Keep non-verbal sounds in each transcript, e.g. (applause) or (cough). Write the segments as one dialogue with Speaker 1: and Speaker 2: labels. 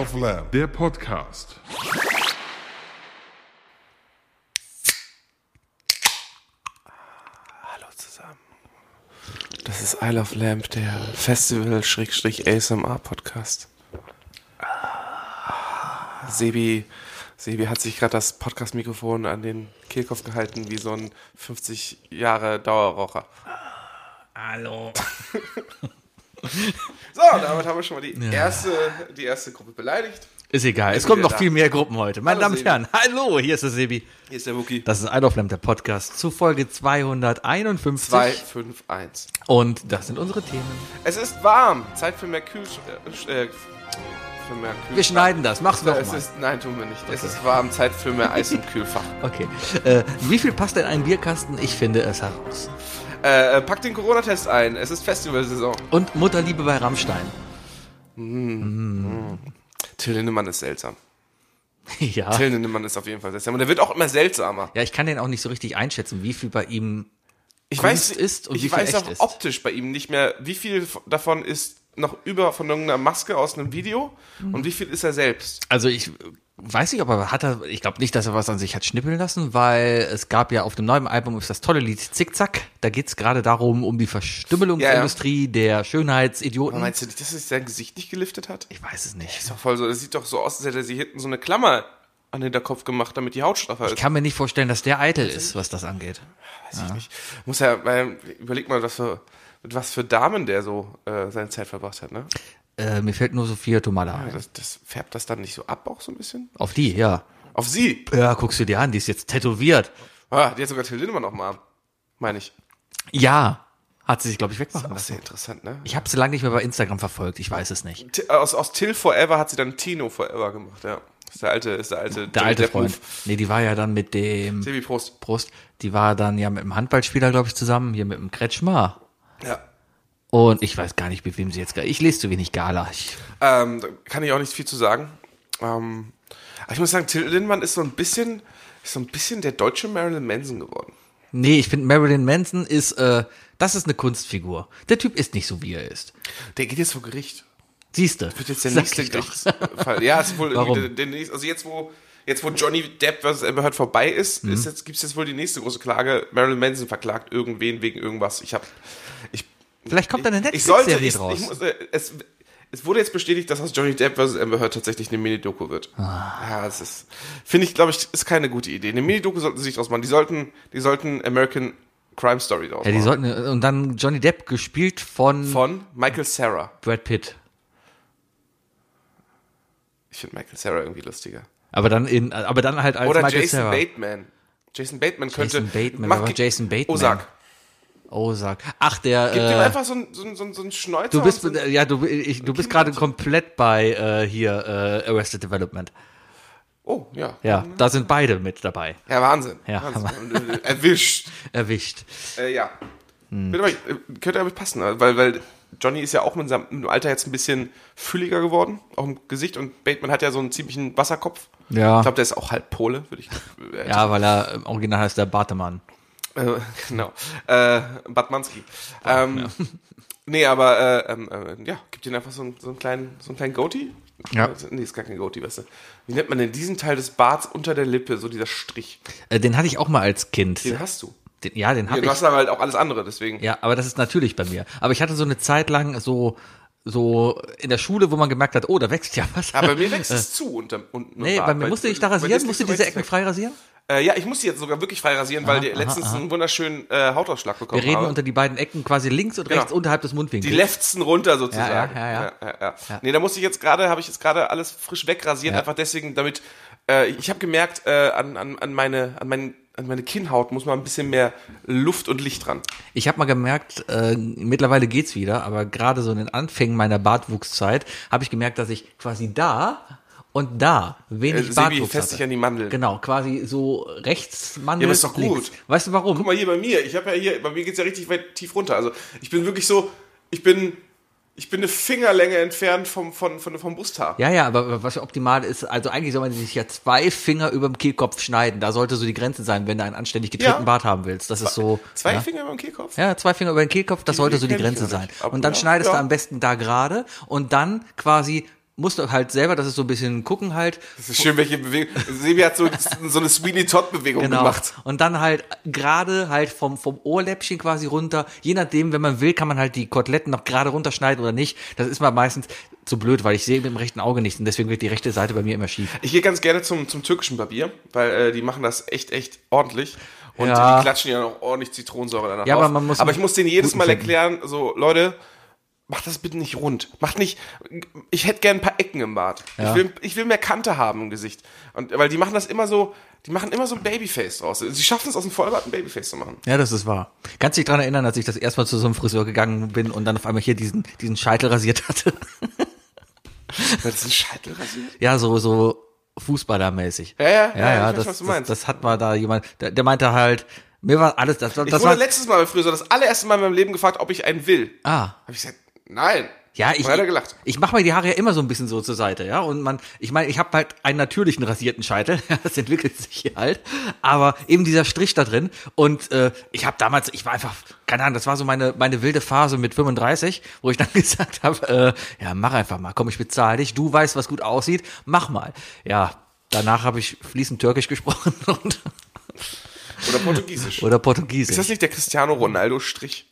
Speaker 1: of Lamb.
Speaker 2: Der Podcast.
Speaker 3: Hallo zusammen. Das ist Isle of Lamp, der Festival-ASMR-Podcast. Ah. Sebi, Sebi hat sich gerade das Podcast-Mikrofon an den Kehlkopf gehalten, wie so ein 50 Jahre Dauerraucher.
Speaker 4: Hallo.
Speaker 3: So, damit haben wir schon mal die, erste, die erste Gruppe beleidigt.
Speaker 4: Ist egal, es
Speaker 3: Ist
Speaker 4: kommen
Speaker 3: wieder
Speaker 4: noch
Speaker 3: da.
Speaker 4: viel mehr Gruppen heute. Meine
Speaker 3: Hallo,
Speaker 4: Damen und
Speaker 3: Sebi.
Speaker 4: Herren, hallo, hier ist der Sebi.
Speaker 3: Hier ist der Wookie.
Speaker 4: Das ist Isle of Lamp, der Podcast zu Folge 251.
Speaker 3: 251.
Speaker 4: Und das sind unsere Themen.
Speaker 3: Es ist warm. Zeit für mehr Kühlsch... Äh, äh, für mehr Kühl
Speaker 4: Wir schneiden das, mach's doch
Speaker 3: es
Speaker 4: mal.
Speaker 3: ist, nein, tun wir nicht. Es ist warm, Zeit für mehr Eis im Kühlfach.
Speaker 4: Okay. Äh, wie viel passt in einen Bierkasten? Ich finde es heraus.
Speaker 3: Äh, äh, pack den Corona-Test ein. Es ist Festivalsaison.
Speaker 4: Und Mutterliebe bei Rammstein. (laughs)
Speaker 3: Till Lindemann ist seltsam.
Speaker 4: ja.
Speaker 3: Till Lindemann ist auf jeden Fall seltsam. Und er wird auch immer seltsamer.
Speaker 4: Ja, ich kann den auch nicht so richtig einschätzen, wie viel bei ihm.
Speaker 3: Ich
Speaker 4: Kunst
Speaker 3: weiß,
Speaker 4: ist und
Speaker 3: ich
Speaker 4: wie viel
Speaker 3: weiß
Speaker 4: echt
Speaker 3: auch
Speaker 4: ist.
Speaker 3: optisch bei ihm nicht mehr, wie viel f- davon ist noch über von irgendeiner Maske aus einem Video
Speaker 4: Mhm.
Speaker 3: und wie viel ist er selbst.
Speaker 4: Also ich weiß nicht, ob er hat er. Ich glaube nicht, dass er was an sich hat schnippeln lassen, weil es gab ja auf dem neuen Album ist das tolle Lied Zickzack. Da geht's gerade darum um die Verstümmelungsindustrie der Schönheitsidioten.
Speaker 3: Aber meinst du nicht, dass er sein Gesicht nicht geliftet hat?
Speaker 4: ich weiß es
Speaker 3: Ist
Speaker 4: nicht.
Speaker 3: doch voll so. Das sieht doch so aus, als hätte er sich hinten so eine Klammer an den Hinterkopf gemacht, damit die Haut straffer ist.
Speaker 4: Ich kann mir nicht vorstellen, dass der eitel ist, was das angeht.
Speaker 3: Weiß ich nicht. Muss ja, weil, überleg mal, was für, mit was für Damen der so äh, seine Zeit verbracht hat, ne?
Speaker 4: Äh, mir fällt nur Sophia Tomala ein.
Speaker 3: Das, das färbt das dann nicht so ab, auch so ein bisschen?
Speaker 4: Auf die, ja.
Speaker 3: Auf sie!
Speaker 4: Ja, guckst du dir an, die ist jetzt tätowiert.
Speaker 3: Ah, die hat sogar Till Lindemann auf dem Arm. Meine ich.
Speaker 4: Ja, hat sie sich, glaube ich, wegmachen
Speaker 3: Das ist
Speaker 4: lassen.
Speaker 3: sehr interessant, ne?
Speaker 4: Ich habe sie lange nicht mehr bei Instagram verfolgt, ich weiß es nicht.
Speaker 3: T- Aus, aus Till Forever hat sie dann Tino Forever gemacht, ja. Ist der alte, ist der alte,
Speaker 4: Der alte
Speaker 3: Johnny Depp
Speaker 4: Freund.
Speaker 3: Move.
Speaker 4: Nee, die war ja dann mit dem
Speaker 3: Sebi, Prost.
Speaker 4: Brust, die war dann ja mit dem Handballspieler, glaube ich, zusammen, hier mit dem Kretschmer.
Speaker 3: Ja.
Speaker 4: Und ich weiß gar nicht, mit wem sie jetzt gar. Ich lese zu wenig Gala. Ich,
Speaker 3: Ähm, da kann ich auch nicht viel zu sagen. Ähm, aber ich muss sagen, Till Lindemann ist so ein bisschen, ist so ein bisschen der deutsche Marilyn Manson geworden.
Speaker 4: nee, ich finde Marilyn Manson ist, äh, das ist eine Kunstfigur. Der Typ ist nicht so, wie er ist.
Speaker 3: Der geht jetzt vor Gericht.
Speaker 4: Siehste.
Speaker 3: wird jetzt der nächste Gerichtsfall. Ja, ist wohl
Speaker 4: Warum?
Speaker 3: irgendwie der, der nächste, also jetzt wo jetzt wo Johnny Depp versus Amber Heard vorbei ist,
Speaker 4: Mhm.
Speaker 3: ist jetzt gibt's jetzt wohl die nächste große Klage. Marilyn Manson verklagt irgendwen wegen irgendwas. Ich habe ich
Speaker 4: (laughs) Vielleicht kommt da eine
Speaker 3: ich sollte
Speaker 4: Netflix-Serie
Speaker 3: ich,
Speaker 4: draus.
Speaker 3: ich muss, äh, es es wurde jetzt bestätigt, dass aus Johnny Depp versus Amber Heard tatsächlich eine Mini-Doku wird.
Speaker 4: Ah.
Speaker 3: Ja, es ist finde ich glaube ich ist keine gute Idee. Eine Mini-Doku sollten sie sich draus machen. Die sollten die sollten American Crime Story draus
Speaker 4: ja, die
Speaker 3: machen.
Speaker 4: sollten, und dann Johnny Depp gespielt von,
Speaker 3: Von Michael Sarah.
Speaker 4: Brad Pitt.
Speaker 3: Ich finde Michael Sarah irgendwie lustiger.
Speaker 4: Aber dann in, aber dann halt als
Speaker 3: Oder
Speaker 4: Michael
Speaker 3: Jason
Speaker 4: Cera.
Speaker 3: Bateman. Jason Bateman könnte.
Speaker 4: Jason Bateman,
Speaker 3: Mach-
Speaker 4: aber Jason Bateman.
Speaker 3: Ozark.
Speaker 4: Oh, sag. Ach, der,
Speaker 3: Gib
Speaker 4: äh,
Speaker 3: ihm einfach so einen so einen- so einen- so einen Schnäuzer.
Speaker 4: Du bist, äh,
Speaker 3: und so einen-
Speaker 4: ja, du, ich, du bist gerade komplett bei äh, hier äh, Arrested Development.
Speaker 3: oh, ja.
Speaker 4: Ja, da sind beide mit dabei.
Speaker 3: Ja, Wahnsinn.
Speaker 4: Ja.
Speaker 3: Wahnsinn. Erwischt.
Speaker 4: Erwischt.
Speaker 3: Äh, ja.
Speaker 4: Hm.
Speaker 3: Wird aber, äh, könnte aber passen, weil, weil Johnny ist ja auch mit seinem mit dem Alter jetzt ein bisschen fülliger geworden, auch im Gesicht. Und Bateman hat ja so einen ziemlichen Wasserkopf.
Speaker 4: Ja.
Speaker 3: Ich glaube, der ist auch halb Pole, würde ich. äh,
Speaker 4: Ja, weil er im Original heißt der Bartemann.
Speaker 3: Äh, (laughs) genau. Äh, Batmanski. Ähm, (laughs) Nee, aber äh, ähm, äh, ja, gibt ihnen einfach so einen, so einen kleinen, so einen kleinen Goatee.
Speaker 4: Ja.
Speaker 3: Nee, ist gar kein Goatee, weißt du. Wie nennt man denn diesen Teil des Barts unter der Lippe, so dieser Strich?
Speaker 4: Äh, den hatte ich auch mal als Kind.
Speaker 3: Den hast du.
Speaker 4: Den, ja, den
Speaker 3: Ja,
Speaker 4: habe
Speaker 3: du
Speaker 4: ich.
Speaker 3: hast aber halt auch alles andere, deswegen.
Speaker 4: Ja, aber das ist natürlich bei mir. Aber ich hatte so eine Zeit lang so so in der Schule, wo man gemerkt hat, oh, da wächst ja was.
Speaker 3: Aber bei mir
Speaker 4: (laughs)
Speaker 3: wächst es zu unter, unten.
Speaker 4: nee,
Speaker 3: am
Speaker 4: bei
Speaker 3: Bart.
Speaker 4: mir musste ich da
Speaker 3: bei dir ist
Speaker 4: rasieren,
Speaker 3: nicht
Speaker 4: musste
Speaker 3: so
Speaker 4: diese
Speaker 3: recht
Speaker 4: Ecken
Speaker 3: weg.
Speaker 4: frei rasieren.
Speaker 3: Äh, ja, ich musste jetzt sogar wirklich frei rasieren, weil die letztens einen wunderschönen äh, Hautausschlag bekommen
Speaker 4: Wir reden
Speaker 3: habe.
Speaker 4: unter die beiden Ecken quasi links und
Speaker 3: Genau.
Speaker 4: rechts unterhalb des Mundwinkels.
Speaker 3: Die lefzen runter sozusagen.
Speaker 4: Ja, ja, ja,
Speaker 3: ja, ja. Nee, da musste ich jetzt gerade, habe ich jetzt gerade alles frisch wegrasiert,
Speaker 4: Ja.
Speaker 3: einfach deswegen, damit äh, ich habe gemerkt, äh, an, an, an meine, an meinen an meine Kinnhaut muss man ein bisschen mehr Luft und Licht dran.
Speaker 4: Ich habe mal gemerkt, äh, mittlerweile geht's wieder, aber gerade so in den Anfängen meiner Bartwuchszeit habe ich gemerkt, dass ich quasi da und da
Speaker 3: Äh,
Speaker 4: wenig
Speaker 3: Sebi,
Speaker 4: Bartwuchs
Speaker 3: fest dich an
Speaker 4: hatte.
Speaker 3: die Mandel.
Speaker 4: Genau, quasi so rechts Mandel,
Speaker 3: Ja, aber ist doch
Speaker 4: links.
Speaker 3: gut.
Speaker 4: Weißt du warum?
Speaker 3: Guck mal hier bei mir, ich habe ja hier, bei mir geht's ja richtig weit tief runter. Also ich bin wirklich so, ich bin, ich bin eine Fingerlänge entfernt vom, von, von, vom Brusthaar.
Speaker 4: ja, ja, aber was optimal ist, also eigentlich soll man sich ja zwei Finger über dem Kehlkopf schneiden. Da sollte so die Grenze sein, wenn du einen anständig getretenen
Speaker 3: Ja.
Speaker 4: Bart haben willst. Das ist so.
Speaker 3: Zwei
Speaker 4: ja.
Speaker 3: Finger beim Kehlkopf?
Speaker 4: Ja, zwei Finger über den Kehlkopf, das sollte so die
Speaker 3: kenn ich
Speaker 4: Grenze
Speaker 3: gar
Speaker 4: sein.
Speaker 3: nicht. Aber
Speaker 4: Und dann
Speaker 3: ja,
Speaker 4: schneidest du
Speaker 3: ja.
Speaker 4: am besten da gerade und dann quasi musste halt selber, das ist so ein bisschen gucken halt.
Speaker 3: Das ist schön, welche Bewegung. Sebi hat so, (laughs) so eine Sweeney Todd-Bewegung
Speaker 4: Genau.
Speaker 3: gemacht.
Speaker 4: Und dann halt gerade halt vom, vom Ohrläppchen quasi runter. Je nachdem, wenn man will, kann man halt die Koteletten noch gerade runterschneiden oder nicht. Das ist mal meistens zu blöd, weil ich sehe mit dem rechten Auge nichts und deswegen wird die rechte Seite bei mir immer schief.
Speaker 3: Ich gehe ganz gerne zum, zum türkischen Barbier, weil äh, die machen das echt, echt ordentlich. Und
Speaker 4: Ja.
Speaker 3: die klatschen ja noch ordentlich Zitronensäure danach
Speaker 4: Ja, aber
Speaker 3: drauf.
Speaker 4: man muss-
Speaker 3: aber ich muss denen jedes
Speaker 4: guten
Speaker 3: Mal
Speaker 4: finden.
Speaker 3: erklären, so, Leute, macht das bitte nicht rund. Macht nicht, ich hätte gern ein paar Ecken im Bart.
Speaker 4: Ja.
Speaker 3: Ich, will, ich will mehr Kante haben im Gesicht. Und, weil die machen das immer so, die machen immer so ein Babyface draus. Sie schaffen es aus dem Vollbart ein Babyface zu machen.
Speaker 4: Ja, das ist wahr. Kannst dich dran erinnern, als ich das erstmal zu so einem Friseur gegangen bin und dann auf einmal hier diesen, diesen Scheitel rasiert hatte. (laughs)
Speaker 3: Das ist ein Scheitel rasiert.
Speaker 4: Ja, so, so Fußballermäßig.
Speaker 3: Ja, ja,
Speaker 4: ja,
Speaker 3: ja,
Speaker 4: ja
Speaker 3: ich weiß,
Speaker 4: das,
Speaker 3: was du
Speaker 4: das,
Speaker 3: meinst.
Speaker 4: das hat mal da jemand, der, der meinte halt, mir war alles, das,
Speaker 3: Ich
Speaker 4: das
Speaker 3: wurde
Speaker 4: war,
Speaker 3: letztes Mal bei Friseur das allererste Mal in meinem Leben gefragt, ob ich einen will.
Speaker 4: ah,
Speaker 3: Habe ich gesagt, nein.
Speaker 4: ja, ich,
Speaker 3: Und hat er gelacht.
Speaker 4: ich mache mir die Haare ja immer so ein bisschen so zur Seite, ja, und man, ich meine, ich habe halt einen natürlichen rasierten Scheitel, (laughs) ja, das entwickelt sich hier halt, aber eben dieser Strich da drin und äh, ich habe damals, ich war einfach, keine Ahnung, das war so meine meine wilde Phase mit 35, wo ich dann (laughs) gesagt habe, äh, ja, mach einfach mal, komm, ich bezahle dich, du weißt, was gut aussieht, mach mal, ja. Danach habe ich fließend Türkisch gesprochen (laughs) und,
Speaker 3: Oder Portugiesisch.
Speaker 4: oder Portugiesisch.
Speaker 3: Ist das nicht der Cristiano
Speaker 4: Hm.
Speaker 3: Ronaldo-Strich?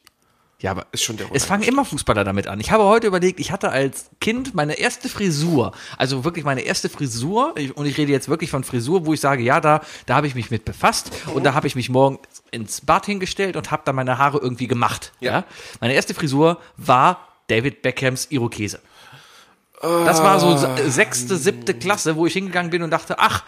Speaker 4: Ja, aber
Speaker 3: Ist schon der
Speaker 4: es fangen immer Fußballer damit an. Ich habe heute überlegt, ich hatte als Kind meine erste Frisur, also wirklich meine erste Frisur, ich- und ich rede jetzt wirklich von Frisur, wo ich sage, ja, da, da habe ich mich mit befasst und da habe ich mich morgen ins Bad hingestellt und habe dann meine Haare irgendwie gemacht. Ja.
Speaker 3: Ja.
Speaker 4: Meine erste Frisur war David Beckhams Irokese. Das war so
Speaker 3: Ah.
Speaker 4: se- sechste, siebte Klasse, wo ich hingegangen bin und dachte, ach,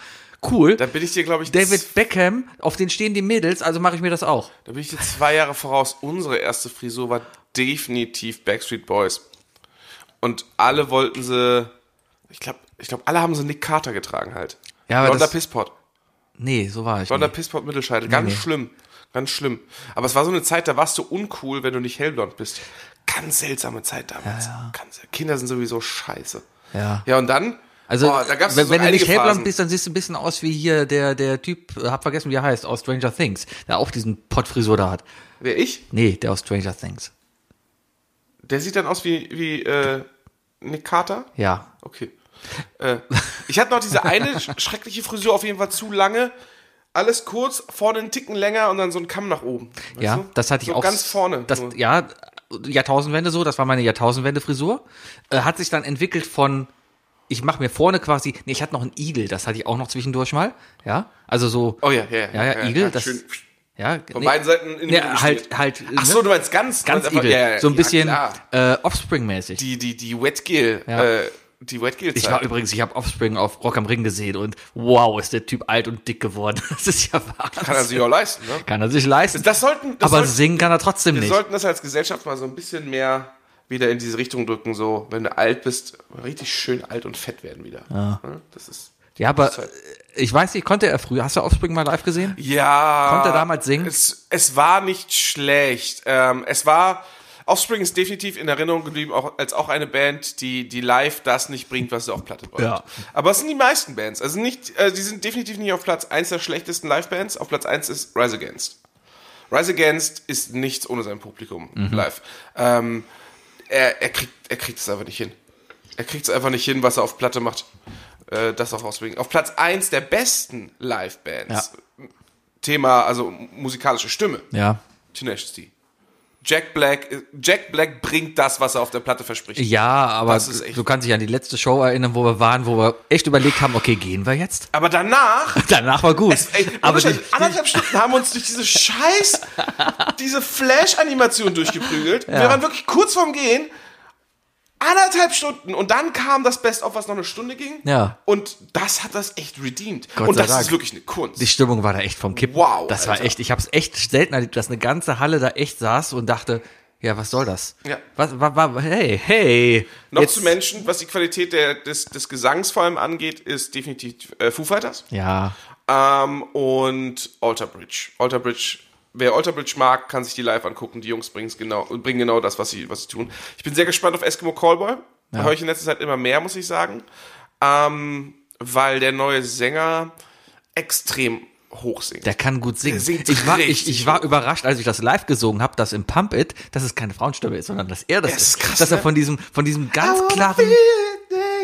Speaker 4: cool,
Speaker 3: Da bin ich dir, glaube ich,
Speaker 4: David Beckham, auf den stehen die Mädels, also mache ich mir das auch.
Speaker 3: da bin ich dir zwei Jahre voraus. Unsere erste Frisur war definitiv Backstreet Boys. Und alle wollten sie, ich glaube, ich glaube, alle haben sie Nick Carter getragen halt.
Speaker 4: Ja, aber
Speaker 3: Blonder
Speaker 4: das-
Speaker 3: Pisspot.
Speaker 4: Nee, so war ich.
Speaker 3: Blonder
Speaker 4: nie.
Speaker 3: Pisspot Mittelscheitel. Ganz schlimm. Ganz schlimm. Aber es war so eine Zeit, da warst du uncool, wenn du nicht hellblond bist. Ganz seltsame Zeit damals. Ganz, Kinder sind sowieso scheiße.
Speaker 4: Ja.
Speaker 3: Ja, und dann?
Speaker 4: Also,
Speaker 3: Boah, da gab's
Speaker 4: wenn,
Speaker 3: so
Speaker 4: wenn du nicht
Speaker 3: einige
Speaker 4: hellblond
Speaker 3: Phasen.
Speaker 4: bist, dann siehst du ein bisschen aus wie hier der, der Typ, äh, hab vergessen, wie er heißt, aus Stranger Things, der auch diesen Pottfrisur da hat.
Speaker 3: Wer ich?
Speaker 4: Nee, der aus Stranger Things.
Speaker 3: Der sieht dann aus wie, wie äh, Nick Carter?
Speaker 4: Ja.
Speaker 3: Okay. Äh, ich hatte noch diese
Speaker 4: (laughs)
Speaker 3: eine sch- schreckliche Frisur, auf jeden Fall zu lange. Alles kurz, vorne einen Ticken länger und dann so ein Kamm nach oben. Weißt
Speaker 4: ja,
Speaker 3: du?
Speaker 4: das hatte ich
Speaker 3: so
Speaker 4: auch.
Speaker 3: Ganz vorne.
Speaker 4: Das,
Speaker 3: nur.
Speaker 4: ja, Jahrtausendwende so, das war meine Jahrtausendwende-Frisur. Äh, hat sich dann entwickelt von, ich mache mir vorne quasi, nee, ich hatte noch einen Igel, das hatte ich auch noch zwischendurch mal. Ja, also so.
Speaker 3: Oh ja, ja, ja.
Speaker 4: Ja, ja, Igel, das-
Speaker 3: schön
Speaker 4: ja
Speaker 3: von beiden Seiten in den
Speaker 4: nee,
Speaker 3: Rücken
Speaker 4: halt,
Speaker 3: geschmiert.
Speaker 4: halt.
Speaker 3: Ach so, du meinst ganz,
Speaker 4: ganz
Speaker 3: du meinst einfach-
Speaker 4: Igel.
Speaker 3: ja, ja,
Speaker 4: so ein
Speaker 3: ja,
Speaker 4: bisschen
Speaker 3: klar.
Speaker 4: äh, Offspring-mäßig.
Speaker 3: die, die, die Wetgel,
Speaker 4: Ja.
Speaker 3: äh, die Wetgel
Speaker 4: Ich war übrigens, ich habe Offspring auf Rock am Ring gesehen und wow, ist der Typ alt und dick geworden. (laughs) Das ist ja Wahnsinn.
Speaker 3: kann er sich auch leisten,
Speaker 4: (laughs)
Speaker 3: ne?
Speaker 4: Kann er sich leisten.
Speaker 3: Das sollten, das
Speaker 4: aber
Speaker 3: sollten,
Speaker 4: singen kann er trotzdem
Speaker 3: wir
Speaker 4: nicht.
Speaker 3: sollten das als Gesellschaft mal so ein bisschen mehr wieder in diese Richtung drücken, so, wenn du alt bist, richtig schön alt und fett werden wieder. Ja, Das ist,
Speaker 4: ja, aber äh, ich weiß nicht, konnte er früher. Hast du Offspring mal live gesehen?
Speaker 3: Ja.
Speaker 4: Konnte er damals singen?
Speaker 3: Es, es war nicht schlecht. Ähm, es war. Offspring ist definitiv in Erinnerung geblieben, auch, als auch eine Band, die, die live das nicht bringt, was sie auf Platte bringt.
Speaker 4: Ja.
Speaker 3: Aber es sind die meisten Bands. Also nicht, äh, die sind definitiv nicht auf Platz 1 der schlechtesten Live-Bands. Auf Platz 1 ist Rise Against. Rise Against ist nichts ohne sein Publikum
Speaker 4: Mhm.
Speaker 3: live. Ähm, er, er kriegt er kriegt es einfach nicht hin. Er kriegt es einfach nicht hin, was er auf Platte macht. Äh, das auch auswegen. Auf Platz 1 der besten Live-Bands. Thema, also musikalische Stimme.
Speaker 4: Ja.
Speaker 3: Tenacity. Jack Black, äh, Jack Black bringt das, was er auf der Platte verspricht.
Speaker 4: Ja, aber
Speaker 3: Das ist echt-
Speaker 4: du kannst dich an die letzte Show erinnern, wo wir waren, wo wir echt überlegt haben, okay, gehen wir jetzt? (laughs)
Speaker 3: Aber danach,
Speaker 4: Danach war gut.
Speaker 3: es, ey,
Speaker 4: aber
Speaker 3: aber
Speaker 4: die,
Speaker 3: anderthalb Stunden haben wir uns durch diese
Speaker 4: (laughs)
Speaker 3: scheiß, diese Flash-Animation durchgeprügelt. Wir waren wirklich kurz vorm Gehen. Anderthalb Stunden und dann kam das Best-of, was noch eine Stunde ging.
Speaker 4: Ja.
Speaker 3: Und das hat das echt redeemed.
Speaker 4: Gott
Speaker 3: und
Speaker 4: sei
Speaker 3: das
Speaker 4: Dank.
Speaker 3: ist wirklich eine Kunst.
Speaker 4: die Stimmung war da echt vom Kippen.
Speaker 3: Wow,
Speaker 4: Das war
Speaker 3: Alter.
Speaker 4: echt, ich habe es echt selten erlebt, dass eine ganze Halle da echt saß und dachte, ja, was soll das?
Speaker 3: Ja.
Speaker 4: Was, wa, wa, hey, hey.
Speaker 3: Noch
Speaker 4: Jetzt-
Speaker 3: zu Menschen, was die Qualität der, des, des Gesangs vor allem angeht, ist definitiv äh, Foo Fighters.
Speaker 4: Ja.
Speaker 3: Ähm, und Alter Bridge. Alter Bridge. Wer Alter Bridge mag, kann sich die live angucken. Die Jungs bringen's genau, bringen genau das, was sie, was sie tun. Ich bin sehr gespannt auf Eskimo Callboy. Da höre ich in letzter Zeit immer mehr, muss ich sagen. Ähm, weil der neue Sänger extrem hoch singt.
Speaker 4: Der kann gut singen.
Speaker 3: singt
Speaker 4: ich, war, ich,
Speaker 3: richtig
Speaker 4: ich war überrascht, als ich das live gesungen habe, dass im Pump It, dass es keine Frauenstimme ist, sondern dass er das,
Speaker 3: Das
Speaker 4: ist.
Speaker 3: ist krass,
Speaker 4: dass er
Speaker 3: ne?
Speaker 4: von diesem, von diesem ganz klaren,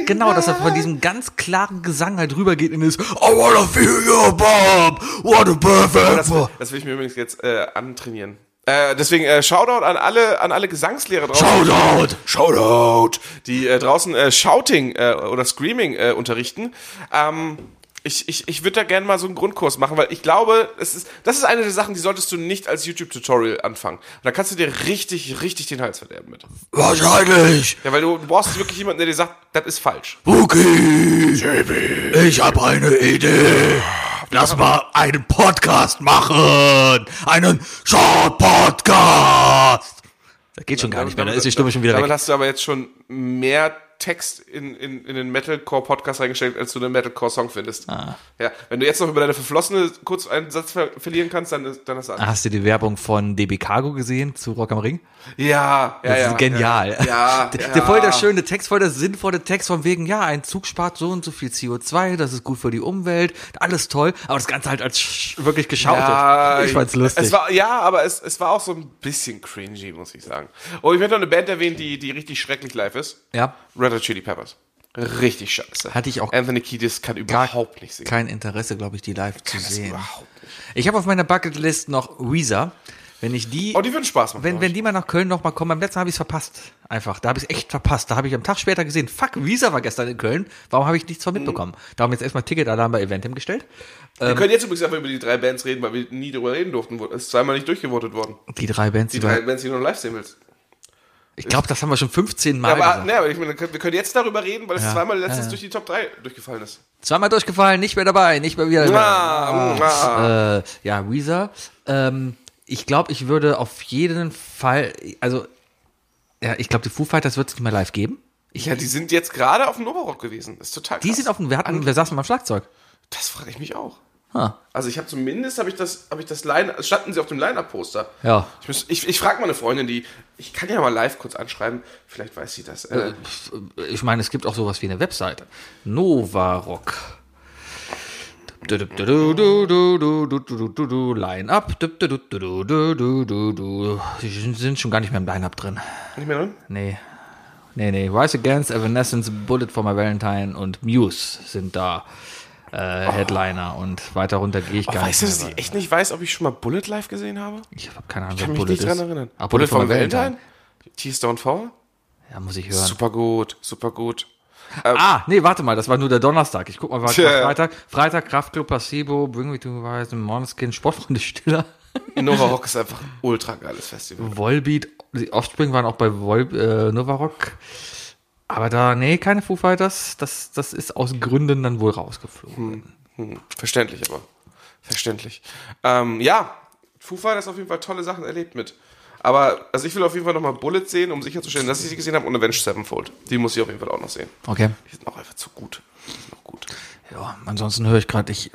Speaker 4: Genau, dass er von diesem ganz klaren Gesang halt rübergeht in das I wanna feel your Bob, what a perfect
Speaker 3: Das, will- das will ich mir übrigens jetzt äh, antrainieren. Äh, deswegen äh, Shoutout an alle an alle Gesangslehrer draußen,
Speaker 4: Shoutout!
Speaker 3: Shoutout, die äh, draußen äh, Shouting äh, oder Screaming äh, unterrichten. Ähm, ich ich, ich würde da gerne mal so einen Grundkurs machen, weil ich glaube, es ist, das ist eine der Sachen, die solltest du nicht als YouTube-Tutorial anfangen. Und da kannst du dir richtig, richtig den Hals verderben mit.
Speaker 4: Wahrscheinlich!
Speaker 3: Ja, weil du, du brauchst wirklich jemanden, der dir sagt, das ist falsch.
Speaker 4: Wookie! Ich habe eine Idee! Lass mal einen Podcast machen! Einen Short-Podcast! Das geht schon gar nicht mehr, da ist die Stimme schon wieder
Speaker 3: Damit
Speaker 4: weg.
Speaker 3: hast du aber jetzt schon mehr Text in, in, in den Metalcore-Podcast reingestellt, als du einen Metalcore-Song findest.
Speaker 4: Ah.
Speaker 3: Ja, wenn du jetzt noch über deine verflossene kurz einen Satz ver verlieren kannst, dann, ist- dann hast du alles.
Speaker 4: Hast du die Werbung von DB Cargo gesehen zu Rock am Ring?
Speaker 3: Ja, ja,
Speaker 4: Das
Speaker 3: ja.
Speaker 4: ist genial.
Speaker 3: Ja, ja,
Speaker 4: (laughs) der,
Speaker 3: ja.
Speaker 4: der voll der schöne Text, voll der sinnvolle Text von wegen, ja, ein Zug spart so und so viel CO2, das ist gut für die Umwelt, alles toll, aber das Ganze halt als sch- wirklich geschautet.
Speaker 3: Ja,
Speaker 4: ich fand's lustig.
Speaker 3: Es war, ja, aber es, es war auch so ein bisschen cringy, muss ich sagen. Oh, ich werde noch eine Band erwähnen, die, die richtig schrecklich live ist.
Speaker 4: ja,
Speaker 3: Red Hot Chili Peppers. Richtig scheiße.
Speaker 4: Hatte ich auch-
Speaker 3: Anthony Kiedis kann überhaupt nicht singen.
Speaker 4: kein Interesse, glaube ich, die live zu sehen.
Speaker 3: Überhaupt nicht.
Speaker 4: Ich habe auf meiner Bucketlist noch Weezer. Wenn ich die,
Speaker 3: Oh, die würden Spaß machen.
Speaker 4: wenn,
Speaker 3: glaub
Speaker 4: wenn die mal nach Köln nochmal kommen, beim letzten Mal habe ich es verpasst. Einfach, da habe ich es echt verpasst. Da habe ich am Tag später gesehen, fuck, Weezer war gestern in Köln, warum habe ich nichts
Speaker 3: Mhm.
Speaker 4: von mitbekommen? Darum jetzt erstmal Ticketalarm bei Eventim gestellt.
Speaker 3: Wir können jetzt übrigens einfach über die drei Bands reden, weil wir nie darüber reden durften. Es ist zweimal nicht durchgevotet worden.
Speaker 4: Die drei Bands,
Speaker 3: Die
Speaker 4: die wir-
Speaker 3: drei Bands, die du noch live sehen willst.
Speaker 4: Ich glaube, das haben wir schon 15 Mal
Speaker 3: Aber,
Speaker 4: gesagt.
Speaker 3: ne, aber ich meine, wir können jetzt darüber reden, weil es zweimal letztens
Speaker 4: ja.
Speaker 3: durch die Top 3 durchgefallen ist.
Speaker 4: Zweimal durchgefallen, nicht mehr dabei, nicht mehr wieder dabei.
Speaker 3: Ah, ah.
Speaker 4: Äh, ja, Weezer. Ähm, ich glaube, ich würde auf jeden Fall, also, ja, ich glaube, die Foo Fighters wird es nicht mehr live geben. Ich,
Speaker 3: Ja, die sind jetzt gerade auf dem Oberrock gewesen. Das ist total krass.
Speaker 4: die sind auf dem, wir hatten, wir saßen beim Schlagzeug.
Speaker 3: das frage ich mich auch.
Speaker 4: Ha.
Speaker 3: Also ich habe zumindest, habe ich das, habe ich das Line, standen sie auf dem Line-Up-Poster.
Speaker 4: Ja.
Speaker 3: Ich, muss- ich, ich frage meine Freundin, die, ich kann ja mal live kurz anschreiben, vielleicht weiß sie das. Äh,
Speaker 4: Ich meine, es gibt auch sowas wie eine Webseite. Novarock. Du, du, du, du, du, du, du, du, du, du, du, du, Line up. Du, du, du, du, du, du, du, du. Die sind- sind schon gar nicht mehr im Line up drin.
Speaker 3: nicht mehr ne? drin?
Speaker 4: Nee. Nee, nee. Rise Against, Evanescence, Bullet for My Valentine und Muse sind da äh, Headliner und weiter runter gehe ich
Speaker 3: Oh,
Speaker 4: gar
Speaker 3: weißt
Speaker 4: nicht.
Speaker 3: du,
Speaker 4: Mehr,
Speaker 3: dass ich
Speaker 4: weil-
Speaker 3: echt nicht weiß, ob ich schon mal Bullet live gesehen habe?
Speaker 4: ich habe keine Ahnung,
Speaker 3: Ich kann
Speaker 4: wer
Speaker 3: mich
Speaker 4: Bullet
Speaker 3: nicht dran
Speaker 4: ist.
Speaker 3: erinnern.
Speaker 4: Ah, Bullet, for My Valentine?
Speaker 3: Tears Don't Fall?
Speaker 4: Ja, muss ich hören.
Speaker 3: Super gut, super gut.
Speaker 4: Ah, nee, warte mal, das war nur der Donnerstag. Ich guck mal, war
Speaker 3: Tja.
Speaker 4: Freitag. Freitag, Kraftclub, Placebo, Bring Me To Horizon, Måneskin, Sportfreunde Stiller,
Speaker 3: Nova Rock ist einfach ein ultra geiles Festival.
Speaker 4: Volbeat. Die Offspring waren auch bei Vol äh, Novarock. Aber da, nee, keine Foo Fighters. Das, das ist aus Gründen dann wohl rausgeflogen.
Speaker 3: Hm, verständlich aber. Verständlich. Ähm, ja, Foo Fighters auf jeden Fall tolle Sachen erlebt mit. Aber also ich will auf jeden Fall nochmal Bullet sehen, um sicherzustellen, dass ich sie gesehen habe und Avenged Sevenfold. Die muss ich auf jeden Fall auch noch sehen.
Speaker 4: Okay.
Speaker 3: Die sind auch einfach zu gut. Die sind auch gut.
Speaker 4: Ja, ansonsten höre ich gerade, ich,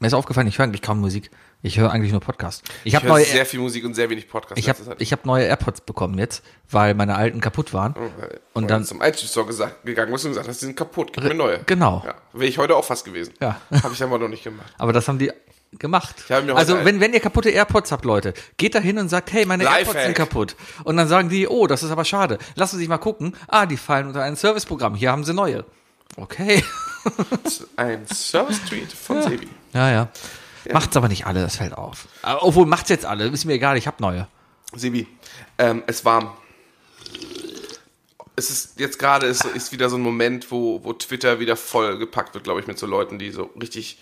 Speaker 4: mir ist aufgefallen, ich höre eigentlich kaum Musik. Ich höre eigentlich nur Podcasts. Ich
Speaker 3: Ich
Speaker 4: habe
Speaker 3: höre
Speaker 4: neue,
Speaker 3: sehr viel Musik und sehr wenig Podcasts.
Speaker 4: ich hab, ich hab neue AirPods bekommen jetzt, weil meine alten kaputt waren. und dann-
Speaker 3: Oh, zum iTunes Store gesagt, gegangen bist und gesagt hast, die sind kaputt, gib mir neue.
Speaker 4: genau.
Speaker 3: Ja, Wäre ich heute auch fast gewesen.
Speaker 4: Ja.
Speaker 3: Habe ich aber noch nicht
Speaker 4: (laughs)
Speaker 3: gemacht.
Speaker 4: Aber das haben die gemacht.
Speaker 3: habe mir heute
Speaker 4: also
Speaker 3: ein-
Speaker 4: wenn, wenn ihr kaputte AirPods habt, Leute, geht da hin und sagt, hey, meine
Speaker 3: Lifehack.
Speaker 4: AirPods sind kaputt. Und dann sagen die, oh, das ist aber schade. Lassen Sie sich mal gucken. Ah, die fallen unter ein Serviceprogramm. Hier haben sie neue. Okay. (laughs)
Speaker 3: Ein Service-Tweet von Sebi.
Speaker 4: Ja, ja. Macht's aber nicht alle, das fällt auf. Aber, obwohl, macht's jetzt alle. Ist mir egal, ich hab neue.
Speaker 3: Sebi, ähm, es warm. Es ist jetzt gerade ist, ist wieder so ein Moment, wo, wo Twitter wieder vollgepackt wird, glaube ich, mit so Leuten, die so richtig.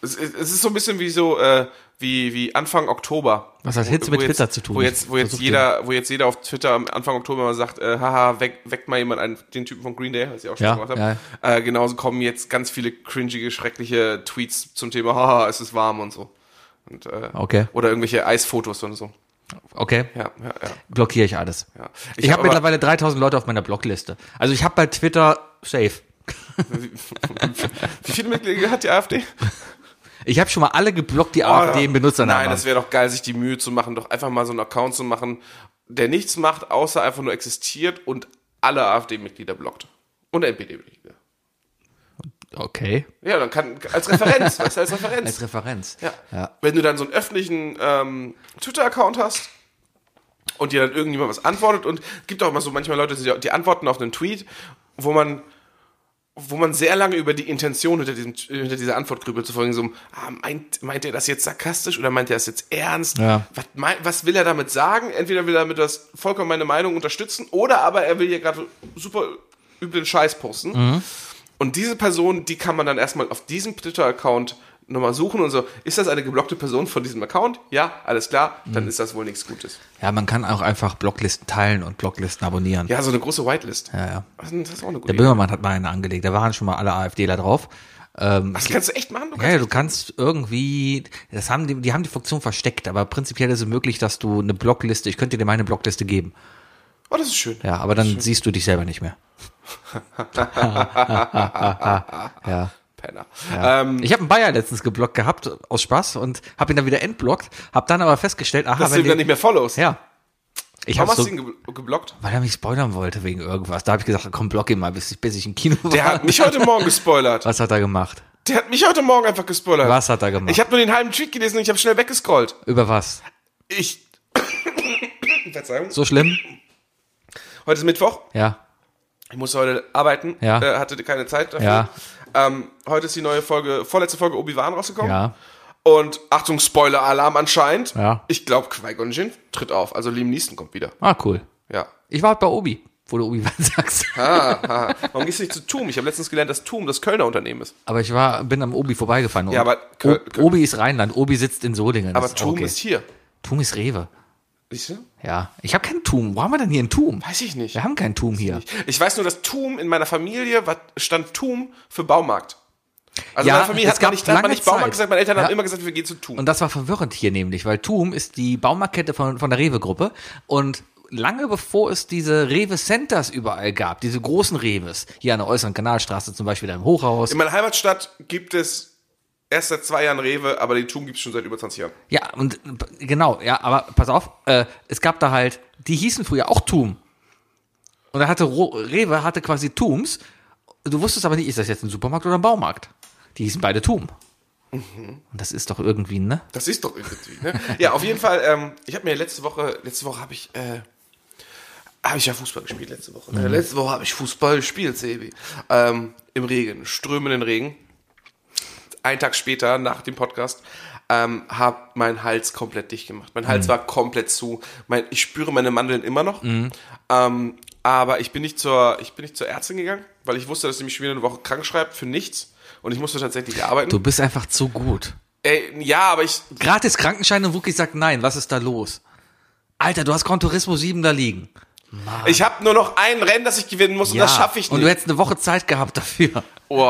Speaker 3: Es, ist- es ist so ein bisschen wie so äh, wie, wie Anfang Oktober.
Speaker 4: Was hat
Speaker 3: Wo-
Speaker 4: Hitze
Speaker 3: wo
Speaker 4: mit
Speaker 3: jetzt-
Speaker 4: Twitter zu tun?
Speaker 3: Wo jetzt, wo
Speaker 4: Ich
Speaker 3: jetzt
Speaker 4: versuch
Speaker 3: jeder, wo jetzt jeder auf Twitter am Anfang Oktober mal sagt, äh, haha, weck, weckt mal jemand einen, den Typen von Green Day, was ich auch schon
Speaker 4: Ja,
Speaker 3: gemacht habe. Äh, genauso kommen jetzt ganz viele cringige, schreckliche Tweets zum Thema, haha, es ist warm und so. Und, äh,
Speaker 4: Okay.
Speaker 3: Oder irgendwelche Eisfotos und so.
Speaker 4: Okay.
Speaker 3: Ja, ja, ja.
Speaker 4: blockiere ich alles.
Speaker 3: Ja.
Speaker 4: Ich, hab
Speaker 3: aber-
Speaker 4: habe mittlerweile 3000 Leute auf meiner Blockliste. Also ich habe bei Twitter safe.
Speaker 3: (laughs) Wie viele Mitglieder hat die AfD? Äh,
Speaker 4: Ich habe schon mal alle geblockt, die AfD im Benutzernamen
Speaker 3: Oh, Nein, das
Speaker 4: haben.
Speaker 3: wäre doch geil, sich die Mühe zu machen, doch einfach mal so einen Account zu machen, der nichts macht, außer einfach nur existiert und alle AfD-Mitglieder blockt. Und NPD-Mitglieder.
Speaker 4: Okay.
Speaker 3: Ja, dann kann, als
Speaker 4: (laughs)
Speaker 3: Referenz, weißt du, als Referenz.
Speaker 4: Als Referenz.
Speaker 3: ja. Wenn du dann so einen öffentlichen ähm, Twitter-Account hast und dir dann irgendjemand was antwortet und es gibt auch immer so manchmal Leute, die, die antworten auf einen Tweet, wo man, wo man sehr lange über die Intention hinter, diesem, hinter dieser Antwort grübelt, zu folgen, so, ah, meint, meint er das jetzt sarkastisch oder meint er das jetzt ernst?
Speaker 4: Ja.
Speaker 3: Was, mein, was will er damit sagen? Entweder will er damit das vollkommen meine Meinung unterstützen oder aber er will hier gerade super üblen Scheiß posten.
Speaker 4: Mhm.
Speaker 3: Und diese Person, die kann man dann erstmal auf diesem Twitter-Account nochmal suchen und so, ist das eine geblockte Person von diesem Account? Ja, alles klar,
Speaker 4: Mhm.
Speaker 3: dann ist das wohl nichts Gutes.
Speaker 4: Ja, man kann auch einfach Blocklisten teilen und Blocklisten abonnieren.
Speaker 3: Ja, so eine große Whitelist.
Speaker 4: Ja, ja.
Speaker 3: Das ist auch eine gute
Speaker 4: Der
Speaker 3: Idee.
Speaker 4: Böhmermann hat mal eine angelegt, da waren schon mal alle AfDler drauf. Ähm,
Speaker 3: Das kannst du echt machen, du
Speaker 4: ja, ja, du kannst irgendwie, das haben die, die haben die Funktion versteckt, aber prinzipiell ist es möglich, dass du eine Blockliste, ich könnte dir meine Blockliste geben.
Speaker 3: Oh, das ist schön.
Speaker 4: Ja, aber dann siehst du dich selber
Speaker 3: (laughs)
Speaker 4: nicht mehr. (laughs) ja.
Speaker 3: Penner. Ähm,
Speaker 4: Ich habe einen Bayer letztens geblockt gehabt, aus Spaß, und habe ihn dann wieder entblockt, habe dann aber festgestellt, aha,
Speaker 3: dass du
Speaker 4: wenn
Speaker 3: ihm dann
Speaker 4: den,
Speaker 3: nicht mehr followst.
Speaker 4: ja, ich
Speaker 3: Warum
Speaker 4: habe
Speaker 3: hast
Speaker 4: so,
Speaker 3: du ihn gebl- geblockt?
Speaker 4: weil er mich spoilern wollte wegen irgendwas. Da habe ich gesagt, komm, block ihn mal, bis ich, bis ich im Kino war.
Speaker 3: Der hat mich heute Morgen gespoilert.
Speaker 4: Was hat er gemacht?
Speaker 3: Der hat mich heute Morgen einfach gespoilert.
Speaker 4: Was hat er gemacht?
Speaker 3: Ich habe nur den halben Tweet gelesen und ich habe schnell weggescrollt.
Speaker 4: Über was?
Speaker 3: Ich. (coughs) Verzeihung.
Speaker 4: So schlimm?
Speaker 3: Heute ist Mittwoch.
Speaker 4: Ja.
Speaker 3: Ich musste heute arbeiten.
Speaker 4: Ja.
Speaker 3: Äh, hatte keine Zeit dafür.
Speaker 4: Ja.
Speaker 3: Ähm, heute ist die neue Folge, vorletzte Folge Obi-Wan rausgekommen.
Speaker 4: Ja.
Speaker 3: Und Achtung, Spoiler-Alarm anscheinend.
Speaker 4: Ja.
Speaker 3: Ich glaube, Qui-Gon Jinn tritt auf. Also Liam Neeson kommt wieder.
Speaker 4: Ah, cool.
Speaker 3: Ja. Ah,
Speaker 4: Ich war halt bei Obi, wo du Obi (laughs) sagst.
Speaker 3: (laughs) Warum gehst du nicht zu TUM? Ich habe letztens gelernt, dass TUM das Kölner Unternehmen ist.
Speaker 4: Aber ich war, bin am Obi vorbeigefahren.
Speaker 3: Ja, aber
Speaker 4: o
Speaker 3: Kö- Kö-
Speaker 4: Obi ist Rheinland, Obi sitzt in Solingen.
Speaker 3: Aber
Speaker 4: Das auch
Speaker 3: TUM ist hier.
Speaker 4: Tum ist Rewe.
Speaker 3: Siehst du?
Speaker 4: Ja. Ich habe keinen Tum. Wo haben wir denn hier einen Tum?
Speaker 3: Weiß ich nicht.
Speaker 4: Wir haben keinen Tum hier.
Speaker 3: Ich weiß nur, dass TUM in meiner Familie war, stand TUM für Baumarkt. Also
Speaker 4: Ja,
Speaker 3: in meiner Familie
Speaker 4: es
Speaker 3: hat man
Speaker 4: gab
Speaker 3: nicht, hat man
Speaker 4: lange
Speaker 3: nicht Baumarkt
Speaker 4: Zeit.
Speaker 3: gesagt, meine Eltern
Speaker 4: Ja.
Speaker 3: haben immer gesagt, wir gehen zu TUM.
Speaker 4: Und das war verwirrend hier nämlich, weil Tum ist die Baumarktkette von, von der Rewe-Gruppe und lange bevor es diese Rewe-Centers überall gab, diese großen Rewes, hier an der äußeren Kanalstraße zum Beispiel, da im Hochhaus.
Speaker 3: In meiner Heimatstadt gibt es erst seit zwei Jahren Rewe, aber die TUM gibt es schon seit über 20 Jahren.
Speaker 4: Ja, und äh, genau, ja, aber pass auf, äh, es gab da halt, die hießen früher auch Tum. Und da hatte Ro Rewe hatte quasi Tums. Du wusstest aber nicht, ist das jetzt ein Supermarkt oder ein Baumarkt? Die hießen beide Tum. Und das ist doch irgendwie, ne?
Speaker 3: Das ist doch irgendwie, ne? Ja, auf jeden Fall, ähm, ich habe mir letzte Woche, letzte Woche habe ich, äh, habe ich ja Fußball gespielt letzte Woche. Ne? Letzte Woche habe ich Fußball gespielt, Sebi. Ähm, Im Regen, strömenden Regen. Einen Tag später, nach dem Podcast, ähm, habe mein Hals komplett dicht gemacht. Mein Hals war komplett zu. Mein, ich spüre meine Mandeln immer noch. Ähm, aber ich bin nicht zur, ich bin nicht zur Ärztin gegangen, weil ich wusste, dass sie mich schon wieder eine Woche krank schreibt für nichts. Und ich musste tatsächlich arbeiten.
Speaker 4: Du bist einfach zu gut.
Speaker 3: Ey, ja, aber ich,
Speaker 4: Gratis Krankenschein und Wookie sagt nein, was ist da los? Alter, du hast Contourismo 7 da liegen.
Speaker 3: Ich habe nur noch ein Rennen, das ich gewinnen muss und das schaffe ich
Speaker 4: Und du Ah.
Speaker 3: nicht.
Speaker 4: hättest eine Woche Zeit gehabt dafür.
Speaker 3: Oh,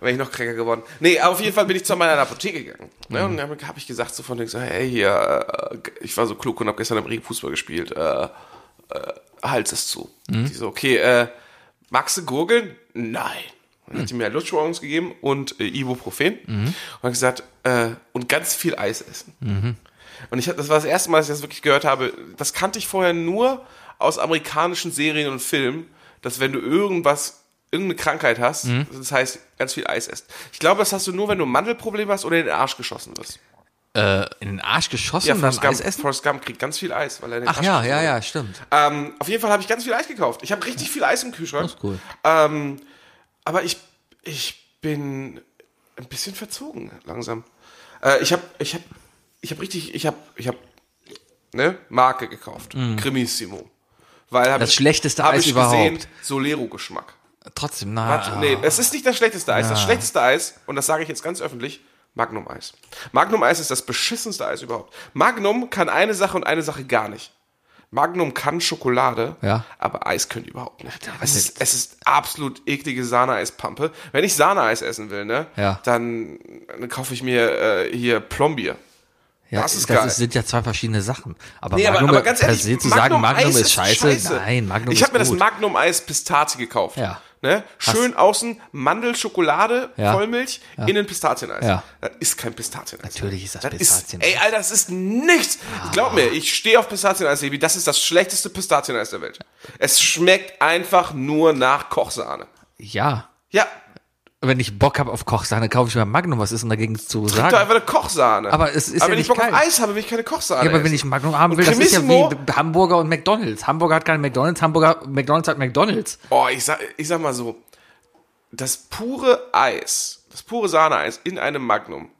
Speaker 3: wäre ich noch kränker geworden. Nee, aber auf jeden Fall bin ich zu meiner Apotheke gegangen. Ne? Und dann habe ich gesagt so von denen, so, hey, hier, äh, ich war so klug und habe gestern im Regen Fußball gespielt. Äh, äh, Hals ist zu.
Speaker 4: Mhm.
Speaker 3: Die so, okay, äh, magst du gurgeln? Nein. Dann hat die mir Lutschmorgens gegeben und äh, Ibuprofen.
Speaker 4: Mhm.
Speaker 3: Und hat gesagt, äh, und ganz viel Eis essen. Und ich hab, das war das erste Mal, dass ich das wirklich gehört habe. Das kannte ich vorher nur aus amerikanischen Serien und Filmen, dass wenn du irgendwas, irgendeine Krankheit hast,
Speaker 4: Mhm.
Speaker 3: das heißt, ganz viel Eis isst. Ich glaube, das hast du nur, wenn du ein Mandelproblem hast oder in den Arsch geschossen wirst.
Speaker 4: Äh, in den Arsch geschossen und dann
Speaker 3: Forrest
Speaker 4: Eis
Speaker 3: Gump,
Speaker 4: essen?
Speaker 3: Forrest Gump kriegt ganz viel Eis, weil er in den
Speaker 4: Ach
Speaker 3: Arsch
Speaker 4: ja,
Speaker 3: geschossen
Speaker 4: ja,
Speaker 3: wird.
Speaker 4: ja, stimmt.
Speaker 3: Ähm, auf jeden Fall habe ich ganz viel Eis gekauft. Ich habe richtig viel Eis im Kühlschrank.
Speaker 4: Das ist cool.
Speaker 3: Ähm, aber ich, ich bin ein bisschen verzogen langsam. Äh, ich habe ich hab, ich hab richtig, ich habe ich hab, ne, Marke gekauft. Cremissimo. Weil hab
Speaker 4: Mhm. Das
Speaker 3: ich,
Speaker 4: schlechteste
Speaker 3: hab
Speaker 4: Eis
Speaker 3: ich
Speaker 4: überhaupt.
Speaker 3: Solero-Geschmack.
Speaker 4: Trotzdem,
Speaker 3: Hat-
Speaker 4: na.
Speaker 3: Nee, es ist nicht das schlechteste Eis. Das schlechteste Eis, und das sage ich jetzt ganz öffentlich, Magnum-Eis. Magnum-Eis ist das beschissenste Eis überhaupt. Magnum kann eine Sache und eine Sache gar nicht. Magnum kann Schokolade,
Speaker 4: Ja.
Speaker 3: aber Eis können die überhaupt nicht. Es ist, es ist absolut eklige Sahneeispampe. Wenn ich Sahneeis essen will, ne,
Speaker 4: Ja.
Speaker 3: dann, dann kaufe ich mir äh, hier Plombier. das
Speaker 4: ja, das
Speaker 3: ist
Speaker 4: ist
Speaker 3: geil.
Speaker 4: sind ja zwei verschiedene Sachen. Aber,
Speaker 3: Nee,
Speaker 4: Magnum,
Speaker 3: aber, aber ganz
Speaker 4: per
Speaker 3: ehrlich,
Speaker 4: se zu sagen, Magnum
Speaker 3: Eis
Speaker 4: ist scheiße. Nein, Magnum
Speaker 3: ich
Speaker 4: ist
Speaker 3: habe mir das
Speaker 4: gut.
Speaker 3: Magnum Eis Pistazie gekauft.
Speaker 4: Ja.
Speaker 3: Ne? Schön außen Mandelschokolade,
Speaker 4: Ja.
Speaker 3: Vollmilch, innen Pistazieneis.
Speaker 4: Ja.
Speaker 3: Das ist kein Pistazieneis.
Speaker 4: Natürlich ist das
Speaker 3: Ist,
Speaker 4: Pistazieneis. Ah.
Speaker 3: ey, Alter, das ist nichts. Glaub mir, ich stehe auf Pistazieneis, Baby. Das ist das schlechteste Pistazieneis der Welt. Es schmeckt einfach nur nach Kochsahne.
Speaker 4: ja.
Speaker 3: Ja,
Speaker 4: Wenn ich Bock habe auf Kochsahne, kaufe ich mir Magnum. Was ist denn dagegen zu
Speaker 3: doch
Speaker 4: sagen?
Speaker 3: einfach eine Kochsahne.
Speaker 4: Aber es ist ja
Speaker 3: wenn
Speaker 4: nicht
Speaker 3: ich Bock auf
Speaker 4: kalt.
Speaker 3: Eis habe, will ich keine Kochsahne.
Speaker 4: Ja, aber wenn
Speaker 3: essen.
Speaker 4: ich Magnum haben will,
Speaker 3: Und
Speaker 4: das ist ja
Speaker 3: Cremissimo-
Speaker 4: wie Hamburger und McDonalds. Hamburger hat keinen McDonalds, Hamburger, McDonalds hat McDonalds.
Speaker 3: Oh, ich sag, ich sag mal so. das pure Eis, das pure Sahneeis in einem Magnum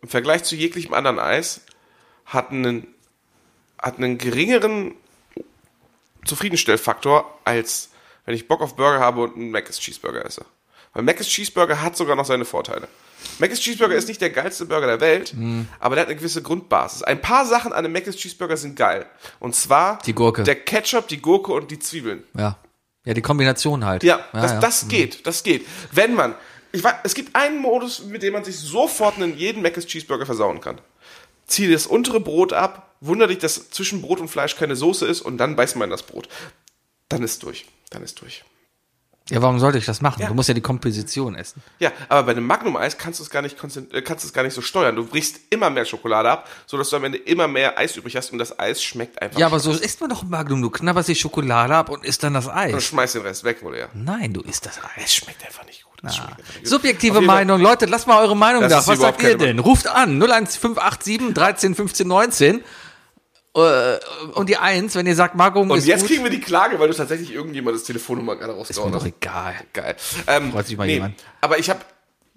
Speaker 3: im Vergleich zu jeglichem anderen Eis hat einen, hat einen geringeren Zufriedenstellfaktor, als wenn ich Bock auf Burger habe und einen Mc's Cheeseburger esse. Weil Mc's Cheeseburger hat sogar noch seine Vorteile. Mc's Cheeseburger ist nicht der geilste Burger der Welt,
Speaker 4: Mhm.
Speaker 3: aber der hat eine gewisse Grundbasis. Ein paar Sachen an einem Mc's Cheeseburger sind geil. Und zwar
Speaker 4: Die Gurke.
Speaker 3: der Ketchup, die Gurke und die Zwiebeln.
Speaker 4: Ja. Ja, die Kombination halt.
Speaker 3: Ja, das, das geht, das geht. Wenn man, ich weiß, es gibt einen Modus, mit dem man sich sofort einen jeden Mc's Cheeseburger versauen kann. Zieh das untere Brot ab, wunder dich, dass zwischen Brot und Fleisch keine Soße ist und dann beißt man in das Brot. Dann ist durch, dann ist durch.
Speaker 4: Ja, warum sollte ich das machen? Du musst ja die Komposition essen.
Speaker 3: Ja, aber bei einem Magnum-Eis kannst du es gar nicht konzent- äh, kannst du es gar nicht so steuern. Du brichst immer mehr Schokolade ab, sodass du am Ende immer mehr Eis übrig hast und das Eis schmeckt einfach.
Speaker 4: Ja, aber so isst man doch ein Magnum. Du knabberst die Schokolade ab und isst dann das
Speaker 3: und
Speaker 4: Eis.
Speaker 3: schmeißt den Rest weg, oder? Ja.
Speaker 4: Nein, du isst das Eis.
Speaker 3: Es schmeckt einfach nicht gut. Es schmeckt einfach nicht gut.
Speaker 4: Subjektive
Speaker 3: Auf jeden Fall-
Speaker 4: Meinung. Leute, lasst mal eure Meinung
Speaker 3: Das
Speaker 4: da.
Speaker 3: ist
Speaker 4: Was
Speaker 3: überhaupt
Speaker 4: sagt ihr
Speaker 3: keine
Speaker 4: denn? Ruft an. 01587 13 15 19. Äh, und die 1, wenn ihr sagt, Magnum
Speaker 3: Und
Speaker 4: ist
Speaker 3: jetzt
Speaker 4: gut.
Speaker 3: kriegen wir die Klage, weil du tatsächlich irgendjemand das Telefonnummer gerade
Speaker 4: ist mir
Speaker 3: rausgehauen
Speaker 4: doch
Speaker 3: hast.
Speaker 4: egal.
Speaker 3: Geil. Ähm,
Speaker 4: Freut sich mal jemand.
Speaker 3: Aber ich habe,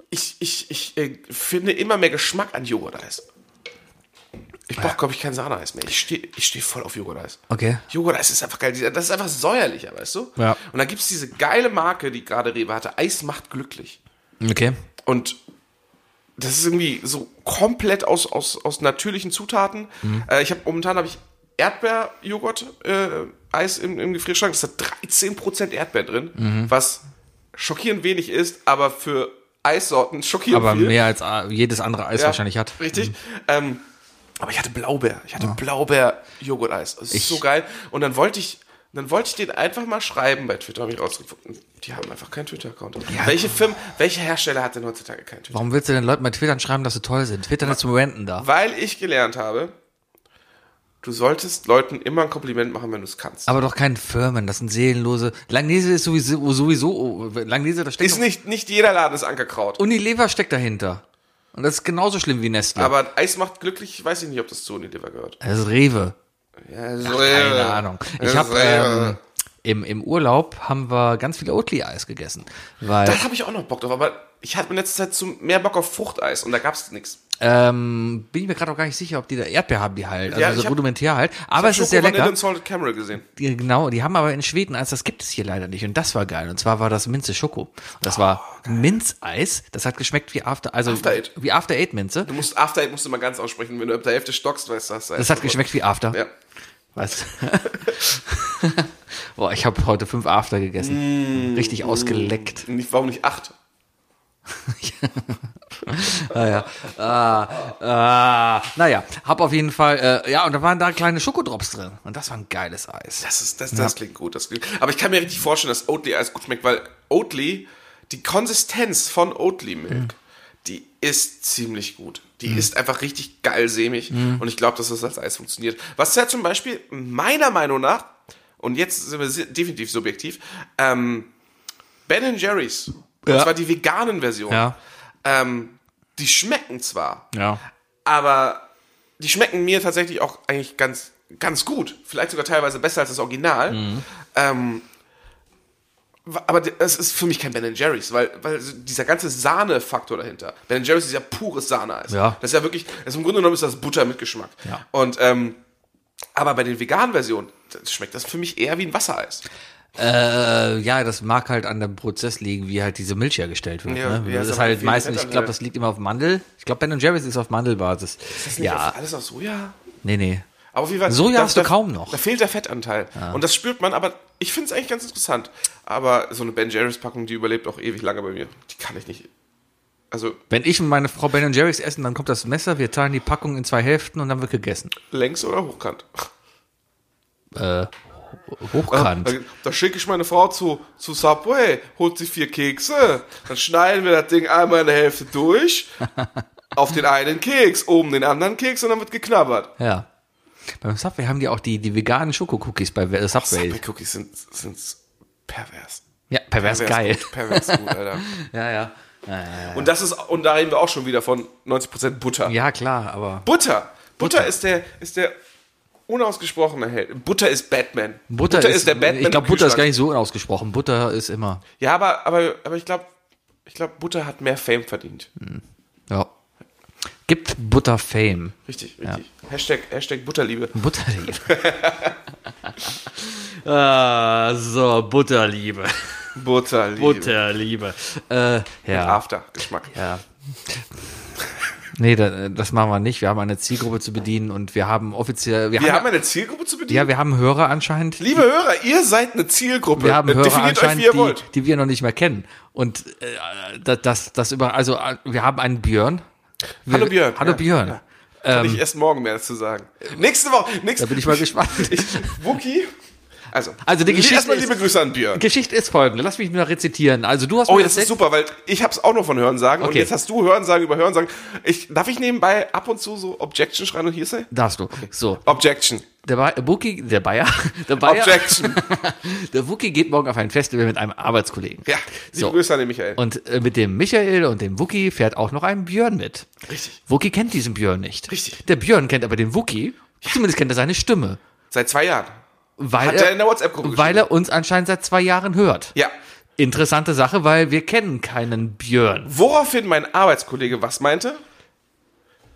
Speaker 3: ich, ich, ich äh, finde immer mehr Geschmack an Joghurt-Eis. Ich brauche, glaube ich, kein Sahneeis mehr. Ich stehe ich steh voll auf Joghurt-Eis.
Speaker 4: Okay.
Speaker 3: Joghurt-Eis ist einfach geil. Dieser- Das ist einfach säuerlicher, weißt du?
Speaker 4: Ja.
Speaker 3: Und da gibt es diese geile Marke, die gerade Rewe hatte. Eis macht glücklich.
Speaker 4: Okay.
Speaker 3: Und das ist irgendwie so komplett aus, aus, aus natürlichen Zutaten.
Speaker 4: Mhm.
Speaker 3: Äh, ich habe momentan habe ich Erdbeerjoghurt äh, Eis im, im Gefrierschrank. Das hat 13% Erdbeer drin,
Speaker 4: Mhm.
Speaker 3: was schockierend wenig ist, aber für Eissorten schockierend
Speaker 4: Aber
Speaker 3: viel.
Speaker 4: mehr als äh, jedes andere Eis
Speaker 3: Ja,
Speaker 4: wahrscheinlich hat. Mhm.
Speaker 3: Richtig. Ähm, aber ich hatte Blaubeer. Ich hatte Blaubeer-Joghurt-Eis. Das ist so geil. Und dann wollte ich. Dann wollte ich den einfach mal schreiben bei Twitter, habe ich rausgefunden. Die haben einfach keinen Twitter-Account. Welche Firma, welcher Hersteller hat denn heutzutage keinen Twitter?
Speaker 4: Warum willst du denn Leuten bei Twittern schreiben, dass sie toll sind? Twittern ist zum Renten da.
Speaker 3: Weil ich gelernt habe, du solltest Leuten immer ein Kompliment machen, wenn du es kannst.
Speaker 4: Aber doch kein Firmen, das sind seelenlose. Langnese ist sowieso, sowieso oh, Langnese, da steckt
Speaker 3: ist
Speaker 4: doch-
Speaker 3: nicht, nicht jeder Laden ist Ankerkraut.
Speaker 4: Unilever steckt dahinter. Und das ist genauso schlimm wie Nestle.
Speaker 3: Aber Eis macht glücklich, weiß ich nicht, ob das zu Unilever gehört.
Speaker 4: das ist Rewe.
Speaker 3: Ja, Äh,
Speaker 4: Keine Ahnung. Ich habe ähm, im, im Urlaub haben wir ganz viel Oatly-Eis gegessen. Weil
Speaker 3: das habe ich auch noch Bock drauf, aber ich hatte in letzter Zeit zu mehr Bock auf Fruchteis und da gab es nichts.
Speaker 4: ähm, bin ich mir gerade auch gar nicht sicher, ob die da Erdbeer haben, die halt. Also
Speaker 3: Ja, ich
Speaker 4: so
Speaker 3: hab-
Speaker 4: rudimentär halt. Aber es ist sehr lecker.
Speaker 3: und Salted Caramel gesehen.
Speaker 4: Die, genau, die haben aber in Schweden Eis, das gibt es hier leider nicht. Und das war geil. Und zwar war das Minze Schoko. Und das war Minzeis. Das hat geschmeckt wie After, also
Speaker 3: Ah, After Eight.
Speaker 4: wie After Eight Minze.
Speaker 3: Du musst After Eight musst du mal ganz aussprechen, wenn du ab der Hälfte stockst, weißt du, hast du Eis
Speaker 4: Das hat
Speaker 3: verloren.
Speaker 4: geschmeckt wie After.
Speaker 3: Ja.
Speaker 4: Weißt du? (laughs) Boah, ich habe heute fünf After
Speaker 3: Mm.
Speaker 4: gegessen. Richtig ausgeleckt. (laughs)
Speaker 3: Nicht, warum nicht acht?
Speaker 4: Naja. Ah, ah, naja, hab auf jeden Fall, äh, ja, und da waren da kleine Schokodrops drin. Und das war ein geiles Eis.
Speaker 3: Das, ist, das, das klingt gut. Das klingt, aber ich kann mir richtig vorstellen, dass Oatly-Eis gut schmeckt, weil Oatly, die Konsistenz von
Speaker 4: Mhm.
Speaker 3: Oatly-Milk, die ist ziemlich gut. Die ist einfach richtig geil sämig
Speaker 4: Mhm.
Speaker 3: und ich glaube, dass das als Eis funktioniert. Was ja zum Beispiel meiner Meinung nach, und jetzt sind wir se- definitiv subjektiv, ähm, Ben Jerry's, und
Speaker 4: Ja.
Speaker 3: zwar die veganen Version,
Speaker 4: Ja,
Speaker 3: ähm, die schmecken zwar,
Speaker 4: ja.
Speaker 3: aber die schmecken mir tatsächlich auch eigentlich ganz, ganz gut. Vielleicht sogar teilweise besser als das Original.
Speaker 4: Mhm.
Speaker 3: Ähm, wa- aber d- es ist für mich kein Ben Jerry's, weil, weil so dieser ganze Sahne-Faktor dahinter. Ben Jerry's ist ja pures Sahneeis.
Speaker 4: Ja.
Speaker 3: Das ist ja wirklich, das im Grunde genommen ist das Butter mit Geschmack.
Speaker 4: Ja.
Speaker 3: Und, ähm, aber bei den veganen Versionen das schmeckt das für mich eher wie ein Wassereis.
Speaker 4: Äh, ja, das mag halt an dem Prozess liegen, wie halt diese Milch hergestellt wird.
Speaker 3: Ja,
Speaker 4: ne?
Speaker 3: ja,
Speaker 4: das
Speaker 3: ist
Speaker 4: ist
Speaker 3: aber
Speaker 4: halt
Speaker 3: viel
Speaker 4: meistens,
Speaker 3: Fett
Speaker 4: ich glaube,
Speaker 3: an,
Speaker 4: das liegt immer auf Mandel. Ich glaube, Ben Jerry's ist auf Mandelbasis. ja,
Speaker 3: Auf- Alles auf Soja.
Speaker 4: nee, nee.
Speaker 3: Aber auf jeden Fall,
Speaker 4: Soja
Speaker 3: da-
Speaker 4: hast du
Speaker 3: da-
Speaker 4: kaum noch.
Speaker 3: Da fehlt der Fettanteil. Und das spürt man, aber ich finde es eigentlich ganz interessant. Aber so eine Ben Jerry's Packung, die überlebt auch ewig lange bei mir. Die kann ich nicht. Also
Speaker 4: Wenn ich und meine Frau Ben Jerry's essen, dann kommt das Messer, wir teilen die Packung in zwei Hälften und dann wird gegessen.
Speaker 3: längs oder hochkant.
Speaker 4: Äh, hochkant.
Speaker 3: Da, (laughs) da schicke ich meine Frau zu, zu Subway, holt sie vier Kekse. Dann schneiden wir das Ding einmal in der Hälfte
Speaker 4: (laughs)
Speaker 3: durch. auf den einen Keks, oben den anderen Keks und dann wird geknabbert.
Speaker 4: Ja. Beim Subway haben die auch die, die veganen Schokokookies bei äh, Subway.
Speaker 3: Subway Cookies sind, sind pervers.
Speaker 4: Ja, pervers, geil.
Speaker 3: Gut, pervers gut, Alter.
Speaker 4: (laughs) Ja, ja.
Speaker 3: Und das ist, und da reden wir auch schon wieder von 90% Butter.
Speaker 4: Ja, klar, aber
Speaker 3: Butter. Butter, ist der ist der unausgesprochene Held. Butter ist Batman.
Speaker 4: Butter, ist,
Speaker 3: der Batman.
Speaker 4: ich glaube,
Speaker 3: im
Speaker 4: Butter ist gar
Speaker 3: Kühlschrank.
Speaker 4: nicht so unausgesprochen. Butter ist immer.
Speaker 3: Ja, aber aber aber ich glaube, Ich glaube, Butter hat mehr Fame verdient.
Speaker 4: Ja. Gibt Butter Fame.
Speaker 3: Richtig, richtig. Hashtag, Hashtag Butterliebe. (laughs)
Speaker 4: Butterliebe. ah, so, Butterliebe.
Speaker 3: Butterliebe.
Speaker 4: Butterliebe. Äh, ja.
Speaker 3: After-Geschmack.
Speaker 4: ja. Nee, da, das machen wir nicht. Wir haben eine Zielgruppe zu bedienen und wir haben offiziell. Wir,
Speaker 3: Wir
Speaker 4: haben,
Speaker 3: haben eine Zielgruppe zu bedienen?
Speaker 4: ja, wir haben Hörer anscheinend.
Speaker 3: Liebe Hörer, ihr seid eine Zielgruppe.
Speaker 4: wir haben
Speaker 3: Äh,
Speaker 4: Hörer
Speaker 3: Definiert euch,
Speaker 4: anscheinend,
Speaker 3: wie ihr
Speaker 4: die,
Speaker 3: wollt.
Speaker 4: die wir noch nicht mehr kennen. Und äh, das, das, das über, also äh, wir haben einen Björn. Wir,
Speaker 3: Hallo Björn.
Speaker 4: Hallo
Speaker 3: Ja,
Speaker 4: Björn.
Speaker 3: Kann ich erst morgen mehr dazu sagen. Nächste Woche. Nächste,
Speaker 4: ähm, Da bin ich mal gespannt.
Speaker 3: (laughs) Ich, Wookie. Also,
Speaker 4: Also die
Speaker 3: li-
Speaker 4: Geschichte
Speaker 3: erstmal
Speaker 4: ist-
Speaker 3: liebe Grüße an Björn.
Speaker 4: Geschichte ist folgende. Lass mich mal rezitieren. Also du hast
Speaker 3: Oh,
Speaker 4: mir
Speaker 3: ja, das ist
Speaker 4: erzählt-
Speaker 3: super, weil ich hab's auch nur von Hörensagen und
Speaker 4: Okay.
Speaker 3: jetzt hast du Hörensagen über Hörensagen. Ich, darf ich nebenbei ab und zu so Objection schreien und hier ist er?
Speaker 4: darfst du. So,
Speaker 3: Objection.
Speaker 4: der ba Buki, der Bayer, (laughs) der Bayer, (laughs)
Speaker 3: Objection.
Speaker 4: der Wookie geht morgen auf ein Festival mit einem Arbeitskollegen.
Speaker 3: Ja, liebe
Speaker 4: So.
Speaker 3: Grüße an den Michael.
Speaker 4: Und äh, mit dem Michael und dem Wookie fährt auch noch ein Björn mit.
Speaker 3: Richtig.
Speaker 4: Wookie kennt diesen Björn nicht.
Speaker 3: Richtig.
Speaker 4: Der Björn kennt aber den Wookie. Zumindest kennt er seine Stimme.
Speaker 3: Seit zwei Jahren.
Speaker 4: Weil
Speaker 3: Hat er in der WhatsApp-Gruppe
Speaker 4: Weil er uns anscheinend seit zwei Jahren hört.
Speaker 3: Ja.
Speaker 4: Interessante Sache, weil wir kennen keinen Björn.
Speaker 3: Woraufhin mein Arbeitskollege was meinte?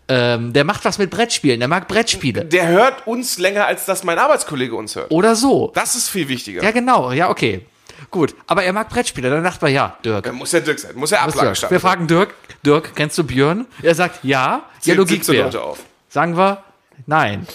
Speaker 4: Ähm, der macht was mit Brettspielen, der mag Brettspiele.
Speaker 3: Der hört uns länger, als dass mein Arbeitskollege uns hört.
Speaker 4: Oder so.
Speaker 3: Das ist viel wichtiger.
Speaker 4: Ja, genau, ja, okay. Gut, aber er mag Brettspiele. Dann dachte man, ja, Dirk.
Speaker 3: Dann muss ja Dirk sein. Muss ja Ablage
Speaker 4: Dirk.
Speaker 3: starten.
Speaker 4: Wir fragen Dirk, Dirk, kennst du Björn? Er sagt ja, ja, Logik
Speaker 3: Leute
Speaker 4: wäre.
Speaker 3: auf.
Speaker 4: Sagen wir, nein.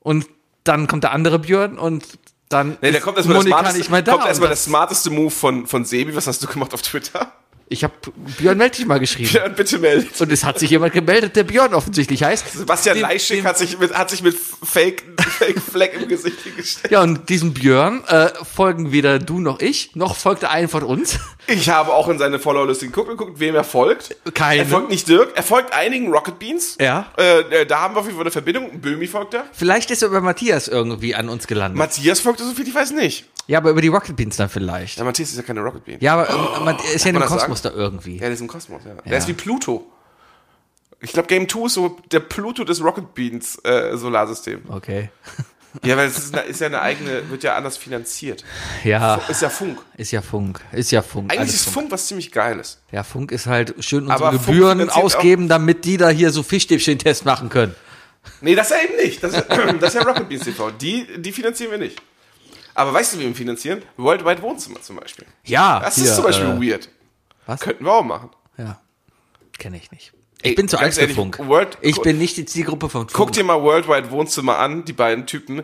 Speaker 4: Und dann kommt der andere Björn und dann
Speaker 3: Nee, da
Speaker 4: ist
Speaker 3: kommt erstmal das
Speaker 4: Monika
Speaker 3: smarteste,
Speaker 4: nicht mehr da.
Speaker 3: kommt erstmal
Speaker 4: Und
Speaker 3: das smarteste Move von, von Sebi. Was hast du gemacht auf Twitter? (laughs)
Speaker 4: dann- ich habe Björn meld dich mal geschrieben.
Speaker 3: Ja, bitte meldet.
Speaker 4: Und es hat sich jemand gemeldet, der Björn offensichtlich heißt.
Speaker 3: Sebastian
Speaker 4: Den-
Speaker 3: Leischig
Speaker 4: den-
Speaker 3: hat sich mit, hat sich mit Fake, Fake Fleck im Gesicht gestellt.
Speaker 4: Ja, und diesem Björn äh, folgen weder du noch ich, noch folgte einen
Speaker 3: (laughs)
Speaker 4: von uns.
Speaker 3: Ich habe auch in seine Followerliste geguckt und geguckt, wem er folgt.
Speaker 4: Keinem.
Speaker 3: Er folgt nicht Dirk, er folgt einigen Rocket Beans.
Speaker 4: Ja.
Speaker 3: Äh, äh, da haben wir auf jeden Fall eine Verbindung. Böhmi folgt er.
Speaker 4: Vielleicht ist er über Matthias irgendwie an uns gelandet.
Speaker 3: Matthias folgt er so viel, ich weiß nicht.
Speaker 4: ja, aber über die Rocket Beans dann vielleicht.
Speaker 3: Ja, Matthias ist ja keine Rocket Bean.
Speaker 4: Ja, aber ähm, man ist ja in dem
Speaker 3: man das
Speaker 4: Kosmos da irgendwie.
Speaker 3: Ja, der ist im Kosmos, ja. Der ist wie Pluto. Ich glaube, Game 2 ist so der Pluto des Rocket Beans äh, Solarsystem.
Speaker 4: Okay. (laughs)
Speaker 3: Ja, weil es ist, eine, (laughs) ist ja eine eigene, wird ja anders finanziert.
Speaker 4: Ja,
Speaker 3: Ist ja Funk.
Speaker 4: ist ja Funk. Ist ja Funk.
Speaker 3: Eigentlich
Speaker 4: Alles
Speaker 3: ist Funk was ziemlich Geiles.
Speaker 4: Ja, Funk ist halt schön unsere
Speaker 3: Aber Funk
Speaker 4: Gebühren
Speaker 3: finanziert auch-
Speaker 4: ausgeben, damit die da hier so Fischstäbchen-Test machen können.
Speaker 3: Nee, das ja eben nicht. Das, (clears throat) ist- das ist ja Rocket Beans TV. Die, die finanzieren wir nicht. Aber weißt du, wie wir ihn finanzieren? Worldwide Wohnzimmer zum Beispiel.
Speaker 4: Ja,
Speaker 3: Das
Speaker 4: hier,
Speaker 3: ist zum Beispiel
Speaker 4: äh,
Speaker 3: weird.
Speaker 4: was?
Speaker 3: Könnten wir auch machen.
Speaker 4: Ja, kenne ich nicht. Ich bin zu
Speaker 3: ganz
Speaker 4: alt für
Speaker 3: ehrlich,
Speaker 4: Funk.
Speaker 3: Word-
Speaker 4: ich bin nicht die Zielgruppe von Funk.
Speaker 3: Guck dir mal Worldwide Wohnzimmer an, die beiden Typen.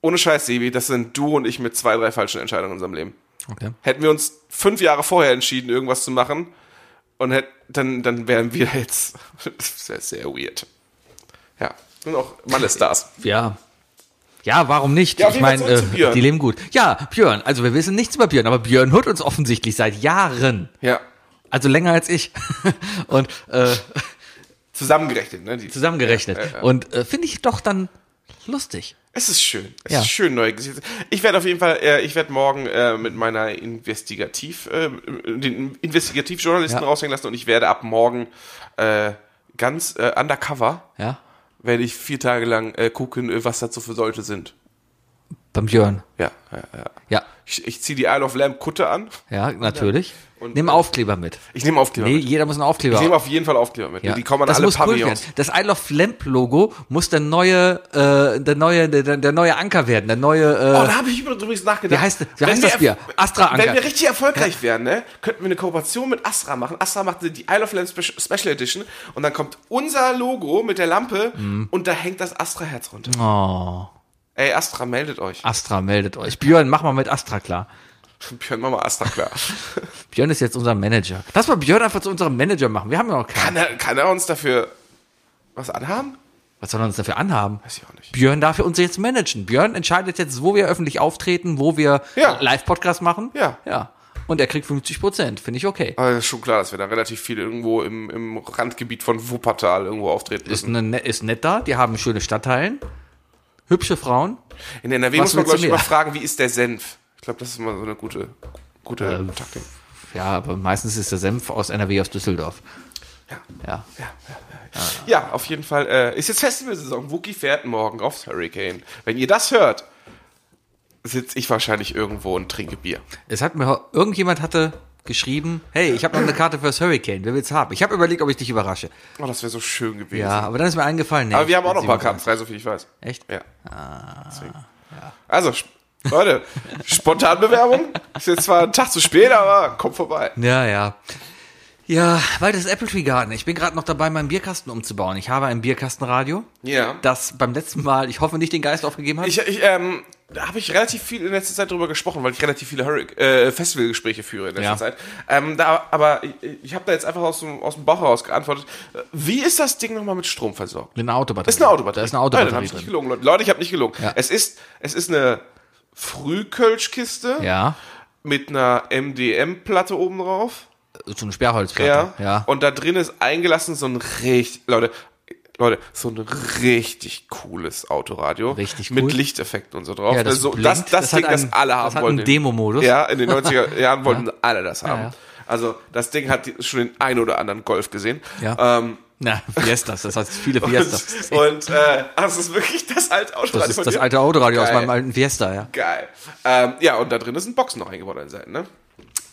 Speaker 3: Ohne Scheiß, Sebi, das sind du und ich mit zwei, drei falschen Entscheidungen in unserem Leben.
Speaker 4: Okay.
Speaker 3: Hätten wir uns fünf Jahre vorher entschieden, irgendwas zu machen, und hätt, dann, dann wären wir jetzt. (laughs) Das wäre sehr weird. Ja. Und auch Manne-Stars.
Speaker 4: Ja. Ja, warum nicht?
Speaker 3: Ja, auf
Speaker 4: ich
Speaker 3: jeden Fall
Speaker 4: meine,
Speaker 3: zurück zu
Speaker 4: äh,
Speaker 3: Björn.
Speaker 4: die leben gut. Ja, Björn, also wir wissen nichts über Björn, aber Björn hört uns offensichtlich seit Jahren.
Speaker 3: Ja.
Speaker 4: Also länger als ich. (laughs) Und äh,
Speaker 3: Zusammengerechnet, ne? Die.
Speaker 4: zusammengerechnet.
Speaker 3: Ja, ja, ja.
Speaker 4: Und äh, finde ich doch dann lustig.
Speaker 3: Es ist schön. Es
Speaker 4: Ja.
Speaker 3: ist schön, neue Gesichter. Ich werde auf jeden Fall, äh, ich werde morgen äh, mit meiner Investigativ, äh, den Investigativjournalisten
Speaker 4: Ja.
Speaker 3: raushängen lassen und ich werde ab morgen äh, ganz äh, undercover,
Speaker 4: Ja.
Speaker 3: werde ich vier Tage lang äh, gucken, äh, was das so für Leute sind.
Speaker 4: Beim Björn.
Speaker 3: Ja, ja, ja.
Speaker 4: Ja,
Speaker 3: Ich, ich ziehe die Isle of Lamb Kutte an.
Speaker 4: ja, natürlich.
Speaker 3: Und-
Speaker 4: Nimm Aufkleber mit.
Speaker 3: Ich nehme Aufkleber
Speaker 4: Nee,
Speaker 3: mit.
Speaker 4: jeder muss einen Aufkleber
Speaker 3: Ich nehme auf jeden Fall Aufkleber mit.
Speaker 4: Ja.
Speaker 3: Die kommen an
Speaker 4: das
Speaker 3: alle
Speaker 4: muss cool werden.
Speaker 3: Pavillons.
Speaker 4: Das I Love Lamp Logo muss der neue, äh, der neue, der, der neue Anker werden, der neue,
Speaker 3: Oh,
Speaker 4: äh,
Speaker 3: da habe ich übrigens nachgedacht.
Speaker 4: Wie heißt- wie
Speaker 3: Wenn
Speaker 4: heißt
Speaker 3: wir
Speaker 4: das
Speaker 3: erf-
Speaker 4: Bier? Astra Anker.
Speaker 3: Wenn wir richtig erfolgreich werden, ne, könnten wir eine Kooperation mit Astra machen. Astra macht die Isle of Lamb Spe- Special Edition und dann kommt unser Logo mit der Lampe und da hängt das Astra-Herz runter.
Speaker 4: Mhm. oh, Ah.
Speaker 3: Ey, Astra, meldet euch.
Speaker 4: Astra meldet euch. Björn, mach mal mit Astra klar.
Speaker 3: Björn, mach mal Astra
Speaker 4: (laughs)
Speaker 3: klar.
Speaker 4: Björn ist jetzt unser Manager. Lass mal Björn einfach zu unserem Manager machen. Wir haben ja noch
Speaker 3: kann,
Speaker 4: keinen.
Speaker 3: er, kann er uns dafür was anhaben?
Speaker 4: Was soll er uns dafür anhaben?
Speaker 3: Weiß ich auch nicht.
Speaker 4: Björn darf ja uns jetzt managen. Björn entscheidet jetzt, wo wir öffentlich auftreten, wo wir
Speaker 3: Ja.
Speaker 4: Live-Podcast machen.
Speaker 3: Ja.
Speaker 4: Ja. Und er kriegt 50 Prozent. Finde ich okay.
Speaker 3: Aber ist schon klar, dass wir da relativ viel irgendwo im, im Randgebiet von Wuppertal irgendwo auftreten
Speaker 4: Ist,
Speaker 3: müssen.
Speaker 4: ne, ne- ist nett da. Die haben schöne Stadtteilen. Hübsche Frauen.
Speaker 3: In NRW muss
Speaker 4: Was
Speaker 3: man,
Speaker 4: willst du
Speaker 3: glaube ich,
Speaker 4: mir?
Speaker 3: immer fragen, wie ist der Senf? Ich glaube, das ist immer so eine gute, gute
Speaker 4: Ähm,
Speaker 3: Taktik.
Speaker 4: Ja, aber meistens ist der Senf aus NRW, aus Düsseldorf.
Speaker 3: Ja.
Speaker 4: Ja.
Speaker 3: Ja, auf jeden Fall äh, ist jetzt Festivalsaison. Wookie fährt morgen aufs Hurricane. Wenn ihr das hört, sitze ich wahrscheinlich irgendwo und trinke Bier.
Speaker 4: Es hat mir, irgendjemand hatte geschrieben, hey, ich habe noch eine Karte fürs Hurricane, wer will's haben? Ich habe überlegt, ob ich dich überrasche.
Speaker 3: Oh, das wäre so schön gewesen.
Speaker 4: Ja, aber dann ist mir eingefallen. nee,
Speaker 3: Aber wir haben auch
Speaker 4: jetzt
Speaker 3: noch ein paar
Speaker 4: siebenunddreißig.
Speaker 3: Karten frei, so viel ich weiß.
Speaker 4: Echt?
Speaker 3: Ja. Deswegen. Also, sp- Leute, (laughs) Spontanbewerbung. Ist jetzt zwar ein Tag zu spät, aber kommt vorbei.
Speaker 4: Ja, ja. Ja, weil das Apple Tree Garden. Ich bin gerade noch dabei, meinen Bierkasten umzubauen. Ich habe ein Bierkastenradio,
Speaker 3: Ja.
Speaker 4: das beim letzten Mal, ich hoffe, nicht den Geist aufgegeben hat.
Speaker 3: Ich, ich, ähm, da habe ich relativ viel in letzter Zeit drüber gesprochen, weil ich relativ viele Hurric äh, Festivalgespräche führe in letzter
Speaker 4: Ja.
Speaker 3: Zeit. Ähm, da, aber ich, ich habe da jetzt einfach aus dem, aus dem Bauch heraus geantwortet. Äh, Wie ist das Ding nochmal mit Strom versorgt?
Speaker 4: eine Autobatterie.
Speaker 3: Das ist eine Autobatterie.
Speaker 4: Da ist eine
Speaker 3: Leute, dann hab
Speaker 4: Autobatterie
Speaker 3: ich nicht
Speaker 4: drin.
Speaker 3: gelogen. Leute, Leute ich habe nicht gelogen.
Speaker 4: Ja.
Speaker 3: Es, ist, es ist eine Frühkölschkiste
Speaker 4: Ja,
Speaker 3: mit einer MDM-Platte oben drauf.
Speaker 4: so eine Sperrholzplatte.
Speaker 3: Ja.
Speaker 4: Ja. ja.
Speaker 3: Und da drin ist eingelassen so ein richtig, Leute, Leute, so ein richtig cooles Autoradio.
Speaker 4: Richtig
Speaker 3: Mit
Speaker 4: cool.
Speaker 3: Lichteffekten und so drauf. Also
Speaker 4: Ja, das
Speaker 3: so,
Speaker 4: blinkt.
Speaker 3: das, das,
Speaker 4: Das hat
Speaker 3: Ding, das
Speaker 4: einen-
Speaker 3: alle
Speaker 4: das
Speaker 3: haben
Speaker 4: hat
Speaker 3: wollten.
Speaker 4: einen Demo-Modus.
Speaker 3: Ja, in den
Speaker 4: (laughs)
Speaker 3: 90er Jahren wollten
Speaker 4: Ja.
Speaker 3: alle das haben.
Speaker 4: ja.
Speaker 3: Also, das Ding hat die- schon den ein oder anderen Golf gesehen.
Speaker 4: Ja.
Speaker 3: Ähm,
Speaker 4: Na, Fiestas, das heißt viele Fiestas.
Speaker 3: (laughs) und und äh, das ist wirklich das alte Autoradio.
Speaker 4: Das
Speaker 3: von
Speaker 4: ist das
Speaker 3: dir?
Speaker 4: alte Autoradio aus
Speaker 3: Geil.
Speaker 4: meinem alten Fiesta, ja.
Speaker 3: Geil. Ähm, ja, und da drin ist ein Boxen noch eingebaut an den Seiten, ne?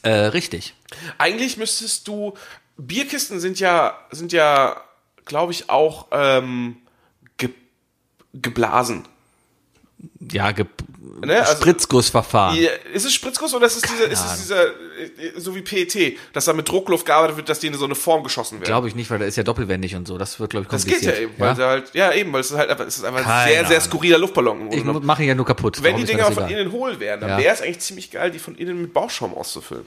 Speaker 4: Äh, richtig.
Speaker 3: Eigentlich müsstest du. Bierkisten sind ja, sind ja, glaube ich, auch ähm, ge, geblasen.
Speaker 4: Ja, ge
Speaker 3: Ne? Also-
Speaker 4: Spritzgussverfahren.
Speaker 3: Ja, Ist es Spritzguss oder ist es, diese, ist es dieser, äh, so wie PET, dass da mit Druckluft gearbeitet wird, dass die in so eine Form geschossen werden?
Speaker 4: Glaube ich nicht, weil der ist ja doppelwendig und so. Das wird, glaube ich,
Speaker 3: das geht
Speaker 4: kompliziert.
Speaker 3: ja eben, weil da halt, ja eben, weil es ist halt einfach, es ist einfach ein
Speaker 4: Keine
Speaker 3: sehr, sehr
Speaker 4: Ahnung.
Speaker 3: skurriler Luftballon. im Grunde
Speaker 4: Ich mu-
Speaker 3: genommen.
Speaker 4: mache ihn ja nur kaputt.
Speaker 3: Wenn
Speaker 4: Warum
Speaker 3: die
Speaker 4: ist mir
Speaker 3: Dinger
Speaker 4: das
Speaker 3: von
Speaker 4: egal?
Speaker 3: innen hohl wären, dann
Speaker 4: Ja.
Speaker 3: wäre es eigentlich ziemlich geil, die von innen mit Bauschaum auszufüllen.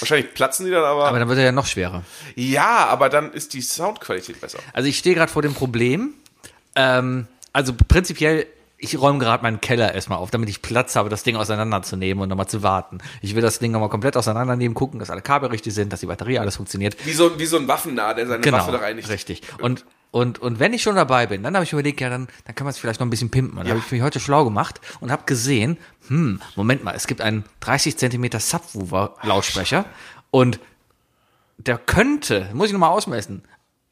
Speaker 3: Wahrscheinlich platzen die dann aber.
Speaker 4: Aber dann wird er ja noch schwerer.
Speaker 3: ja, aber dann ist die Soundqualität besser.
Speaker 4: Also ich stehe gerade vor dem Problem. Ähm, also prinzipiell, ich räume gerade meinen Keller erstmal auf, damit ich Platz habe, das Ding auseinanderzunehmen und nochmal zu warten. Ich will das Ding nochmal komplett auseinandernehmen, gucken, dass alle Kabel richtig sind, dass die Batterie alles funktioniert.
Speaker 3: Wie so, wie so ein Waffennah, der seine Waffe da reinigt.
Speaker 4: Genau, Richtig. Und, und, und wenn ich schon dabei bin, dann habe ich überlegt, ja, dann, dann kann man es vielleicht noch ein bisschen pimpen. Und dann habe ich mich heute schlau gemacht und habe gesehen, hm, Moment mal, es gibt einen 30 Zentimeter Subwoofer-Lautsprecher und der könnte, muss ich nochmal ausmessen,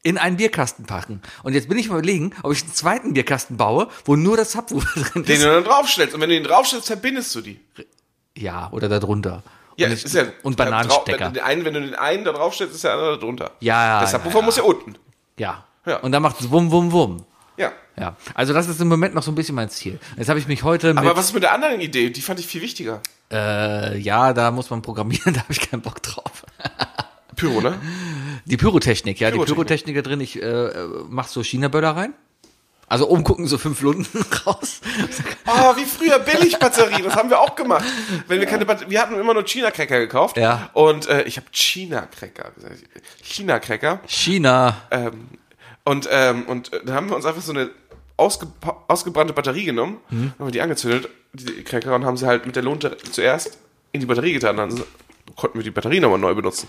Speaker 4: in einen Bierkasten packen. Und jetzt bin ich am überlegen, ob ich einen zweiten Bierkasten baue, wo nur das Subwoofer (laughs) drin
Speaker 3: Den
Speaker 4: ist.
Speaker 3: du dann draufstellst. Und wenn du den draufstellst, verbindest du die.
Speaker 4: Ja, oder darunter. und, ich- und
Speaker 3: Wenn du,
Speaker 4: Bananenstecker.
Speaker 3: den einen, wenn du den einen da draufstellst, ist der andere da drunter.
Speaker 4: Ja,
Speaker 3: Der
Speaker 4: ja,
Speaker 3: Subwoofer muss ja unten.
Speaker 4: Ja.
Speaker 3: Ja.
Speaker 4: Und dann macht es wum, wum, wum.
Speaker 3: Ja.
Speaker 4: Ja, also das ist im Moment noch so ein bisschen mein Ziel. Jetzt habe ich mich heute mit,
Speaker 3: Aber was ist mit der anderen Idee? Die fand ich viel wichtiger.
Speaker 4: äh, ja, da muss man programmieren, (laughs) da habe ich keinen Bock drauf.
Speaker 3: Pyro, ne?
Speaker 4: Die Pyrotechnik, ja, die
Speaker 3: Pyrotechnik.
Speaker 4: Pyrotechnik da drin, ich äh, äh, mach so China-Böller rein. Also oben gucken so fünf Lunden (laughs) raus.
Speaker 3: Oh, wie früher Billigbatterien. Das haben wir auch gemacht. Wenn wir keine Bat wir hatten immer nur China-Cracker gekauft.
Speaker 4: Ja.
Speaker 3: Und äh, ich habe China-Cracker gesagt. China-Cracker.
Speaker 4: China.
Speaker 3: Ähm, und ähm, und äh, dann haben wir uns einfach so eine ausgepa- ausgebrannte Batterie genommen,
Speaker 4: Mhm.
Speaker 3: haben wir die angezündet, die Cracker, und haben sie halt mit der Lunte zuerst in die Batterie getan. Dann konnten wir die Batterie nochmal neu benutzen.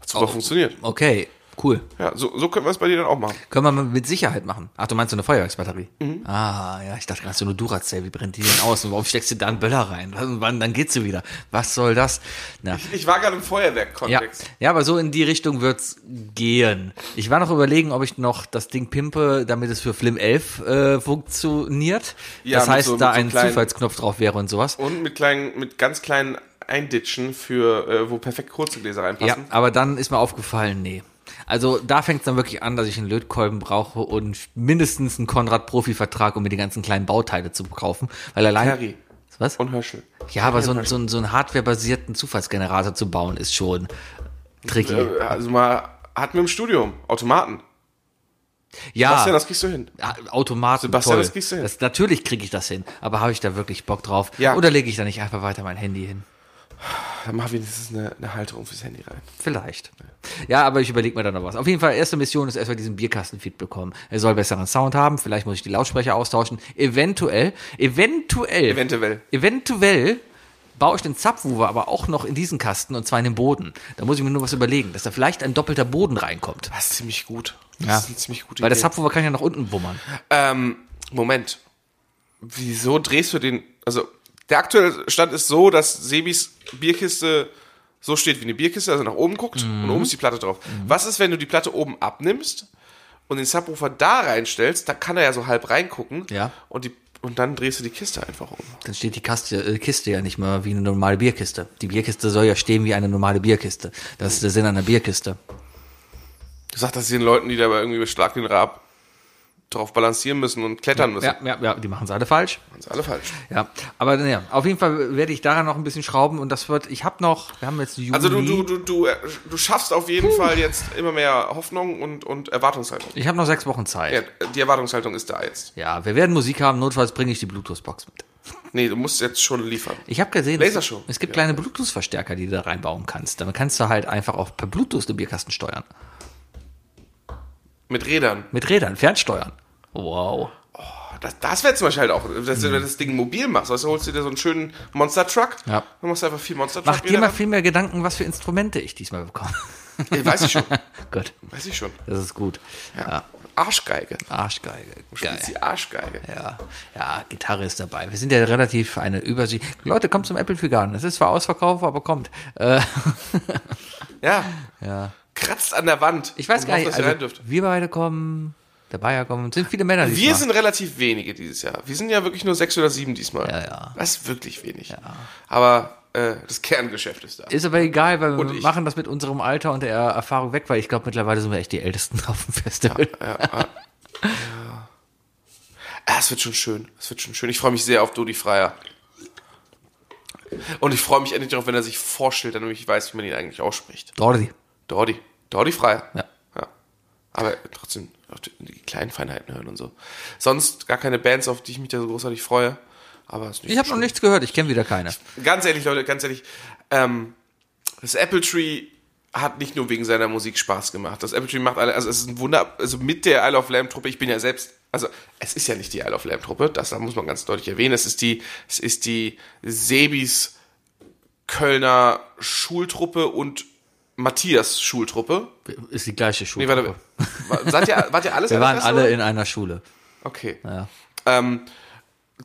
Speaker 3: Hat super funktioniert.
Speaker 4: Okay, cool.
Speaker 3: Ja, so, so können wir es bei dir dann auch machen.
Speaker 4: Können wir mal mit Sicherheit machen. Ach, du meinst so eine Feuerwerksbatterie? Ah, ja, ich dachte gerade so eine Duracell, wie brennt die denn aus? Und warum steckst du da einen Böller rein? Wann, wann- dann geht sie wieder. Was soll das? Na,
Speaker 3: Ich war gerade im
Speaker 4: Ja.
Speaker 3: Feuerwerk-Kontext.
Speaker 4: ja, aber so in die Richtung wird's gehen. Ich war noch überlegen, ob ich noch das Ding pimpe, damit es für Flim 11 äh, funktioniert.
Speaker 3: Ja,
Speaker 4: das
Speaker 3: mit
Speaker 4: heißt,
Speaker 3: so- mit
Speaker 4: da
Speaker 3: so
Speaker 4: ein
Speaker 3: kleinen-
Speaker 4: Zufallsknopf drauf wäre und sowas.
Speaker 3: Und mit kleinen, mit ganz kleinen Einditschen für, äh, wo perfekt kurze Gläser
Speaker 4: Ja,
Speaker 3: reinpassen.
Speaker 4: aber dann ist mir aufgefallen, nee. Also da fängt's dann wirklich an, dass ich einen Lötkolben brauche und mindestens einen Konrad-Profi-Vertrag, um mir die ganzen kleinen Bauteile zu kaufen. Weil allein.
Speaker 3: Harry
Speaker 4: Was?
Speaker 3: und Herschel.
Speaker 4: Ja, aber so, ein- so, ein- so einen hardwarebasierten Zufallsgenerator zu bauen, ist schon tricky.
Speaker 3: Äh, also mal hatten wir im Studium Automaten.
Speaker 4: ja.
Speaker 3: Bastian, das kriegst du hin.
Speaker 4: Ja, Automaten,
Speaker 3: Sebastian,
Speaker 4: toll.
Speaker 3: das kriegst du hin.
Speaker 4: Das, natürlich kriege ich das hin, aber habe ich da wirklich Bock drauf?
Speaker 3: Ja.
Speaker 4: Oder lege ich da nicht einfach weiter mein Handy hin?
Speaker 3: Dann mach wenigstens eine, eine Halterung fürs Handy rein.
Speaker 4: Vielleicht. Ja, aber ich überlege mir da noch was. Auf jeden Fall, erste Mission ist erstmal diesen Bierkastenfeed bekommen. Er soll besseren Sound haben, vielleicht muss ich die Lautsprecher austauschen. Eventuell, eventuell,
Speaker 3: Eventuell.
Speaker 4: eventuell baue ich den Subwoofer aber auch noch in diesen Kasten und zwar in den Boden. Da muss ich mir nur was überlegen, dass da vielleicht ein doppelter Boden reinkommt.
Speaker 3: Das ist ziemlich gut. Das
Speaker 4: Ja.
Speaker 3: ist eine ziemlich gute
Speaker 4: Weil der
Speaker 3: Idee.
Speaker 4: Subwoofer kann ja nach unten wummern.
Speaker 3: ähm, Moment. Wieso drehst du den? Also, der aktuelle Stand ist so, dass Sebis Bierkiste so steht wie eine Bierkiste, also nach oben guckt und
Speaker 4: Mhm.
Speaker 3: oben ist die Platte drauf. Was ist, wenn du die Platte oben abnimmst und den Subwoofer da reinstellst? Da kann er ja so halb reingucken
Speaker 4: Ja.
Speaker 3: und die und dann drehst du die Kiste einfach um.
Speaker 4: Dann steht die Kaste, äh, Kiste ja nicht mehr wie eine normale Bierkiste. Die Bierkiste soll ja stehen wie eine normale Bierkiste. Das ist der Sinn einer Bierkiste.
Speaker 3: Du sagst das den Leuten, die da irgendwie mit Schlag den Rab drauf balancieren müssen und klettern müssen.
Speaker 4: Ja, ja, ja, die machen es alle falsch.
Speaker 3: Das ist alle falsch.
Speaker 4: Ja, aber naja, auf jeden Fall werde ich daran noch ein bisschen schrauben und das wird, ich habe noch, wir haben jetzt Juli.
Speaker 3: Also du, du, du, du, äh, du schaffst auf jeden Fall jetzt immer mehr Hoffnung und, und Erwartungshaltung.
Speaker 4: ich habe noch sechs Wochen Zeit.
Speaker 3: Ja,
Speaker 4: Ja.
Speaker 3: die Erwartungshaltung ist da jetzt.
Speaker 4: wir werden Musik haben, notfalls bringe ich die Bluetooth-Box mit.
Speaker 3: Nee, du musst jetzt schon liefern.
Speaker 4: Ich habe gesehen,
Speaker 3: Lasershow.
Speaker 4: Es, es gibt kleine Bluetooth-Verstärker, die du da reinbauen kannst. Damit kannst du halt einfach auch per Bluetooth den Bierkasten steuern.
Speaker 3: Mit Rädern.
Speaker 4: Mit Rädern, fernsteuern. Wow.
Speaker 3: Das, das wäre zum Beispiel halt auch, dass
Speaker 4: Mhm.
Speaker 3: du das Ding mobil machst. Also holst du dir so einen schönen Monster Truck.
Speaker 4: Ja.
Speaker 3: Dann machst du einfach viel Monster Truck.
Speaker 4: Mach dir mal viel mehr Gedanken, was für Instrumente ich diesmal bekomme.
Speaker 3: Ey, weiß
Speaker 4: (laughs)
Speaker 3: ich schon.
Speaker 4: Gott,
Speaker 3: Weiß ich schon.
Speaker 4: das ist gut. Ja.
Speaker 3: Arschgeige.
Speaker 4: Arschgeige. Geil.
Speaker 3: Ist die Arschgeige.
Speaker 4: Ja, ja, Gitarre ist dabei. Wir sind ja relativ eine Übersicht. Leute, kommt zum Apple Figan. Es ist zwar ausverkauft, aber kommt. Äh,
Speaker 3: Ja. Kratzt an der Wand.
Speaker 4: ich weiß
Speaker 3: und
Speaker 4: gar
Speaker 3: hofft, dass
Speaker 4: nicht.
Speaker 3: ihr rein
Speaker 4: Also,
Speaker 3: dürft.
Speaker 4: wir beide kommen, der Bayer kommt. Sind viele Männer
Speaker 3: Wir sind relativ wenige dieses Jahr. Wir sind ja wirklich nur sechs oder sieben diesmal.
Speaker 4: Ja, ja.
Speaker 3: Das ist wirklich wenig. Aber äh, das Kerngeschäft ist da.
Speaker 4: Ist aber egal, weil
Speaker 3: Und
Speaker 4: wir
Speaker 3: ich.
Speaker 4: machen das mit unserem Alter und der Erfahrung weg, weil ich glaube, mittlerweile sind wir echt die Ältesten (laughs) auf dem Festival.
Speaker 3: Ah, es wird schon schön. Es wird schon schön. Ich freue mich sehr auf Dodi Freier. Und ich freue mich endlich darauf, wenn er sich vorstellt, damit ich weiß, wie man ihn eigentlich ausspricht.
Speaker 4: Dordi.
Speaker 3: Dodi. Dodi Freier.
Speaker 4: Ja.
Speaker 3: ja. Aber trotzdem auf die, die kleinen Feinheiten hören und so. Sonst gar keine Bands, auf die ich mich da so großartig freue. Aber ist nicht
Speaker 4: Ich
Speaker 3: so
Speaker 4: habe noch
Speaker 3: schlimm.
Speaker 4: nichts gehört, ich kenne wieder keine.
Speaker 3: Ganz ehrlich, Leute, ganz ehrlich. Ähm, das Apple Tree hat nicht nur wegen seiner Musik Spaß gemacht. Das Apple Tree macht alle, also es ist ein Wunder, also mit der Isle of Lamb Truppe, ich bin ja selbst, also es ist ja nicht die Isle of Lamb Truppe, das muss man ganz deutlich erwähnen, es ist die, es ist die Sebis Kölner Schultruppe und Matthias Schultruppe.
Speaker 4: Ist die gleiche Schule.
Speaker 3: Nee, warte, war- seid ihr, wart ihr alles
Speaker 4: wir
Speaker 3: an der
Speaker 4: waren
Speaker 3: Fresse,
Speaker 4: alle
Speaker 3: oder?
Speaker 4: in einer Schule.
Speaker 3: Okay.
Speaker 4: Ja.
Speaker 3: Ähm,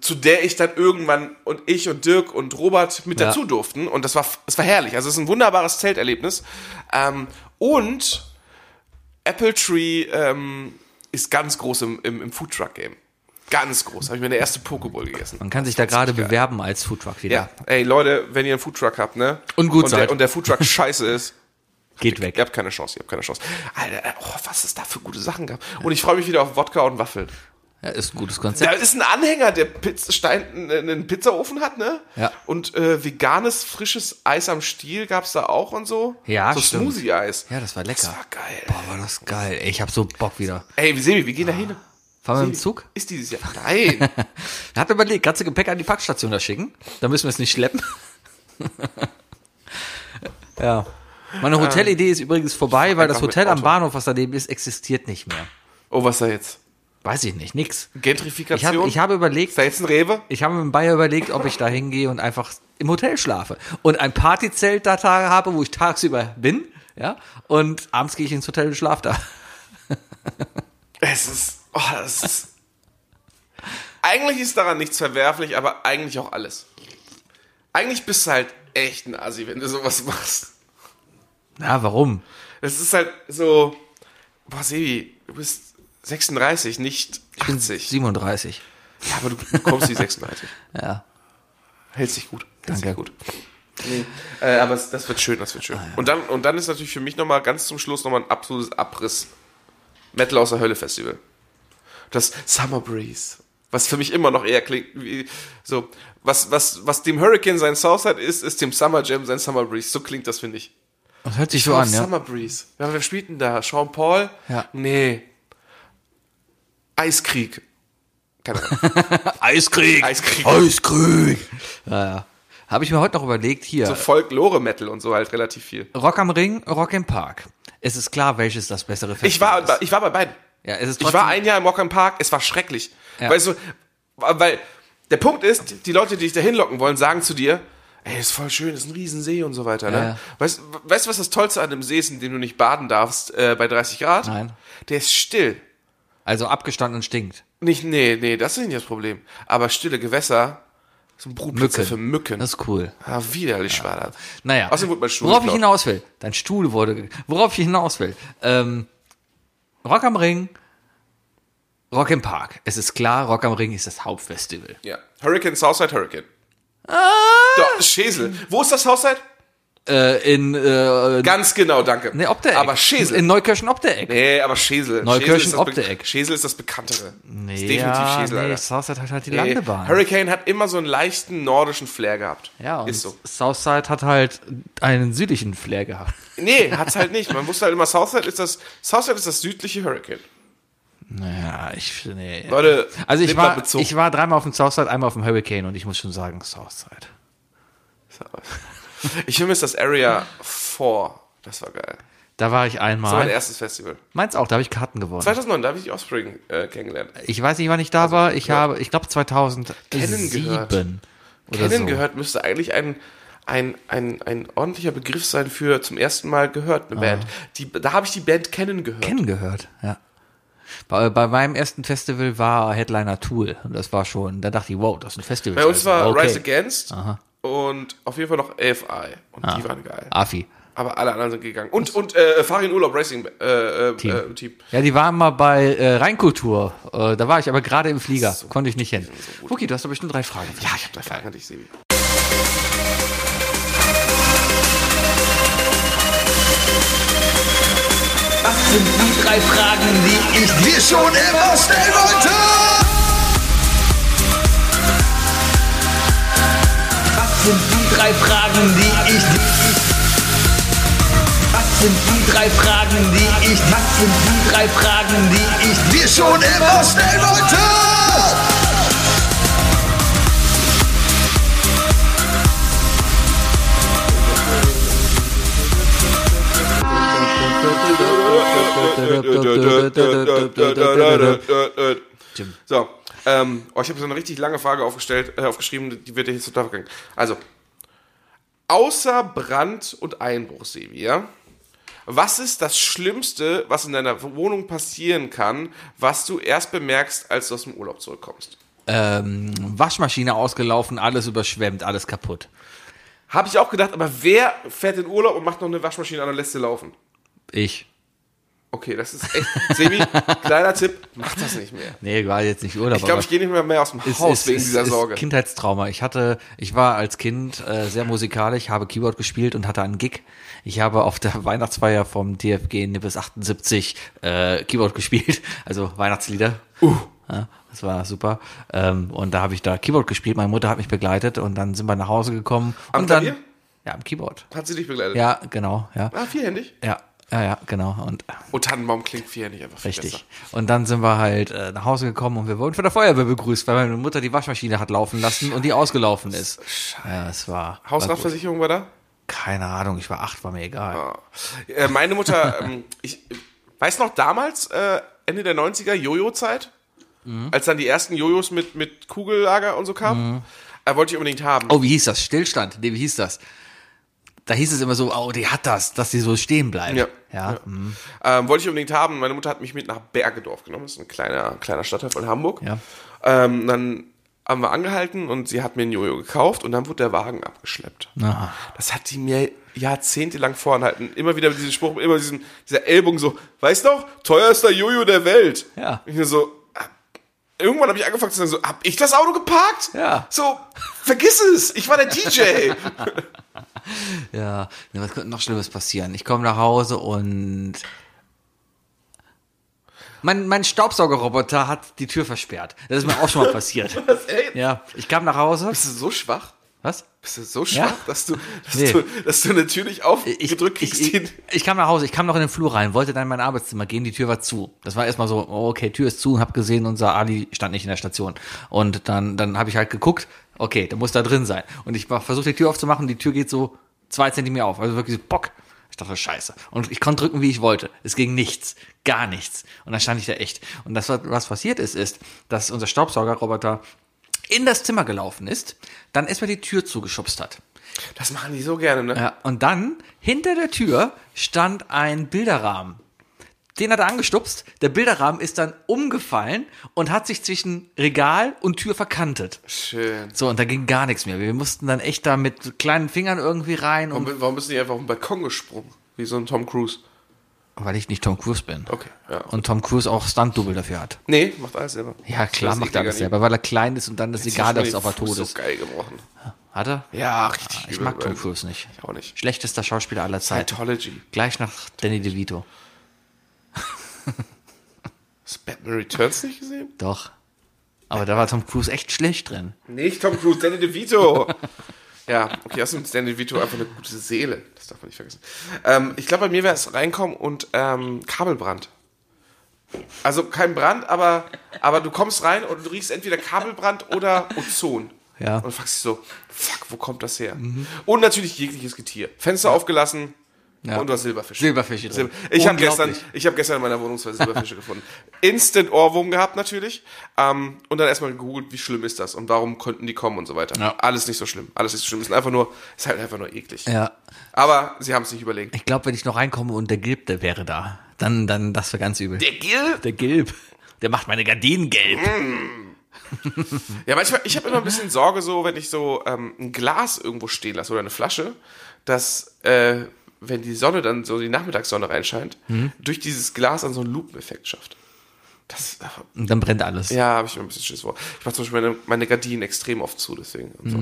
Speaker 3: zu der ich dann irgendwann und ich und Dirk und Robert mit
Speaker 4: Ja.
Speaker 3: dazu durften. Und das war, das war herrlich. Also es ist ein wunderbares Zelterlebnis. Ähm, und Apple Tree ähm, ist ganz groß im, im, im Foodtruck-Game. Ganz groß. Habe ich meine erste Pokeball gegessen.
Speaker 4: Man kann sich da gerade bewerben als Foodtruck wieder.
Speaker 3: Ja, ey Leute, wenn ihr einen Foodtruck habt, ne?
Speaker 4: Und gut
Speaker 3: und
Speaker 4: seid.
Speaker 3: der, und der
Speaker 4: (laughs)
Speaker 3: Foodtruck scheiße ist,
Speaker 4: Geht weg.
Speaker 3: ihr habt keine Chance, ihr habt keine Chance. Alter, oh, was es da für gute Sachen gab. Und ich freue mich wieder auf Wodka und Waffeln.
Speaker 4: Ja, ist ein gutes Konzept.
Speaker 3: Da ist ein Anhänger, der Pizz Stein, äh, einen Pizzaofen hat, ne?
Speaker 4: Ja.
Speaker 3: Und äh, veganes, frisches Eis am Stiel gab's da auch und so.
Speaker 4: Ja,
Speaker 3: So
Speaker 4: stimmt.
Speaker 3: Smoothie-Eis.
Speaker 4: Ja, das war lecker.
Speaker 3: Das war geil.
Speaker 4: Boah, war das geil. Ey, ich hab so Bock wieder.
Speaker 3: Ey, wie sehen wir, wir gehen da hin.
Speaker 4: Fahren wir mit dem Zug?
Speaker 3: Ist dieses Jahr.
Speaker 4: (laughs)
Speaker 3: Nein.
Speaker 4: Er hat überlegt, ganze Gepäck an die Packstation da schicken. Da müssen wir es nicht schleppen. (laughs) ja. Meine Hotelidee ist übrigens vorbei, weil
Speaker 3: einfach
Speaker 4: das Hotel
Speaker 3: Ähm, mit
Speaker 4: am
Speaker 3: Auto.
Speaker 4: Bahnhof, was daneben ist, existiert nicht mehr.
Speaker 3: oh, was da jetzt?
Speaker 4: Weiß ich nicht, nix.
Speaker 3: Gentrifikation?
Speaker 4: Ich, hab, ich habe
Speaker 3: ist
Speaker 4: überlegt,
Speaker 3: da jetzt ein Rewe?
Speaker 4: ich habe mit dem Bayer überlegt, ob ich da hingehe und einfach im Hotel schlafe. Und ein Partyzelt da Tage habe, wo ich tagsüber bin, ja, und abends gehe ich ins Hotel und schlafe da.
Speaker 3: Es ist. Oh, das ist. eigentlich ist daran nichts verwerflich, aber eigentlich auch alles. Eigentlich bist du halt echt ein Assi, wenn du sowas machst.
Speaker 4: Na, warum?
Speaker 3: Das ist halt so. Boah, Sebi, du bist 36, nicht 80.
Speaker 4: 37.
Speaker 3: Ja, aber du bekommst die 36.
Speaker 4: (laughs) Ja.
Speaker 3: Hält dich gut. Hält
Speaker 4: Danke. Ah,
Speaker 3: Sich gut. Äh, aber es, das wird schön, das wird schön. Und, dann, und dann ist natürlich für mich nochmal ganz zum Schluss nochmal ein absolutes Abriss. Metal aus der Hölle Festival. Das Summer Breeze. Was für mich immer noch eher klingt wie so. Was, was, was dem Hurricane sein Southside ist, ist dem Summer Jam sein Summer Breeze. So klingt das, finde ich.
Speaker 4: Das hört sich so an,
Speaker 3: Auf
Speaker 4: ja.
Speaker 3: Summer Breeze. Ja, wer spielt denn da? Sean Paul?
Speaker 4: Ja.
Speaker 3: Nee. Eiskrieg. Keine Ahnung.
Speaker 4: Eiskrieg.
Speaker 3: Eiskrieg.
Speaker 4: Eiskrieg. Ja, ja. Habe ich mir heute noch überlegt, hier,
Speaker 3: so Folklore-Metal und so halt relativ viel.
Speaker 4: Rock am Ring, Rock im Park. Es ist klar, welches das bessere Festival
Speaker 3: Ich war,
Speaker 4: ist.
Speaker 3: ich war bei beiden.
Speaker 4: Ja, es ist
Speaker 3: Ich
Speaker 4: trotzdem-
Speaker 3: war ein Jahr im Rock am Park, es war schrecklich.
Speaker 4: Ja.
Speaker 3: Weißt du, weil der Punkt ist, die Leute, die dich da hinlocken wollen, sagen zu dir, ey, ist voll schön, ist ein Riesensee und so weiter. Ne?
Speaker 4: Ja, ja.
Speaker 3: Weißt, weißt du, was das Tollste an dem See ist, in dem du nicht baden darfst äh, bei 30 Grad?
Speaker 4: Nein.
Speaker 3: Der ist still.
Speaker 4: Also abgestanden und stinkt.
Speaker 3: Nicht, nee, nee, das ist nicht das Problem. Aber stille Gewässer sind Brutplätze
Speaker 4: Mücken.
Speaker 3: für Mücken.
Speaker 4: Das ist cool.
Speaker 3: ah, widerlich war das.
Speaker 4: Naja.
Speaker 3: Außerdem wurde mein Stuhl
Speaker 4: Worauf ich
Speaker 3: geklaut.
Speaker 4: hinaus will. Dein Stuhl wurde. ge- Worauf ich hinaus will. Ähm, Rock am Ring, Rock im Park. Es ist klar, Rock am Ring ist das Hauptfestival.
Speaker 3: Ja. Hurricane, Southside Hurricane.
Speaker 4: Ah!
Speaker 3: Doch, Schesel. Wo ist das Haushalt?
Speaker 4: Äh, in äh,
Speaker 3: Ganz genau, danke.
Speaker 4: ne, ob der Eck.
Speaker 3: Aber Schesel.
Speaker 4: In Neuköllchen ob der Eck.
Speaker 3: Nee, aber Schesel.
Speaker 4: Neukirchen
Speaker 3: Schesel ist das
Speaker 4: ob der
Speaker 3: Be-
Speaker 4: Eck.
Speaker 3: Schesel ist das Bekanntere. ist definitiv
Speaker 4: ja,
Speaker 3: Schesel,
Speaker 4: nee,
Speaker 3: Alter.
Speaker 4: Southside hat halt die
Speaker 3: Nee,
Speaker 4: Landebahn.
Speaker 3: Hurricane hat immer so einen leichten nordischen Flair gehabt.
Speaker 4: ja, und
Speaker 3: Ist so.
Speaker 4: Southside hat halt einen südlichen Flair gehabt.
Speaker 3: Nee, hat's halt nicht. Man wusste halt immer, Southside ist das, Southside ist das südliche Hurricane.
Speaker 4: Naja, ich, nee.
Speaker 3: Leute,
Speaker 4: Also ich
Speaker 3: nehmt mal
Speaker 4: war,
Speaker 3: Bezug.
Speaker 4: ich war dreimal auf dem Southside, einmal auf dem Hurricane und ich muss schon sagen, Southside.
Speaker 3: Ich vermisse das Area 4. Das war geil.
Speaker 4: Da war ich
Speaker 3: Das war
Speaker 4: einmal.
Speaker 3: mein erstes Festival.
Speaker 4: Meins auch, da habe ich Karten gewonnen.
Speaker 3: 2009, da habe ich die Offspring äh, kennengelernt.
Speaker 4: Ich weiß nicht, wann ich da war. Ich habe, ich glaube 2007
Speaker 3: Also, Kennen gehört.
Speaker 4: oder
Speaker 3: Kennen
Speaker 4: so.
Speaker 3: gehört müsste eigentlich ein, ein, ein, ein ordentlicher Begriff sein für zum ersten Mal gehört eine Band. Die, da habe ich die Band kennen gehört.
Speaker 4: Kennen gehört, ja. Bei, bei meinem ersten Festival war Headliner Tool und das war schon, da dachte ich, wow, das ist ein Festival.
Speaker 3: Bei uns war
Speaker 4: okay.
Speaker 3: Rise Against und auf jeden Fall noch AFI. Und
Speaker 4: Ah.
Speaker 3: die waren geil.
Speaker 4: Afi.
Speaker 3: Aber alle anderen sind gegangen. Und, und äh, Farin Urlaub Racing äh, äh,
Speaker 4: Team.
Speaker 3: Äh, Team.
Speaker 4: Ja, die waren mal bei äh, Rheinkultur. Äh, da war ich aber gerade im Flieger, konnte ich nicht hin. Fuki, du hast doch bestimmt drei Fragen. Ja, ich habe
Speaker 3: Da fragen dich, Sebi.
Speaker 1: Das sind die drei Fragen, die ich dir schon immer stellen wollte. Was sind die drei Fragen, die ich dir... Was sind die drei Fragen, die ich... Was sind die drei Fragen, die ich dir schon immer stellen wollte?
Speaker 3: So, ähm, oh, ich habe so eine richtig lange Frage aufgestellt, äh, aufgeschrieben, die wird dir jetzt total gegangen. Also, außer Brand und Einbruch, Sebi, ja? Was ist das Schlimmste, was in deiner Wohnung passieren kann, was du erst bemerkst, als du aus dem Urlaub zurückkommst?
Speaker 4: ähm, Waschmaschine ausgelaufen, alles überschwemmt, alles kaputt.
Speaker 3: Habe ich auch gedacht, aber wer fährt in Urlaub und macht noch eine Waschmaschine an und lässt sie laufen?
Speaker 4: Ich.
Speaker 3: Okay, das ist echt.
Speaker 4: (laughs)
Speaker 3: Sebi, kleiner Tipp, mach das nicht mehr.
Speaker 4: Nee, war jetzt nicht Urlaub.
Speaker 3: Ich glaube,
Speaker 4: aber-
Speaker 3: ich gehe nicht mehr, mehr aus dem
Speaker 4: Es
Speaker 3: Haus
Speaker 4: ist-
Speaker 3: wegen
Speaker 4: es
Speaker 3: dieser
Speaker 4: ist
Speaker 3: Sorge.
Speaker 4: Kindheitstrauma. Ich hatte, ich war als Kind äh, sehr musikalisch, habe Keyboard gespielt und hatte einen Gig. Ich habe auf der (laughs) Weihnachtsfeier vom DFG Nippes 78 äh, Keyboard gespielt, also Weihnachtslieder. Uh. Ja, das war super. Ähm, und da habe ich da Keyboard gespielt. Meine Mutter hat mich begleitet und dann sind wir nach Hause gekommen.
Speaker 3: Am
Speaker 4: und dann,
Speaker 3: Klavier?
Speaker 4: Ja, am Keyboard.
Speaker 3: Hat sie dich begleitet?
Speaker 4: Ja, genau, ja.
Speaker 3: Ah, vierhändig?
Speaker 4: Ja, ja, ja genau. Und
Speaker 3: Oh, Tannenbaum klingt vierhändig einfach viel
Speaker 4: Richtig.
Speaker 3: besser.
Speaker 4: Und dann sind wir halt äh, nach Hause gekommen und wir wurden von der Feuerwehr begrüßt, weil meine Mutter die Waschmaschine hat laufen lassen und die ausgelaufen ist. Ja, es war. war gut.
Speaker 3: Hausratversicherung war da?
Speaker 4: Keine Ahnung, ich war acht, war mir egal.
Speaker 3: Äh, meine
Speaker 4: (laughs)
Speaker 3: Mutter, ähm, ich äh, weiß noch damals, äh, Ende der 90er, Jojo-Zeit,
Speaker 4: Mhm.
Speaker 3: als dann die ersten Jojos mit, mit Kugellager und so kamen, äh, wollte ich unbedingt haben.
Speaker 4: Oh, wie hieß das? Stillstand. Nee, wie hieß das? Da hieß es immer so, oh, die hat das, dass sie so stehen bleibt.
Speaker 3: Ja.
Speaker 4: Ja. mhm.
Speaker 3: Ähm, wollte ich unbedingt haben. Meine Mutter hat mich mit nach Bergedorf genommen. Das ist ein kleiner, kleiner Stadtteil von Hamburg.
Speaker 4: Ja.
Speaker 3: Ähm, dann haben wir angehalten und sie hat mir einen Jojo gekauft und dann wurde der Wagen abgeschleppt.
Speaker 4: Aha.
Speaker 3: Das hat die mir jahrzehntelang vorenthalten. Immer wieder diesen Spruch, immer diesen, dieser Ellbogen so, weißt noch, teuerster Jojo der Welt.
Speaker 4: Ja.
Speaker 3: Ich nur so, ah, irgendwann habe ich angefangen zu sagen, so, hab ich das Auto geparkt?
Speaker 4: Ja.
Speaker 3: So, vergiss es, ich war der DJ.
Speaker 4: (laughs) Ja. Na, Was könnte noch Schlimmes passieren? Ich komme nach Hause und. Mein, mein Staubsaugerroboter hat die Tür versperrt. Das ist mir auch schon
Speaker 3: (laughs)
Speaker 4: mal passiert.
Speaker 3: Ey,
Speaker 4: Ja, ich kam nach Hause.
Speaker 3: Bist du so schwach?
Speaker 4: Was?
Speaker 3: Bist du so schwach,
Speaker 4: Ja.
Speaker 3: dass, du, dass,
Speaker 4: Nee.
Speaker 3: du, dass du natürlich aufgedrückt kriegst
Speaker 4: ich,
Speaker 3: den.
Speaker 4: ich, ich kam nach Hause, ich kam noch in den Flur rein, wollte dann in mein Arbeitszimmer gehen, die Tür war zu. Das war erstmal so, oh, okay, Tür ist zu und hab gesehen, unser Ali stand nicht in der Station. Und dann, dann habe ich halt geguckt, okay, der muss da drin sein. Und ich versuche die Tür aufzumachen, die Tür geht so zwei Zentimeter auf, also wirklich so, bock. Ich dachte, scheiße. Und ich konnte drücken, wie ich wollte. Es ging nichts. Gar nichts. Und dann stand ich da echt. Und das, was was passiert ist, ist, dass unser Staubsaugerroboter in das Zimmer gelaufen ist, dann erstmal die Tür zugeschubst hat.
Speaker 3: Das machen die so gerne, ne?
Speaker 4: Ja, Äh, und dann hinter der Tür stand ein Bilderrahmen. Den hat er angestupst, der Bilderrahmen ist dann umgefallen und hat sich zwischen Regal und Tür verkantet.
Speaker 3: Schön.
Speaker 4: So, und da ging gar nichts mehr. Wir mussten dann echt da mit kleinen Fingern irgendwie rein um und
Speaker 3: Warum, warum bist du nicht einfach auf den Balkon gesprungen? Wie so ein Tom Cruise.
Speaker 4: Weil ich nicht Tom Cruise bin.
Speaker 3: Okay, ja.
Speaker 4: Und Tom Cruise auch Stunt-Double dafür hat.
Speaker 3: Nee, macht alles selber.
Speaker 4: Ja, klar
Speaker 3: Das
Speaker 4: macht
Speaker 3: ekliger
Speaker 4: er alles
Speaker 3: nie.
Speaker 4: selber, weil er klein ist und dann ist egal, dass
Speaker 3: Ich
Speaker 4: er
Speaker 3: hab
Speaker 4: aber
Speaker 3: mir den
Speaker 4: tot
Speaker 3: Fuß
Speaker 4: ist.
Speaker 3: So geil gebrochen.
Speaker 4: Hat er?
Speaker 3: Ja, richtig.
Speaker 4: Ah, Ich
Speaker 3: übel,
Speaker 4: mag Tom
Speaker 3: weil-
Speaker 4: Cruise nicht.
Speaker 3: Ich auch nicht.
Speaker 4: Schlechtester Schauspieler aller Zeiten.
Speaker 3: Scientology.
Speaker 4: Gleich nach Danny DeVito.
Speaker 3: Hast du Batman Returns nicht gesehen?
Speaker 4: Doch. Aber da war Tom Cruise echt schlecht drin.
Speaker 3: Nicht Tom Cruise, Danny DeVito. (laughs) ja, okay, das ist Danny DeVito einfach eine gute Seele. Das darf man nicht vergessen. Ähm, ich glaube, bei mir wäre es reinkommen und ähm, Kabelbrand. Also kein Brand, aber, aber du kommst rein und du riechst entweder Kabelbrand oder Ozon.
Speaker 4: Ja. Mhm.
Speaker 3: Und fragst dich so, fuck, wo kommt das her? Und natürlich jegliches Getier. Fenster aufgelassen
Speaker 4: Ja.
Speaker 3: und du hast Silberfische.
Speaker 4: Silberfische drin.
Speaker 3: Silber. Ich habe
Speaker 4: Unglaublich.
Speaker 3: gestern, ich hab gestern in meiner Wohnung zwei
Speaker 4: (laughs)
Speaker 3: Silberfische gefunden. Instant Ohrwurm gehabt natürlich. Ähm, und dann erstmal gegoogelt, wie schlimm ist das und warum konnten die kommen und so weiter.
Speaker 4: Ja.
Speaker 3: Alles nicht so schlimm. Alles nicht so schlimm. Ist einfach nur, ist halt einfach nur eklig.
Speaker 4: Ja.
Speaker 3: Aber sie haben es nicht überlegt.
Speaker 4: Ich glaube, wenn ich noch reinkomme und der Gilb, der wäre da, dann, dann das wäre ganz übel.
Speaker 3: Der Gil?
Speaker 4: Der Gilb. Der macht meine Gardinen gelb.
Speaker 3: Ja, manchmal, ich habe immer ein bisschen Sorge, so, wenn ich so ähm, ein Glas irgendwo stehen lasse oder eine Flasche, dass, äh, wenn die Sonne dann so die Nachmittagssonne reinscheint,
Speaker 4: Mhm.
Speaker 3: durch dieses Glas dann so einen Lupeneffekt schafft. Das,
Speaker 4: Und dann brennt alles.
Speaker 3: ja, habe ich mir ein bisschen Schiss vor. Ich mache zum Beispiel meine, meine Gardinen extrem oft zu, deswegen. Und so.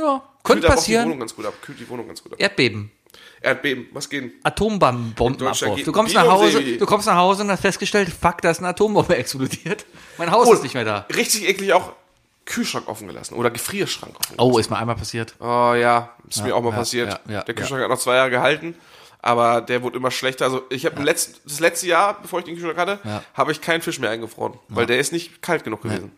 Speaker 4: Ja, könnte
Speaker 3: Kühlt aber auch die Wohnung
Speaker 4: passieren.
Speaker 3: ganz gut ab. Kühlt die Wohnung ganz gut ab.
Speaker 4: Erdbeben,
Speaker 3: Erdbeben, was geht? denn? Deutschland
Speaker 4: Atombombenabwurf.
Speaker 3: geht
Speaker 4: Du kommst nach
Speaker 3: Bier und
Speaker 4: Hause,
Speaker 3: Sebi.
Speaker 4: du kommst nach Hause und hast festgestellt, fuck, da ist eine Atombombe (laughs) explodiert. Mein Haus ist nicht mehr da.
Speaker 3: Richtig eklig auch Kühlschrank offen gelassen oder Gefrierschrank offen.
Speaker 4: Oh, ist mir einmal passiert.
Speaker 3: Oh ja, ist mir auch mal
Speaker 4: ja,
Speaker 3: passiert.
Speaker 4: ja, ja,
Speaker 3: der Kühlschrank hat noch zwei Jahre gehalten, aber der wurde immer schlechter. Also ich habe das letzte Jahr, bevor ich den Kühlschrank hatte,
Speaker 4: Ja.
Speaker 3: habe ich keinen Fisch mehr eingefroren, weil der ist nicht kalt genug gewesen.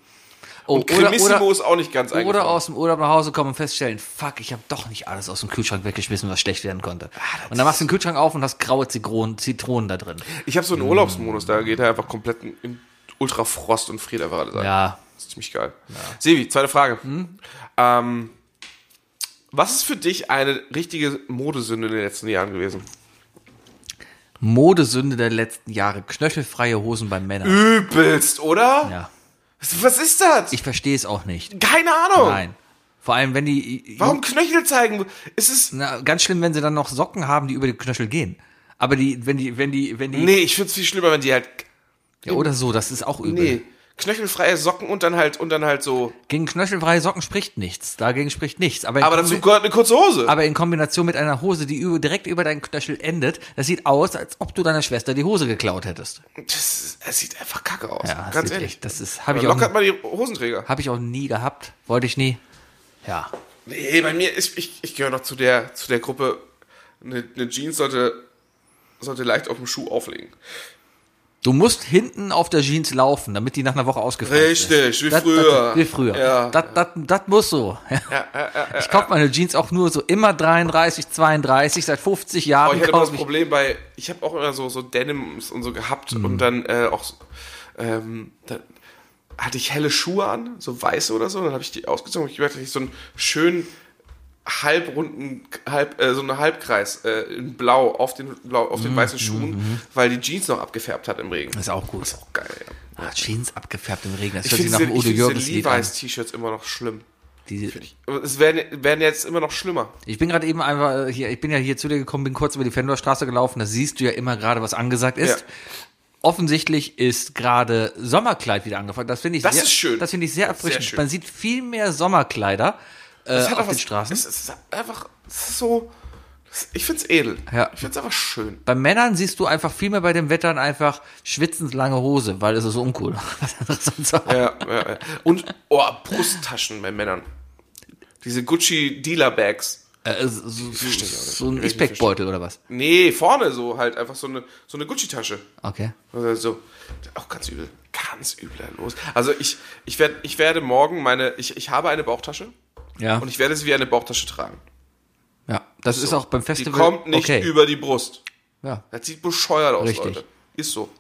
Speaker 4: Oh,
Speaker 3: Und Cremissimo ist auch nicht ganz
Speaker 4: Oder
Speaker 3: eingefroren.
Speaker 4: aus dem Urlaub nach Hause kommen und feststellen, fuck, ich habe doch nicht alles aus dem Kühlschrank weggeschmissen, was schlecht werden konnte.
Speaker 3: Ah,
Speaker 4: Und dann machst du den Kühlschrank auf und hast graue Zitronen, Zitronen da drin.
Speaker 3: ich habe so
Speaker 4: Mm.
Speaker 3: einen Urlaubsmodus, da geht er einfach komplett in- in Ultrafrost und friert einfach alles ein.
Speaker 4: Ja, Hm?
Speaker 3: Das ist ziemlich geil. Sevi, zweite Frage. Ähm, was ist für dich eine richtige Modesünde in den letzten Jahren gewesen?
Speaker 4: Modesünde der letzten Jahre. Knöchelfreie Hosen bei Männern.
Speaker 3: Übelst, oder?
Speaker 4: Ja.
Speaker 3: Was ist das?
Speaker 4: Ich verstehe es auch nicht.
Speaker 3: Keine Ahnung.
Speaker 4: Nein. Vor allem, wenn die.
Speaker 3: Oh. Warum Knöchel zeigen? Ist es.
Speaker 4: Na, ganz schlimm, wenn sie dann noch Socken haben, die über die Knöchel gehen. Aber die, wenn die, wenn die, wenn die.
Speaker 3: Nee, ich find's viel schlimmer, wenn die halt.
Speaker 4: Ja, oder so, das ist auch übel.
Speaker 3: Nee. Knöchelfreie Socken und dann halt und dann halt so.
Speaker 4: Gegen knöchelfreie Socken spricht nichts. Dagegen spricht nichts. Aber, in
Speaker 3: Aber
Speaker 4: Kombi-
Speaker 3: dazu gehört eine kurze Hose.
Speaker 4: aber in Kombination mit einer Hose, die über, direkt über deinen Knöchel endet, das sieht aus, als ob du deiner Schwester die Hose geklaut hättest.
Speaker 3: das, ist- es sieht einfach kacke aus.
Speaker 4: Ja, das
Speaker 3: ganz
Speaker 4: sieht
Speaker 3: ehrlich.
Speaker 4: echt- das ist, habe ich, auch
Speaker 3: Lockert
Speaker 4: nie-
Speaker 3: mal die Hosenträger.
Speaker 4: hab ich auch nie gehabt. Wollte ich nie. Ja.
Speaker 3: Nee, bei mir ist, ich, ich gehöre noch zu der, zu der Gruppe, eine, eine Jeans sollte, sollte leicht auf dem Schuh auflegen.
Speaker 4: Du musst hinten auf der Jeans laufen, damit die nach einer Woche ausgefallen ist.
Speaker 3: Richtig, wie
Speaker 4: Das-
Speaker 3: früher.
Speaker 4: Das, wie früher.
Speaker 3: Ja.
Speaker 4: Das, das, das muss so. ich kaufe meine Jeans auch nur so immer 33, 32, seit 50
Speaker 3: Aber
Speaker 4: Jahren.
Speaker 3: ich hatte immer
Speaker 4: kauf
Speaker 3: das Problem bei, ich habe auch immer so, so Denims und so gehabt
Speaker 4: Mhm.
Speaker 3: und dann äh, auch, so, ähm, dann hatte ich helle Schuhe an, so weiße oder so, dann habe ich die ausgezogen und ich hatte so einen schönen halbrunden, halb, äh, so einen Halbkreis äh, in blau auf den, blau, auf
Speaker 4: Mhm.
Speaker 3: den weißen Schuhen, weil die Jeans noch abgefärbt hat im Regen.
Speaker 4: Ist auch gut.
Speaker 3: Geil, ja.
Speaker 4: Ah, Jeans abgefärbt im Regen. Das
Speaker 3: Ich
Speaker 4: hört sich
Speaker 3: finde
Speaker 4: nach einem Udo
Speaker 3: diese, ich find
Speaker 4: Jürgens
Speaker 3: diese
Speaker 4: Lied an.
Speaker 3: Levi's-T-Shirts immer noch schlimm.
Speaker 4: Die,
Speaker 3: Aber Es werden, werden jetzt immer noch schlimmer.
Speaker 4: ich bin gerade eben einfach äh, hier, ich bin ja hier zu dir gekommen, bin kurz über die Fendorstraße gelaufen. Da siehst du ja immer gerade, was angesagt ist.
Speaker 3: Ja.
Speaker 4: Offensichtlich ist gerade Sommerkleid wieder angefangen. Das finde ich
Speaker 3: Das
Speaker 4: sehr,
Speaker 3: ist schön.
Speaker 4: Das finde ich sehr erfrischend.
Speaker 3: schön.
Speaker 4: Man sieht viel mehr Sommerkleider äh,
Speaker 3: Es hat
Speaker 4: auf
Speaker 3: auch
Speaker 4: den
Speaker 3: was-
Speaker 4: Straßen.
Speaker 3: Es ist einfach es ist so. es- Ich find's edel.
Speaker 4: Ja.
Speaker 3: Ich find's einfach schön.
Speaker 4: Bei Männern siehst du einfach viel mehr bei den Wettern einfach schwitzend lange Hose, weil es ist uncool. Äh, Was anderes sonst auch.
Speaker 3: Ja,
Speaker 4: (laughs)
Speaker 3: ja, ja. Und oh, Brusttaschen bei Männern. Diese Gucci Dealer Bags.
Speaker 4: Äh, so, so, so ein
Speaker 3: Ich
Speaker 4: Ispack-Beutel oder was?
Speaker 3: Nee, vorne so halt einfach so eine so eine Gucci Tasche.
Speaker 4: Okay.
Speaker 3: Also so auch ganz übel, ganz übel los. Also ich ich werde ich werde morgen meine ich ich habe eine Bauchtasche
Speaker 4: Ja.
Speaker 3: und ich werde sie wie eine Bauchtasche tragen.
Speaker 4: ja. Das ist auch beim
Speaker 3: Die
Speaker 4: Festival.
Speaker 3: kommt nicht
Speaker 4: okay.
Speaker 3: über die Brust.
Speaker 4: Ja.
Speaker 3: Das sieht bescheuert aus,
Speaker 4: Richtig.
Speaker 3: Leute. Ist so.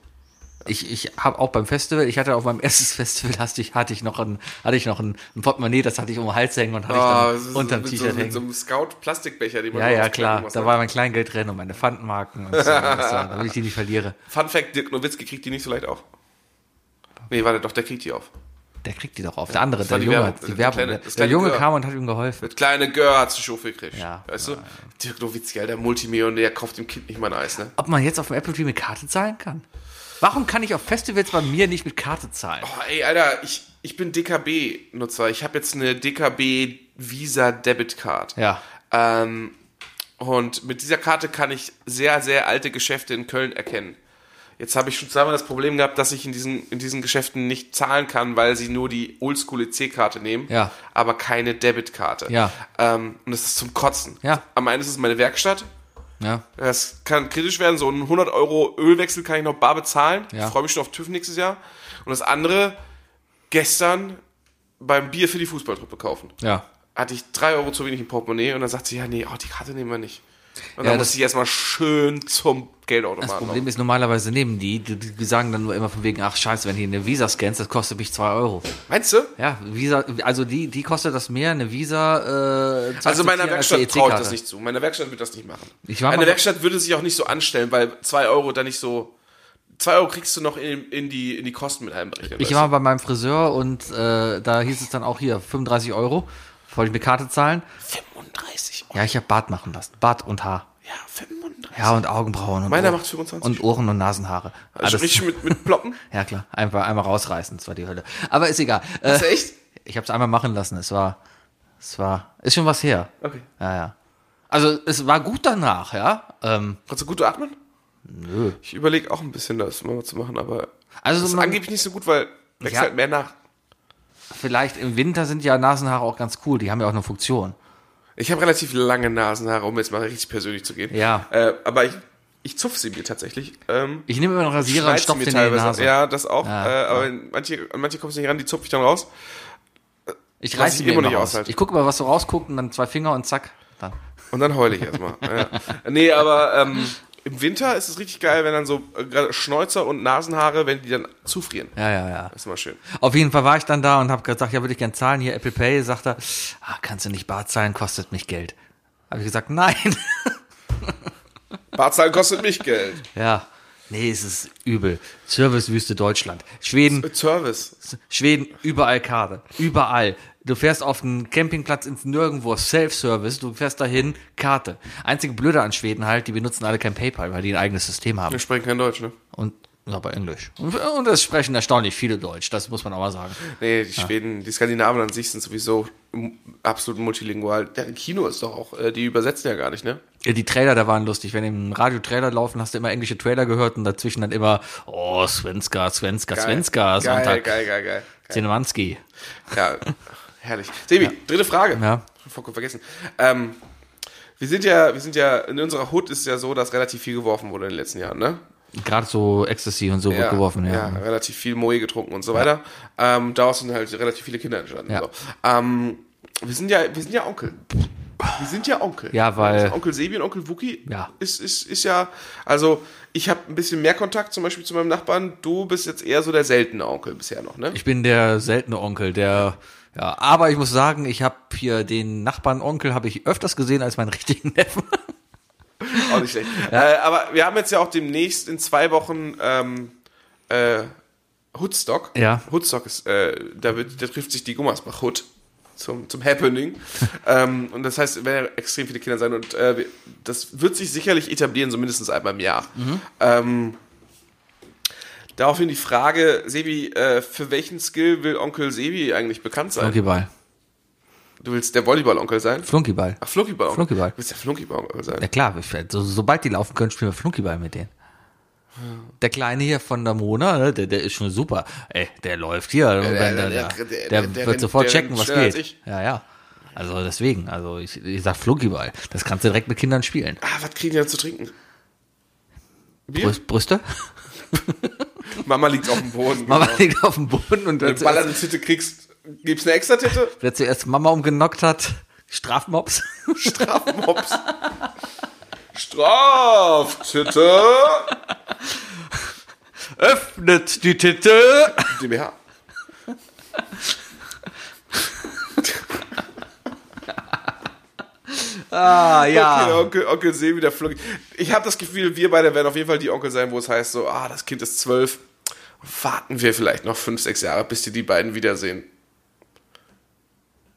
Speaker 4: Ich, ich habe auch beim (laughs) Festival, ich hatte auf meinem ersten Festival, hatte ich, hatte ich noch ein, hatte ich noch ein, ein Portemonnaie, das hatte ich um den Hals hängen und hatte
Speaker 3: Ah,
Speaker 4: ich
Speaker 3: das
Speaker 4: dann
Speaker 3: ist
Speaker 4: unterm
Speaker 3: mit, so,
Speaker 4: T-Shirt
Speaker 3: mit so
Speaker 4: hängen.
Speaker 3: einem Scout-Plastikbecher, den man
Speaker 4: Ja,
Speaker 3: so
Speaker 4: ja,
Speaker 3: ausklappen
Speaker 4: klar.
Speaker 3: muss,
Speaker 4: Da
Speaker 3: ne?
Speaker 4: war mein Kleingeld drin und meine Pfandmarken und so, und so, damit ich die nicht verliere.
Speaker 3: Fun Fact: Dirk Nowitzki kriegt die nicht so leicht auf. Nee, warte, doch, der kriegt die auf.
Speaker 4: Der kriegt die doch auf. Der andere,
Speaker 3: war
Speaker 4: der
Speaker 3: die
Speaker 4: Junge,
Speaker 3: Werbung.
Speaker 4: hat die
Speaker 3: Das
Speaker 4: Werbung.
Speaker 3: kleine-
Speaker 4: der
Speaker 3: das
Speaker 4: der
Speaker 3: kleine
Speaker 4: Junge
Speaker 3: Girl.
Speaker 4: kam und hat ihm geholfen.
Speaker 3: Das kleine Girl hat sich Schufe gekriegt.
Speaker 4: Ja,
Speaker 3: Weißt du? Dirk Nowitzki, der Multimillionär, kauft dem Kind nicht mal ein Eis, ne?
Speaker 4: Ob man jetzt auf dem Apple TV mit Karte zahlen kann? Warum kann ich auf Festivals bei mir nicht mit Karte zahlen?
Speaker 3: Boah, ey, Alter, ich, ich bin DKB-Nutzer. Ich habe jetzt eine DKB Visa Debit Card.
Speaker 4: Ja.
Speaker 3: Ähm, und mit dieser Karte kann ich sehr, sehr alte Geschäfte in Köln erkennen. Jetzt habe ich schon zweimal das Problem gehabt, dass ich in diesen, in diesen Geschäften nicht zahlen kann, weil sie nur die oldschoole C-Karte nehmen,
Speaker 4: Ja.
Speaker 3: aber keine Debitkarte.
Speaker 4: Ja.
Speaker 3: Ähm, und das ist zum Kotzen.
Speaker 4: Ja.
Speaker 3: Am Ende ist es meine Werkstatt,
Speaker 4: Ja.
Speaker 3: das kann kritisch werden. So einen 100 Euro Ölwechsel kann ich noch bar bezahlen.
Speaker 4: Ja.
Speaker 3: Ich freue mich schon auf TÜV nächstes Jahr. Und das andere, gestern beim Bier für die Fußballtruppe kaufen.
Speaker 4: Ja.
Speaker 3: Hatte ich 3 Euro zu wenig im Portemonnaie und dann sagt sie, ja, nee, oh, die Karte nehmen wir nicht. Und
Speaker 4: Ja,
Speaker 3: dann
Speaker 4: das-
Speaker 3: musste ich erstmal schön zum
Speaker 4: Das
Speaker 3: Geldautomaten.
Speaker 4: Problem ist, normalerweise nehmen die, die, die sagen dann nur immer von wegen, ach scheiße, wenn hier eine Visa scannst, das kostet mich 2 Euro.
Speaker 3: laufen. Meinst du?
Speaker 4: Ja, Visa, also die, die kostet das mehr, eine Visa. Äh, zu
Speaker 3: Also meiner
Speaker 4: akzeptieren als die
Speaker 3: Werkstatt traue ich
Speaker 4: EC-Karte.
Speaker 3: das nicht zu. Meiner Werkstatt wird das nicht machen.
Speaker 4: Ich war mal
Speaker 3: Eine
Speaker 4: bei-
Speaker 3: Werkstatt würde sich auch nicht so anstellen, weil 2 Euro dann nicht so. 2 Euro kriegst du noch in, in, die, in die Kosten mit einberechnet.
Speaker 4: Ich
Speaker 3: weißt
Speaker 4: war bei meinem Friseur und äh, da hieß es dann auch hier 35 Euro, wollte ich mit Karte zahlen.
Speaker 3: du? 35 Euro.
Speaker 4: Ja, ich habe Bart machen lassen, Bart und Haar.
Speaker 3: Ja, 35.
Speaker 4: Ja, und Augenbrauen und,
Speaker 3: Meiner
Speaker 4: Ohren-
Speaker 3: macht 25.
Speaker 4: und Ohren und Nasenhaare.
Speaker 3: Also
Speaker 4: Alles,
Speaker 3: richtig mit, mit Ploppen?
Speaker 4: (laughs) ja klar, einfach einmal rausreißen, das war die Hölle. Aber ist egal. Äh,
Speaker 3: Ist echt?
Speaker 4: ich habe es einmal machen lassen, es war, es war, ist schon was her.
Speaker 3: Okay.
Speaker 4: Ja, ja. Also es war gut danach, ja. Ähm,
Speaker 3: Kannst du gut atmen? Nö. Ich überlege auch ein bisschen, das mal zu machen, aber
Speaker 4: also
Speaker 3: das ist
Speaker 4: man-
Speaker 3: angeblich nicht so gut, weil wächst
Speaker 4: Ja.
Speaker 3: halt mehr nach.
Speaker 4: vielleicht im Winter sind ja Nasenhaare auch ganz cool, die haben ja auch eine Funktion.
Speaker 3: Ich habe relativ lange Nasenhaare, um jetzt mal richtig persönlich zu gehen.
Speaker 4: Ja.
Speaker 3: Äh, aber ich, ich zupf sie mir tatsächlich. Ähm,
Speaker 4: Ich nehme immer einen Rasierer und
Speaker 3: schneid sie
Speaker 4: stopfe
Speaker 3: mir
Speaker 4: den in die
Speaker 3: teilweise.
Speaker 4: Nase.
Speaker 3: Ja, das auch.
Speaker 4: Ja,
Speaker 3: äh, aber manche, an manche kommen nicht ran, die zupfe ich dann raus.
Speaker 4: Ich
Speaker 3: Was
Speaker 4: reiße
Speaker 3: ich
Speaker 4: mir
Speaker 3: immer
Speaker 4: immer
Speaker 3: nicht
Speaker 4: raus.
Speaker 3: aushalte.
Speaker 4: Ich gucke mal, was so rausguckt und dann zwei Finger und zack. Dann.
Speaker 3: Und dann heule ich erstmal. ja. Nee, aber ähm, im Winter ist es richtig geil, wenn dann so äh, gerade Schnäuzer und Nasenhaare, wenn die dann zufrieren.
Speaker 4: Ja, ja, ja.
Speaker 3: Das ist immer schön.
Speaker 4: Auf jeden Fall war ich dann da und habe gesagt, ja, würde ich gern zahlen. Hier Apple Pay, sagt er, ah, kannst du nicht bar zahlen, kostet mich Geld. Habe ich gesagt, nein. (laughs)
Speaker 3: Barzahlen kostet mich Geld.
Speaker 4: ja. Nee, es ist übel. Servicewüste Deutschland. Schweden,
Speaker 3: Mit Äh, Service.
Speaker 4: Schweden, überall Karte. Überall. Du fährst auf einen Campingplatz ins Nirgendwo, Self-Service, du fährst dahin, Karte. Einzige Blöde an Schweden halt, die benutzen alle kein PayPal, weil die ein eigenes System haben.
Speaker 3: Wir sprechen kein Deutsch, ne?
Speaker 4: Und aber Englisch. Und, und es sprechen erstaunlich viele Deutsch, das muss man auch mal sagen.
Speaker 3: Nee,
Speaker 4: Ah.
Speaker 3: die Schweden, die Skandinaven an sich sind sowieso m- absolut multilingual. Deren Kino ist doch auch, äh, die übersetzen ja gar nicht, ne?
Speaker 4: Ja, die Trailer da waren lustig. Wenn im Radio Trailer laufen, hast du immer englische Trailer gehört und dazwischen dann immer, oh, Svenska, Svenska, Svenska,
Speaker 3: geil, geil,
Speaker 4: Sonntag,
Speaker 3: geil, geil, geil.
Speaker 4: Zinemanski.
Speaker 3: Ja, herrlich. Sebi, dritte Frage.
Speaker 4: Ja.
Speaker 3: Schon vollkommen vergessen. Ähm, wir sind ja, wir sind ja, in unserer Hood ist ja so, dass relativ viel geworfen wurde in den letzten Jahren, ne?
Speaker 4: Gerade so Ecstasy und so wird geworfen, ja.
Speaker 3: ja. Relativ viel Moe getrunken und so weiter. Ähm, daraus sind halt relativ viele Kinder entstanden.
Speaker 4: Ja.
Speaker 3: So. Ähm, wir sind ja, wir sind ja Onkel. Wir sind ja Onkel.
Speaker 4: Ja, weil-
Speaker 3: Also Onkel Sebi und Onkel Wuki
Speaker 4: Ja.
Speaker 3: ist, ist, ist ja, also ich habe ein bisschen mehr Kontakt zum Beispiel zu meinem Nachbarn. Du bist jetzt eher so der seltene Onkel bisher noch, ne?
Speaker 4: Ich bin der seltene Onkel, der, ja, aber ich muss sagen, ich habe hier den Nachbarn-Onkel habe ich öfters gesehen als meinen richtigen (laughs) Neffen.
Speaker 3: Auch nicht schlecht. Äh, aber wir haben jetzt ja auch demnächst in zwei Wochen ähm, äh, Hoodstock.
Speaker 4: Ja.
Speaker 3: Hoodstock ist, äh, da, wird, da trifft sich die Gummersbach Hood zum, zum Happening.
Speaker 4: (laughs)
Speaker 3: ähm, und das heißt, es werden ja extrem viele Kinder sein und äh, wir- das wird sich sicherlich etablieren, so mindestens einmal im Jahr.
Speaker 4: Mhm.
Speaker 3: Ähm, daraufhin die Frage, Sebi, äh, für welchen Skill will Onkel Sebi eigentlich bekannt sein?
Speaker 4: Flunkyball.
Speaker 3: Du willst der Volleyball-Onkel sein?
Speaker 4: Flunkyball.
Speaker 3: Ach, Flunkyball-Onkel.
Speaker 4: Flunkyball.
Speaker 3: Du willst der Flunkyball-Onkel sein.
Speaker 4: Ja klar, wir, fährt- so, sobald die laufen können, spielen wir Flunkyball mit denen. Der Kleine hier von der Mona, ne, der, der ist schon super. Ey, der läuft hier. und wenn
Speaker 3: der-
Speaker 4: der, der,
Speaker 3: der- der-
Speaker 4: der
Speaker 3: der
Speaker 4: wird
Speaker 3: rennt-
Speaker 4: sofort
Speaker 3: der
Speaker 4: checken,
Speaker 3: rennt
Speaker 4: was
Speaker 3: schneller als
Speaker 4: geht.
Speaker 3: ich.
Speaker 4: Ja, ja. Also deswegen, also ich, ich sag Flunkyball. Das kannst du direkt mit Kindern spielen.
Speaker 3: Ah, was kriegen die denn zu trinken? Bier?
Speaker 4: Brüst, Brüste?
Speaker 3: Mama liegt auf dem Boden.
Speaker 4: Mama
Speaker 3: genau.
Speaker 4: liegt (laughs) auf dem Boden
Speaker 3: Wenn
Speaker 4: und wer
Speaker 3: du Baller
Speaker 4: zuerst,
Speaker 3: eine Titte kriegst, gibt's eine extra Titte?
Speaker 4: wer zuerst Mama umgenockt hat, Strafmops.
Speaker 3: Strafmops. Straftitte.
Speaker 4: Öffnet die Titte.
Speaker 3: DBH.
Speaker 4: Ah,
Speaker 3: (laughs)
Speaker 4: ja.
Speaker 3: Okay, Onkel, Onkel See wieder flog. Ich habe das Gefühl, wir beide werden auf jeden Fall die Onkel sein, wo es heißt so, ah, das Kind ist zwölf. warten wir vielleicht noch fünf, sechs Jahre, bis die die beiden wiedersehen.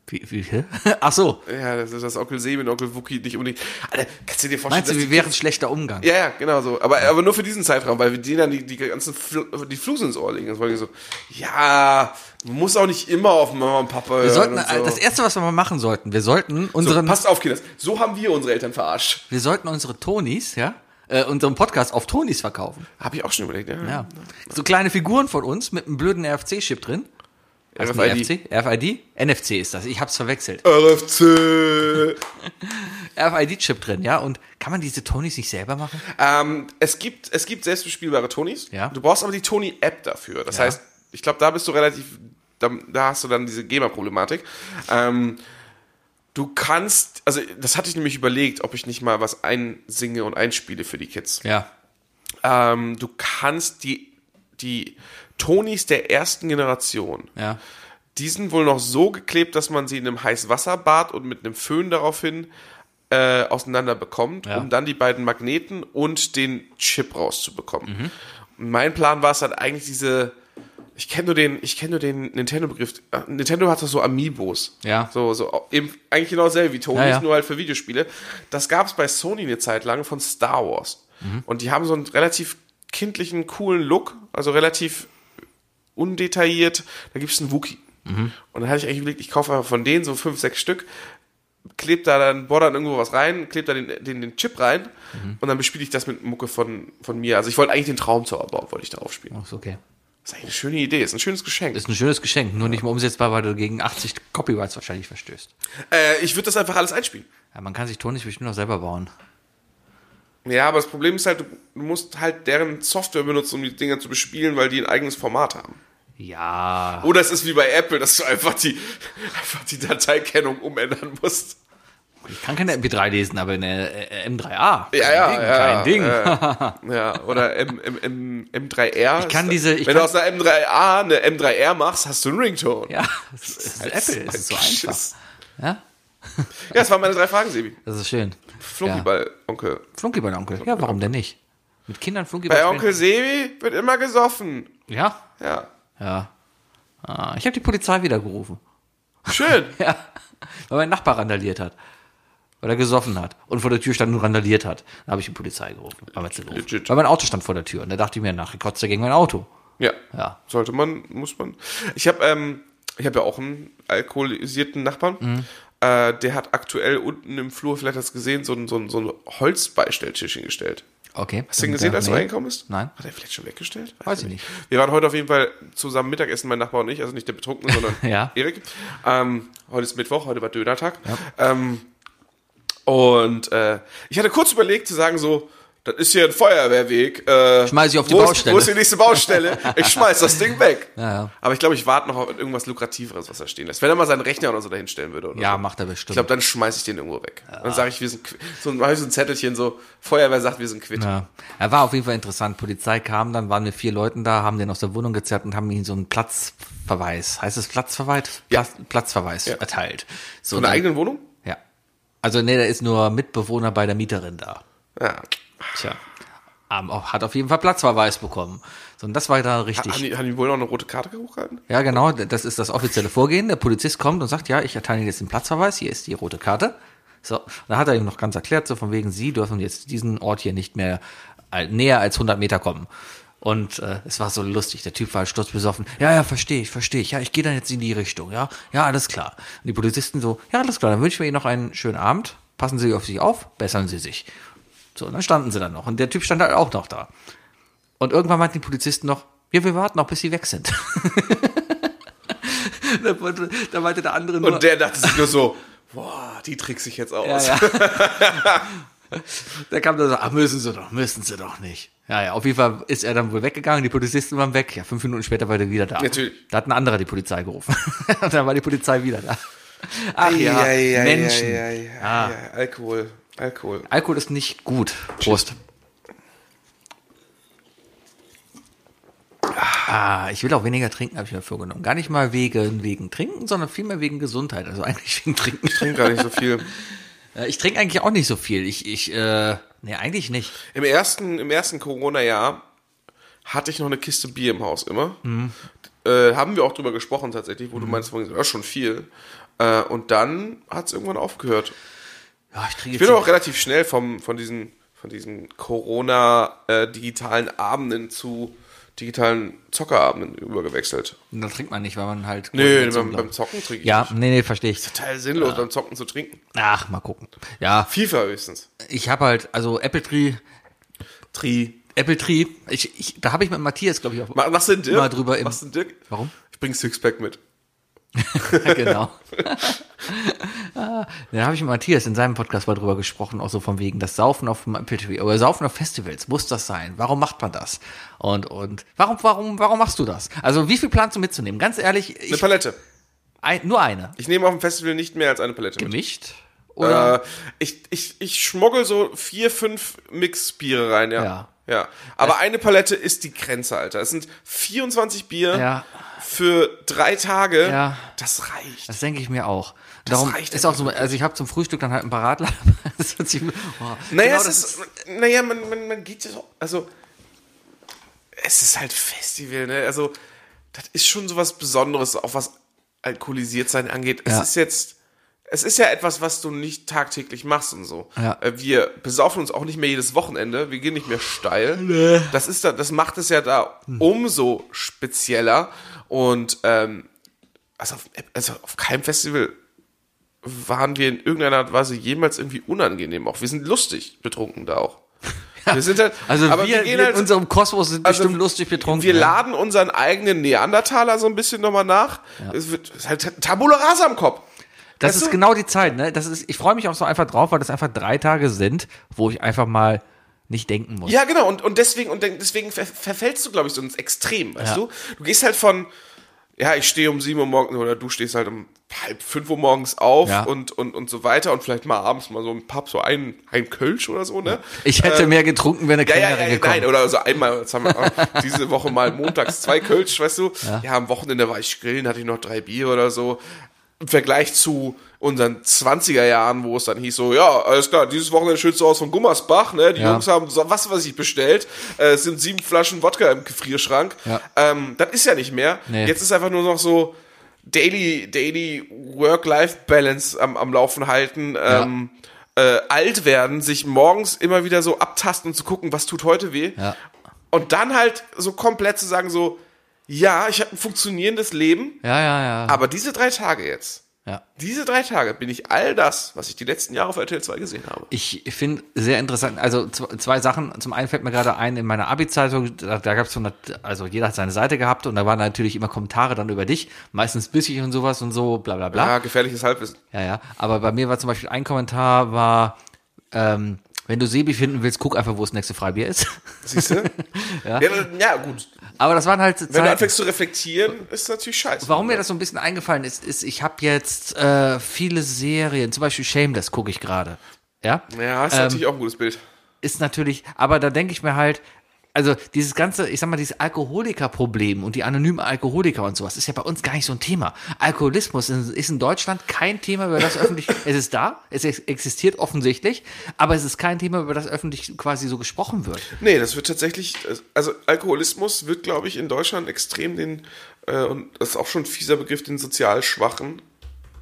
Speaker 4: Wie, wie, hä? Ach so.
Speaker 3: Ja, das ist das Onkel Sebi und Onkel Wookie nicht unbedingt. Alter, kannst du dir vorstellen,
Speaker 4: Meinst du,
Speaker 3: dass
Speaker 4: wir wären schlechter Umgang?
Speaker 3: die, Ja, ja, genau so. Aber, aber nur für diesen Zeitraum, weil wir denen dann die, die ganzen Fl die Flusen ins Ohr legen. Das war ich so, ja, man muss auch nicht immer auf Mama und Papa hören.
Speaker 4: Wir sollten,
Speaker 3: und so.
Speaker 4: das erste, was wir mal machen sollten, wir sollten
Speaker 3: so,
Speaker 4: unseren,
Speaker 3: passt auf, Kinders. So haben wir unsere Eltern verarscht.
Speaker 4: wir sollten unsere Tonis, ja, äh, unseren Podcast auf Tonis verkaufen.
Speaker 3: Habe ich auch schon überlegt, ja.
Speaker 4: Ja. So kleine Figuren von uns mit einem blöden RFC-Chip drin. Heißt
Speaker 3: RFID.
Speaker 4: nicht RFC? RFID? NFC ist das. Ich hab's verwechselt.
Speaker 3: RFC.
Speaker 4: RFID-Chip drin, ja. Und kann man diese Tonis nicht selber machen?
Speaker 3: ähm, es gibt, es gibt selbstbespielbare Tonis.
Speaker 4: Ja.
Speaker 3: Du brauchst aber die Toni-App dafür. Das heißt, ich glaube, da bist du relativ, da, da hast du dann diese GEMA-Problematik. Ähm, du kannst, also das hatte ich nämlich überlegt, ob ich nicht mal was einsinge und einspiele für die Kids.
Speaker 4: Ja.
Speaker 3: Ähm, du kannst die, die Tonis der ersten Generation,
Speaker 4: Ja.
Speaker 3: die sind wohl noch so geklebt, dass man sie in einem Heißwasserbad und mit einem Föhn daraufhin äh, auseinander bekommt,
Speaker 4: Ja.
Speaker 3: um dann die beiden Magneten und den Chip rauszubekommen.
Speaker 4: Mhm.
Speaker 3: Und mein Plan war es halt eigentlich diese ich kenne nur den, ich kenne nur den Nintendo-Begriff. Äh, Nintendo hat doch so Amiibos.
Speaker 4: Ja.
Speaker 3: So, so eben, eigentlich genau dasselbe wie Tony,
Speaker 4: Ja, ja.
Speaker 3: nur halt für Videospiele. Das gab es bei Sony eine Zeit lang von Star Wars.
Speaker 4: Mhm.
Speaker 3: Und die haben so einen relativ kindlichen, coolen Look, also relativ undetailliert. Da gibt es einen Wookie. Und dann hatte ich eigentlich überlegt, ich kaufe einfach von denen so fünf, sechs Stück, klebt da dann, bohrt dann irgendwo was rein, klebt da den, den, den Chip rein und dann bespiele ich das mit Mucke von, von mir. Also ich wollte eigentlich den Traum zu bauen, wollte ich darauf spielen.
Speaker 4: Ist okay.
Speaker 3: Das ist eigentlich eine schöne Idee, ist ein schönes Geschenk.
Speaker 4: Ist ein schönes Geschenk, nur nicht mehr umsetzbar, weil du gegen 80 Copyrights wahrscheinlich verstößt.
Speaker 3: Äh, ich würde das einfach alles einspielen.
Speaker 4: Ja, man kann sich Tonis bestimmt noch selber bauen.
Speaker 3: Ja, aber das Problem ist halt, du musst halt deren Software benutzen, um die Dinger zu bespielen, weil die ein eigenes Format haben.
Speaker 4: Ja.
Speaker 3: Oder es ist wie bei Apple, dass du einfach die, (laughs) einfach die Dateikennung umändern musst.
Speaker 4: Ich kann keine MP3 lesen, aber eine äh, M3A.
Speaker 3: Ja, ja,
Speaker 4: Kein Ding.
Speaker 3: ja,
Speaker 4: kein Ding.
Speaker 3: Ja, oder M, M, M, M3R. Ich
Speaker 4: kann diese- ich
Speaker 3: wenn du
Speaker 4: kann-
Speaker 3: aus einer M3A eine M3R machst, hast du einen Ringtone.
Speaker 4: (laughs) Ja, es ist Apple, es ist so
Speaker 3: Schiss.
Speaker 4: einfach. Ja,
Speaker 3: Ja, das waren meine drei Fragen, Sebi.
Speaker 4: das ist schön.
Speaker 3: Flunkyball, Onkel.
Speaker 4: Ja. Flunkyball Onkel. Ja, warum denn nicht? Mit Kindern Flunkyball.
Speaker 3: Bei
Speaker 4: spielen.
Speaker 3: Onkel Sebi wird immer gesoffen.
Speaker 4: Ja,
Speaker 3: Ja.
Speaker 4: ja. Ah, ich habe die Polizei wieder gerufen.
Speaker 3: Schön.
Speaker 4: (laughs) Ja, weil mein Nachbar randaliert hat. Weil er gesoffen hat und vor der Tür stand und randaliert hat. Da habe ich die Polizei gerufen. Weil, sie gerufen.
Speaker 3: Legit.
Speaker 4: weil mein Auto stand vor der Tür und da dachte ich mir, nach, kotzt er gegen mein Auto.
Speaker 3: Ja.
Speaker 4: Ja.
Speaker 3: Sollte man, muss man. Ich habe ähm, ich hab ja auch einen alkoholisierten Nachbarn.
Speaker 4: Mhm.
Speaker 3: Äh, der hat aktuell unten im Flur, vielleicht hast du gesehen, so ein, so ein, so ein Holzbeistelltisch hingestellt.
Speaker 4: Okay.
Speaker 3: Hast du ihn gesehen, als du
Speaker 4: Ähm, Nee.
Speaker 3: reingekommen bist?
Speaker 4: Nein.
Speaker 3: Hat er vielleicht schon weggestellt?
Speaker 4: Weiß
Speaker 3: ich
Speaker 4: ich nicht.
Speaker 3: Wir waren heute auf jeden Fall zusammen Mittagessen, mein Nachbar und ich, also nicht der Betrunkene, sondern
Speaker 4: (laughs) Ja.
Speaker 3: Erik. Ähm, heute ist Mittwoch, heute war Dönertag. Ähm, und äh, ich hatte kurz überlegt zu sagen so, das ist hier ein Feuerwehrweg. Äh,
Speaker 4: Schmeiß ich auf die
Speaker 3: wo ist-
Speaker 4: Baustelle.
Speaker 3: Wo ist die nächste
Speaker 4: (laughs)
Speaker 3: Baustelle? Ich schmeiß das Ding weg.
Speaker 4: ja.
Speaker 3: Aber ich glaube, ich warte noch auf irgendwas Lukrativeres, was da stehen lässt. Wenn er mal seinen Rechner oder so dahinstellen würde. Oder
Speaker 4: Ja,
Speaker 3: so.
Speaker 4: macht er
Speaker 3: Ich
Speaker 4: bestimmt.
Speaker 3: glaube, dann schmeiß ich den irgendwo weg. Dann sage ich, wir sind quitt. So, mach ich so ein Zettelchen, so Feuerwehr sagt, wir sind quitt.
Speaker 4: Ja, er war auf jeden Fall interessant. Polizei kam, dann waren wir vier Leuten da, haben den aus der Wohnung gezerrt und haben ihm so einen Platzverweis, heißt es Platzverweis?
Speaker 3: Ja.
Speaker 4: Platz, Platzverweis erteilt. So
Speaker 3: Von der
Speaker 4: dann-
Speaker 3: eigenen Wohnung?
Speaker 4: Ja. Also nee, da ist nur Mitbewohner bei der Mieterin da.
Speaker 3: Ja.
Speaker 4: Tja.
Speaker 3: Ah.
Speaker 4: Ähm, auch- hat auf jeden Fall Platzverweis bekommen. So, und das war da
Speaker 3: Haben
Speaker 4: richtig.
Speaker 3: die, haben die wohl noch eine rote Karte hochgehalten?
Speaker 4: Ja, genau, d- das ist das offizielle Vorgehen. Der Polizist kommt und sagt, ja, ich erteile Ihnen jetzt den Platzverweis, hier ist die rote Karte. So, und dann hat er ihm noch ganz erklärt, so von wegen, Sie dürfen jetzt diesen Ort hier nicht mehr al- näher als 100 Meter kommen. Und äh, es war so lustig, der Typ war sturzbesoffen. Ja, ja, verstehe ich, verstehe ich. Ja, ich gehe dann jetzt in die Richtung, ja. Ja, alles klar. Und die Polizisten so, ja, alles klar, dann wünschen wir Ihnen noch einen schönen Abend. Passen Sie auf sich auf, bessern Sie sich. So, und dann standen sie dann noch. Und der Typ stand halt auch noch da. Und irgendwann meinten die Polizisten noch, ja, wir warten noch, bis sie weg sind. (laughs) da, wollte, da meinte der andere nur,
Speaker 3: Und der dachte sich nur so, boah, die trickst sich jetzt
Speaker 4: ja,
Speaker 3: aus.
Speaker 4: ja. da kam dann so, ach, müssen sie doch, müssen sie doch nicht. Ja, ja, auf jeden Fall ist er dann wohl weggegangen, die Polizisten waren weg. Ja, fünf Minuten später war der wieder da.
Speaker 3: Natürlich.
Speaker 4: Da hat ein anderer die Polizei gerufen. (laughs) Und dann war die Polizei wieder da. Ach ja, Menschen. Ah.
Speaker 3: Ja, ja, ja, ja. Alkohol, Alkohol.
Speaker 4: Alkohol ist nicht gut. Prost. Ah, ich will auch weniger trinken, habe ich mir vorgenommen. Gar nicht mal wegen, wegen Trinken, sondern vielmehr wegen Gesundheit. Also eigentlich wegen Trinken.
Speaker 3: Ich trinke gar nicht so viel.
Speaker 4: Äh, Ich trinke eigentlich auch nicht so viel. Ich, ich, äh, nee, eigentlich nicht.
Speaker 3: Im ersten, im ersten Corona-Jahr hatte ich noch eine Kiste Bier im Haus immer.
Speaker 4: Mhm.
Speaker 3: Äh, haben wir auch drüber gesprochen tatsächlich, wo du meinst, vorhin, ja, schon viel. Äh, und dann hat es irgendwann aufgehört.
Speaker 4: Ja, ich trinke
Speaker 3: Ich bin aber auch relativ schnell vom, von diesen, von diesen Corona-digitalen Abenden zu digitalen Zockerabenden übergewechselt.
Speaker 4: Da trinkt man nicht, weil man halt.
Speaker 3: Nö,
Speaker 4: Koordination
Speaker 3: beim,
Speaker 4: braucht.
Speaker 3: beim Zocken trinke ich
Speaker 4: Ja,
Speaker 3: nicht.
Speaker 4: nee, nee, verstehe ich.
Speaker 3: Total sinnlos, beim Zocken zu trinken.
Speaker 4: Ach, mal gucken. Ja,
Speaker 3: FIFA höchstens.
Speaker 4: ich habe halt, also Apple Tree,
Speaker 3: Tri.
Speaker 4: Apple Tree, ich, ich, da habe ich mit Matthias, glaube ich, auch.
Speaker 3: Ma- Machst du einen Dirk?
Speaker 4: Mal drüber im-
Speaker 3: Machst du einen Dirk?
Speaker 4: Warum?
Speaker 3: Ich bring Sixpack mit.
Speaker 4: (laughs) genau. Ah, da habe ich mit Matthias in seinem Podcast mal drüber gesprochen, auch so von wegen das Saufen auf dem Apple Tree oder Saufen auf Festivals, muss das sein? Warum macht man das? Und und warum warum warum machst du das? Also wie viel planst du mitzunehmen? Ganz ehrlich,
Speaker 3: Eine
Speaker 4: ich,
Speaker 3: Palette.
Speaker 4: ein, nur eine.
Speaker 3: Ich nehme auf dem Festival nicht mehr als eine Palette mit.
Speaker 4: Gemischt
Speaker 3: Äh,
Speaker 4: oder
Speaker 3: ich, ich, ich schmuggel so vier, fünf Mixbiere rein, ja.
Speaker 4: Ja.
Speaker 3: Ja. Aber eine Palette ist die Grenze, Alter. Es sind 24 Bier
Speaker 4: Ja.
Speaker 3: für drei Tage.
Speaker 4: Ja.
Speaker 3: Das reicht.
Speaker 4: das denke ich mir auch. Darum
Speaker 3: reicht
Speaker 4: ist auch so, also ich habe zum Frühstück dann halt ein paar Radler. (laughs) Das hört sich- boah.
Speaker 3: Naja,
Speaker 4: Genau,
Speaker 3: es
Speaker 4: das
Speaker 3: ist, naja, man, man, man geht ja so, also, es ist halt Festival, ne, also, das ist schon sowas Besonderes, auch was alkoholisiert sein angeht. Es
Speaker 4: Ja.
Speaker 3: ist jetzt, es ist ja etwas, was du nicht tagtäglich machst und so.
Speaker 4: Ja.
Speaker 3: Äh, Wir besaufen uns auch nicht mehr jedes Wochenende, wir gehen nicht mehr steil. Das ist da, das macht es ja da umso spezieller und, ähm, also auf, also auf keinem Festival waren wir in irgendeiner Art und Weise jemals irgendwie unangenehm. Auch wir sind lustig betrunken da auch. Wir sind halt,
Speaker 4: also
Speaker 3: aber wir
Speaker 4: wir, wir
Speaker 3: gehen
Speaker 4: in
Speaker 3: halt,
Speaker 4: unserem Kosmos sind
Speaker 3: also
Speaker 4: bestimmt lustig betrunken.
Speaker 3: wir
Speaker 4: ja.
Speaker 3: laden unseren eigenen Neandertaler so ein bisschen nochmal nach. Es wird es ist halt Tabula rasa am Kopf.
Speaker 4: Das
Speaker 3: Weißt
Speaker 4: ist
Speaker 3: du?
Speaker 4: genau die Zeit, ne? Das ist, ich freue mich auch so einfach drauf, weil das einfach drei Tage sind, wo ich einfach mal nicht denken muss.
Speaker 3: Ja, genau. Und, und deswegen, und de- deswegen ver verfällst du, glaube ich, so ins Extrem, weißt
Speaker 4: Ja.
Speaker 3: du? Du gehst halt von, ja, ich stehe um sieben Uhr morgens oder du stehst halt um halb fünf Uhr morgens auf
Speaker 4: Ja.
Speaker 3: und, und, und so weiter und vielleicht mal abends mal so ein Pub, so ein, ein Kölsch oder so, ne?
Speaker 4: Ich hätte mehr getrunken, wäre eine
Speaker 3: Ja, ja,
Speaker 4: Kellnerin
Speaker 3: ja, ja
Speaker 4: gekommen.
Speaker 3: nein, oder so einmal, jetzt haben wir auch diese Woche mal montags zwei Kölsch, weißt du? Ja. am Wochenende war ich grillen, hatte ich noch drei Bier oder so. Im Vergleich zu unseren 20er Jahren, wo es dann hieß so, ja, alles klar, dieses Wochenende schützt aus von Gummersbach, ne? Die
Speaker 4: Ja.
Speaker 3: Jungs haben so was, was ich bestellt. Äh, es sind sieben Flaschen Wodka im Gefrierschrank.
Speaker 4: Ja.
Speaker 3: Ähm, das ist ja nicht mehr.
Speaker 4: Nee.
Speaker 3: Jetzt ist einfach nur noch so Daily, Daily Work-Life-Balance am, am Laufen halten. Ähm, äh, alt werden, sich morgens immer wieder so abtasten und zu gucken, was tut heute weh.
Speaker 4: Ja.
Speaker 3: Und dann halt so komplett zu sagen, so, ja, ich habe ein funktionierendes Leben,
Speaker 4: Ja, ja, ja.
Speaker 3: aber diese drei Tage jetzt,
Speaker 4: ja.
Speaker 3: diese drei Tage bin ich all das, was ich die letzten Jahre auf RTL 2 gesehen habe.
Speaker 4: Ich finde sehr interessant, also z- zwei Sachen. Zum einen fällt mir gerade ein, in meiner Abi-Zeitung, da, da gab es so eine, also jeder hat seine Seite gehabt und da waren natürlich immer Kommentare dann über dich, meistens bissig und sowas und so, bla bla bla.
Speaker 3: Ja, gefährliches Halbwissen.
Speaker 4: Ja, ja. Aber bei mir war zum Beispiel ein Kommentar war, ähm, wenn du Sebi finden willst, guck einfach, wo das nächste Freibier ist. (laughs)
Speaker 3: Siehst du? ja. ja, gut.
Speaker 4: Aber das waren halt Zeiten.
Speaker 3: Wenn du anfängst zu reflektieren, ist natürlich scheiße.
Speaker 4: Warum mir das so ein bisschen eingefallen ist, ist, ich habe jetzt äh, viele Serien, zum Beispiel Shameless gucke ich gerade. Ja? Ähm,
Speaker 3: Ja, ist natürlich auch ein gutes Bild.
Speaker 4: Ist natürlich, aber da denke ich mir halt, also dieses ganze, ich sag mal, dieses Alkoholikerproblem und die anonymen Alkoholiker und sowas ist ja bei uns gar nicht so ein Thema. Alkoholismus in- ist in Deutschland kein Thema, über
Speaker 3: (laughs)
Speaker 4: das öffentlich, es ist da, es ex- existiert offensichtlich, aber es ist kein Thema, über das öffentlich quasi so gesprochen wird.
Speaker 3: Nee, das wird tatsächlich, also Alkoholismus wird, glaube ich, in Deutschland extrem den, äh, und das ist auch schon ein fieser Begriff, den sozial Schwachen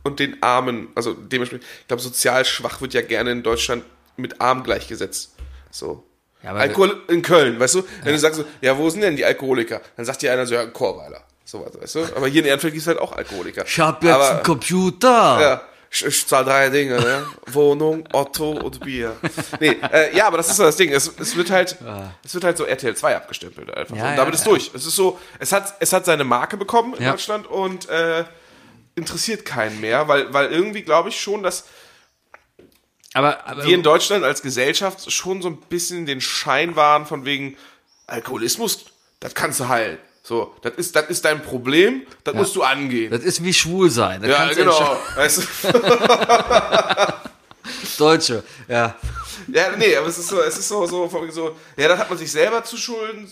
Speaker 3: und den Armen, also dementsprechend, ich glaube, sozial schwach wird ja gerne in Deutschland mit arm gleichgesetzt. So.
Speaker 4: Ja, aber-
Speaker 3: Alkohol in Köln, weißt du? Wenn du sagst, so, ja, wo sind denn die Alkoholiker? Dann sagt dir einer so, ja, ein Chorweiler. Sowas, weißt du? Aber hier in Ehrenfeld gibt es halt auch Alkoholiker.
Speaker 4: Ich hab jetzt
Speaker 3: Aber-
Speaker 4: einen Computer.
Speaker 3: ja, ich, ich zahle drei Dinge, ne? Wohnung, Otto und Bier. Nee, äh, ja, aber das ist so das Ding. Es, es wird halt, es wird halt so RTL 2 abgestempelt einfach.
Speaker 4: Ah. Ja,
Speaker 3: so.
Speaker 4: ja,
Speaker 3: Und damit ist
Speaker 4: ja.
Speaker 3: durch. Es ist so, es hat, es hat seine Marke bekommen in
Speaker 4: Ja.
Speaker 3: Deutschland und äh, interessiert keinen mehr, weil, weil irgendwie glaube ich schon, dass
Speaker 4: Aber, aber
Speaker 3: wir in Deutschland als Gesellschaft schon so ein bisschen den Schein waren von wegen Alkoholismus, das kannst du heilen. So, das ist, das ist dein Problem, das musst du angehen.
Speaker 4: das ist wie schwul sein. Das
Speaker 3: ja,
Speaker 4: kannst du
Speaker 3: genau. Weißt du?
Speaker 4: Deutsche, ja.
Speaker 3: Ja, nee, aber es ist so, es ist so, so, von wegen so, ja, das hat man sich selber zu Schulden,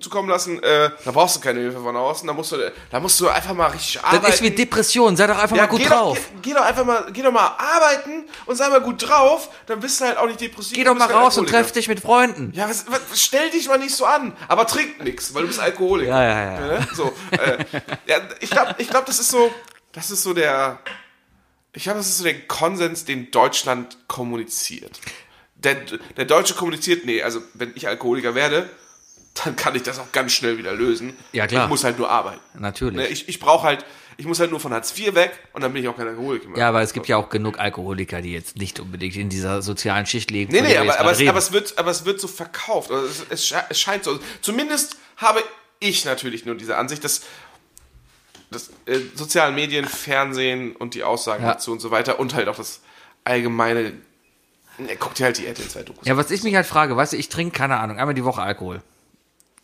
Speaker 3: zukommen lassen, äh, da brauchst du keine Hilfe von außen, da musst du, da musst du einfach mal richtig
Speaker 4: Das
Speaker 3: arbeiten.
Speaker 4: ist wie Depression, sei doch einfach mal gut
Speaker 3: geh
Speaker 4: drauf.
Speaker 3: Doch, geh, geh doch einfach mal, geh doch mal arbeiten und sei mal gut drauf, dann bist du halt auch nicht depressiv.
Speaker 4: Geh doch mal raus und treff
Speaker 3: treff
Speaker 4: dich mit Freunden.
Speaker 3: Ja, was, was, stell dich mal nicht so an, aber trink nix, weil du bist Alkoholiker.
Speaker 4: Ja, ja, ja.
Speaker 3: Ne? So, äh, ja ich glaube, ich glaub, das ist so, das ist so der, ich glaube, das ist so der Konsens, den Deutschland kommuniziert. Der, der Deutsche kommuniziert, nee, also wenn ich Alkoholiker werde, dann kann ich das auch ganz schnell wieder lösen.
Speaker 4: Ja, klar.
Speaker 3: Ich muss halt nur arbeiten.
Speaker 4: Natürlich.
Speaker 3: Ne, Ich, ich brauche halt, ich muss halt nur von Hartz IV weg und dann bin ich auch kein Alkoholiker mehr.
Speaker 4: Ja, aber es gibt ja auch genug Alkoholiker, die jetzt nicht unbedingt in dieser sozialen Schicht leben.
Speaker 3: Nee,
Speaker 4: von
Speaker 3: nee,
Speaker 4: der wir
Speaker 3: aber,
Speaker 4: jetzt gerade
Speaker 3: aber, es,
Speaker 4: reden.
Speaker 3: aber, es wird, aber es wird so verkauft. Also es, es, sche- es scheint so. Zumindest habe ich natürlich nur diese Ansicht, dass, dass äh, sozialen Medien, Fernsehen und die Aussagen
Speaker 4: Ja.
Speaker 3: dazu und so weiter und halt auch das allgemeine. Ne, guck dir halt die RTL 2 Dokus.
Speaker 4: ja, was ich mich halt frage, weißt du, ich trinke, keine Ahnung, einmal die Woche Alkohol.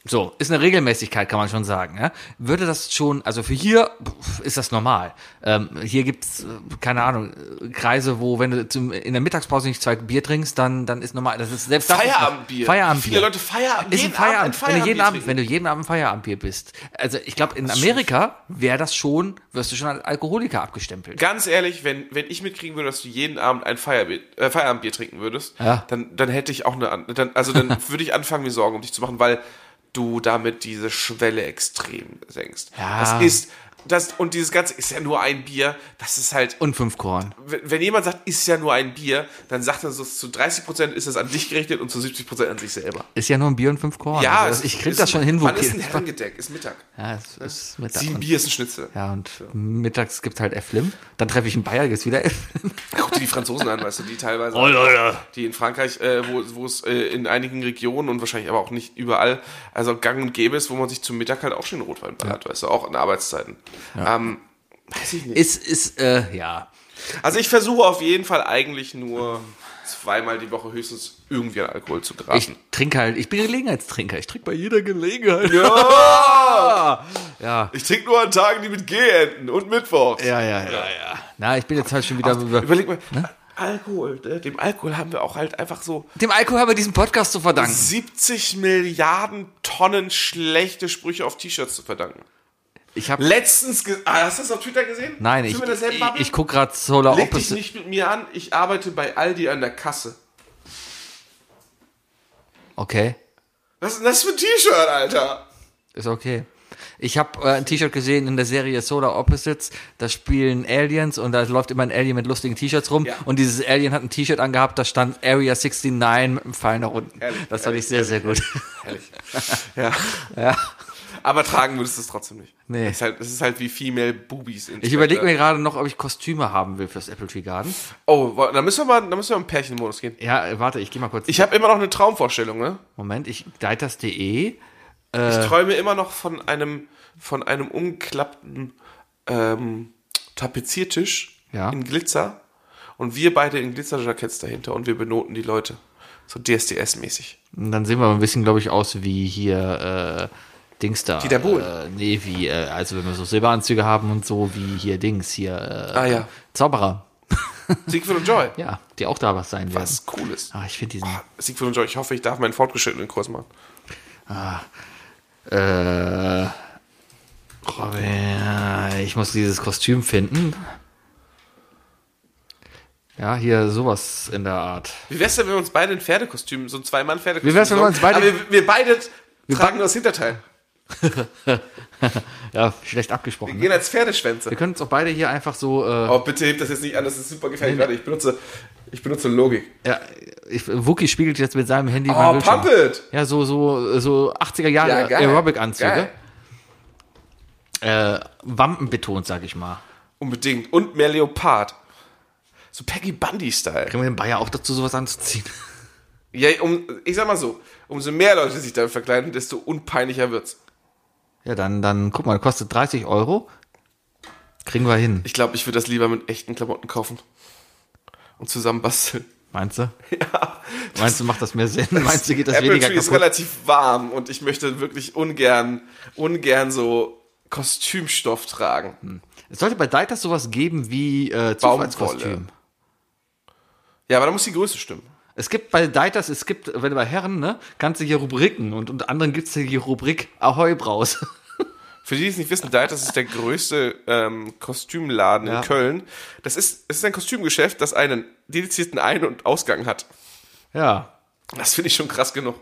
Speaker 4: So, ist eine Regelmäßigkeit, kann man schon sagen. Ja? Würde das schon, also für hier pf, ist das normal. Ähm, hier gibt's äh, keine Ahnung, äh, Kreise, wo, wenn du zum, in der Mittagspause nicht zwei Bier trinkst, dann, dann ist normal. Das ist selbst das ist noch-
Speaker 3: Feierabendbier.
Speaker 4: Feierabendbier.
Speaker 3: Viele Leute Feierabend.
Speaker 4: ist ein Feierabend, wenn, du jeden Abend, wenn
Speaker 3: trinken.
Speaker 4: du jeden Abend Feierabendbier bist. Also ich glaube, in Amerika wäre das schon, wirst du schon als Alkoholiker abgestempelt.
Speaker 3: Ganz ehrlich, wenn, wenn ich mitkriegen würde, dass du jeden Abend ein Feierbier, äh, Feierabendbier trinken würdest,
Speaker 4: Ja.
Speaker 3: dann, dann hätte ich auch eine, an- dann, also
Speaker 4: (laughs)
Speaker 3: dann würde ich anfangen, mir Sorgen um dich zu machen, weil du damit diese Schwelle extrem senkst.
Speaker 4: Ja.
Speaker 3: Das ist, das, und dieses Ganze ist ja nur ein Bier, das ist halt,
Speaker 4: Und fünf Korn.
Speaker 3: wenn wenn jemand sagt, ist ja nur ein Bier, dann sagt er so, zu 30% ist das an dich gerichtet und zu 70% an sich selber.
Speaker 4: Ist ja nur ein Bier und fünf Korn.
Speaker 3: Ja,
Speaker 4: also,
Speaker 3: es-
Speaker 4: ich krieg
Speaker 3: ist-
Speaker 4: das schon hin, wo
Speaker 3: Wann ist ein
Speaker 4: geht.
Speaker 3: Herrengedeck? Ist Mittag.
Speaker 4: Ja, es ist Mittag.
Speaker 3: Sieben
Speaker 4: und-
Speaker 3: Bier ist ein Schnitzel.
Speaker 4: Ja, und mittags gibt's halt Efflim. Dann treffe ich einen Bayer, gibt's wieder Efflim.
Speaker 3: Guck dir die Franzosen
Speaker 4: (laughs)
Speaker 3: an, weißt du, die teilweise.
Speaker 4: Oh, Leute.
Speaker 3: Die in Frankreich, äh, wo, wo es äh, in einigen Regionen und wahrscheinlich aber auch nicht überall, also gang und gäbe ist, wo man sich zum Mittag halt auch schön Rotwein ballert, weißt du, auch in Arbeitszeiten. Ähm, weiß ich nicht.
Speaker 4: Ist, ist, äh, ja.
Speaker 3: Also ich versuche auf jeden Fall eigentlich nur zweimal die Woche höchstens irgendwie an Alkohol zu
Speaker 4: Ich
Speaker 3: geraten.
Speaker 4: trinke halt, ich bin Gelegenheitstrinker. Ich trinke bei jeder Gelegenheit. Ja.
Speaker 3: Ich, trinke nur an Tagen, die mit G enden und Mittwochs.
Speaker 4: (laughs) Ja, ja, ja, ja. Na, ich bin jetzt halt schon wieder über.
Speaker 3: Überleg mal, Alkohol, ne? dem Alkohol haben wir auch halt einfach so
Speaker 4: Dem Alkohol haben wir diesen Podcast zu verdanken.
Speaker 3: 70 Milliarden Tonnen schlechte Sprüche auf T-Shirts zu verdanken.
Speaker 4: Ich habe
Speaker 3: Letztens, ge ah, hast du das auf Twitter gesehen?
Speaker 4: Nein, ich,
Speaker 3: Sind wir in derselben
Speaker 4: ich,
Speaker 3: Bubble?
Speaker 4: ich guck gerade Solar
Speaker 3: Leg dich
Speaker 4: Opposite.
Speaker 3: nicht mit mir an, ich arbeite bei Aldi an der Kasse.
Speaker 4: Okay,
Speaker 3: Was ist denn das für ein T-Shirt, Alter?
Speaker 4: ist okay. Ich habe äh, ein T-Shirt gesehen in der Serie Solar Opposites. Da spielen Aliens und da läuft immer ein Alien mit lustigen T-Shirts rum.
Speaker 3: Ja.
Speaker 4: Und dieses Alien hat ein T-Shirt angehabt, da stand Area 69 mit dem Pfeil nach unten.
Speaker 3: Ehrlich,
Speaker 4: das fand ich sehr, sehr gut.
Speaker 3: Ehrlich. ja. Aber tragen würdest du es trotzdem nicht.
Speaker 4: Nee.
Speaker 3: Es ist halt, es ist halt wie Female Boobies.
Speaker 4: Ich überlege mir gerade noch, ob ich Kostüme haben will fürs Apple Tree Garden.
Speaker 3: Oh, wo- da müssen wir mal, da müssen wir im Pärchenmodus gehen.
Speaker 4: Ja, äh, warte, ich gehe mal kurz.
Speaker 3: Ich habe immer noch eine Traumvorstellung, ne?
Speaker 4: Moment, ich deiters.de. Äh.
Speaker 3: Ich träume immer noch von einem, von einem umgeklappten ähm, Tapeziertisch
Speaker 4: Ja.
Speaker 3: in Glitzer und wir beide in Glitzerjacketts dahinter und wir benoten die Leute. So DSDS-mäßig.
Speaker 4: Und Dann sehen wir aber ein bisschen, glaube ich, aus wie hier äh, Dings da.
Speaker 3: Dieter Bohlen.
Speaker 4: Äh, nee, wie, äh, also wenn wir so Silberanzüge haben und so, wie hier Dings, hier äh,
Speaker 3: Ah ja.
Speaker 4: Zauberer.
Speaker 3: Siegfried und Joy.
Speaker 4: Ja, die auch da was sein werden.
Speaker 3: Was Cooles.
Speaker 4: Ah, ich finde diesen.
Speaker 3: Siegfried und Joy, ich hoffe, ich darf meinen fortgeschrittenen Kurs machen. Ah.
Speaker 4: Äh, Robin, ich muss dieses Kostüm finden. Ja, hier sowas in der Art. (laughs)
Speaker 3: Wie wär's denn, wenn wir uns beide in Pferdekostüm, so ein Zwei-Mann-Pferdekostüm
Speaker 4: Wie wär's, wenn wir
Speaker 3: sorgen?
Speaker 4: uns beide-
Speaker 3: Aber wir, wir beide tragen nur das Hinterteil.
Speaker 4: Ja, schlecht abgesprochen.
Speaker 3: Wir
Speaker 4: Ne?
Speaker 3: gehen als Pferdeschwänze.
Speaker 4: Wir können uns auch beide hier einfach so. Äh,
Speaker 3: Oh, bitte hebt das jetzt nicht an, das ist super gefährlich. Warte, ich benutze, ich benutze Logik.
Speaker 4: ja, ich, Wookie spiegelt jetzt mit seinem Handy. meinen
Speaker 3: Oh,
Speaker 4: Bildschirm.
Speaker 3: pump it!
Speaker 4: Ja, so, so, so 80er Jahre
Speaker 3: Ja, geil.
Speaker 4: Aerobic-Anzüge.
Speaker 3: Geil.
Speaker 4: Äh, Wampen betont, sag ich mal.
Speaker 3: Unbedingt. Und mehr Leopard. So Peggy Bundy-Style.
Speaker 4: Können wir den Bayer auch dazu sowas anzuziehen? (laughs)
Speaker 3: Ja, um, ich sag mal so, umso mehr Leute sich damit verkleiden, desto unpeinlicher wird's.
Speaker 4: Ja, dann, dann guck mal, kostet 30 Euro. Kriegen wir hin,
Speaker 3: Ich glaube, ich würde das lieber mit echten Klamotten kaufen. Und zusammen basteln.
Speaker 4: meinst du?
Speaker 3: (laughs) Ja.
Speaker 4: Meinst du, macht das mehr Sinn? Meinst du, Also geht das
Speaker 3: Apple
Speaker 4: weniger
Speaker 3: Tree ist
Speaker 4: kaputt?
Speaker 3: relativ warm und ich möchte wirklich ungern, ungern so Kostümstoff tragen.
Speaker 4: Hm. Es sollte bei Deiters sowas geben wie äh, Zufallskostüm.
Speaker 3: Ja, aber da muss die Größe stimmen.
Speaker 4: Es gibt bei Deiters, es gibt, wenn du bei Herren, ne, kannst du hier Rubriken und unter anderem gibt es hier die Rubrik Ahoi Braus. (laughs)
Speaker 3: Für die, die es nicht wissen, Deiters ist der größte ähm, Kostümladen
Speaker 4: Ja.
Speaker 3: in Köln. Das ist, es ist ein Kostümgeschäft, das einen dedizierten Ein- und Ausgang hat.
Speaker 4: ja.
Speaker 3: Das finde ich schon krass genug.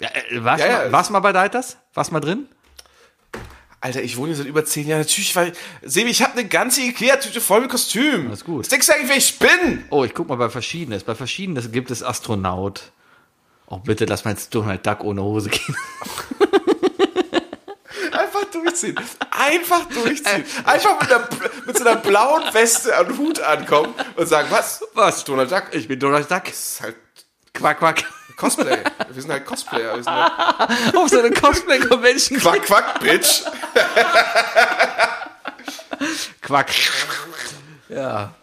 Speaker 4: ja äh, warst,
Speaker 3: Ja,
Speaker 4: du
Speaker 3: ja,
Speaker 4: mal,
Speaker 3: es-
Speaker 4: warst du mal bei Deiters? Warst du mal drin?
Speaker 3: Alter, ich wohne hier seit über zehn Jahren. Natürlich, weil, Sebi, ich habe eine ganze Ikea-Tüte voll mit Kostümen.
Speaker 4: Alles gut.
Speaker 3: Was denkst du eigentlich, wer ich bin?
Speaker 4: Oh, ich guck mal bei Verschiedenes. Bei Verschiedenes gibt es Astronaut. Oh, bitte lass mal jetzt Donald Duck ohne Hose gehen.
Speaker 3: Einfach durchziehen. Einfach
Speaker 4: (laughs)
Speaker 3: durchziehen.
Speaker 4: Äh,
Speaker 3: Einfach mit, einer, mit so einer blauen Weste und Hut ankommen und sagen, (laughs) was?
Speaker 4: Was?
Speaker 3: Donald Duck? Ich
Speaker 4: bin Donald Duck.
Speaker 3: das ist halt
Speaker 4: Quack, quack.
Speaker 3: Cosplay. Wir sind halt Cosplayer. Wir sind halt
Speaker 4: Auf so eine Cosplay-Convention.
Speaker 3: Quack, Quack, Bitch.
Speaker 4: Quack. Ja.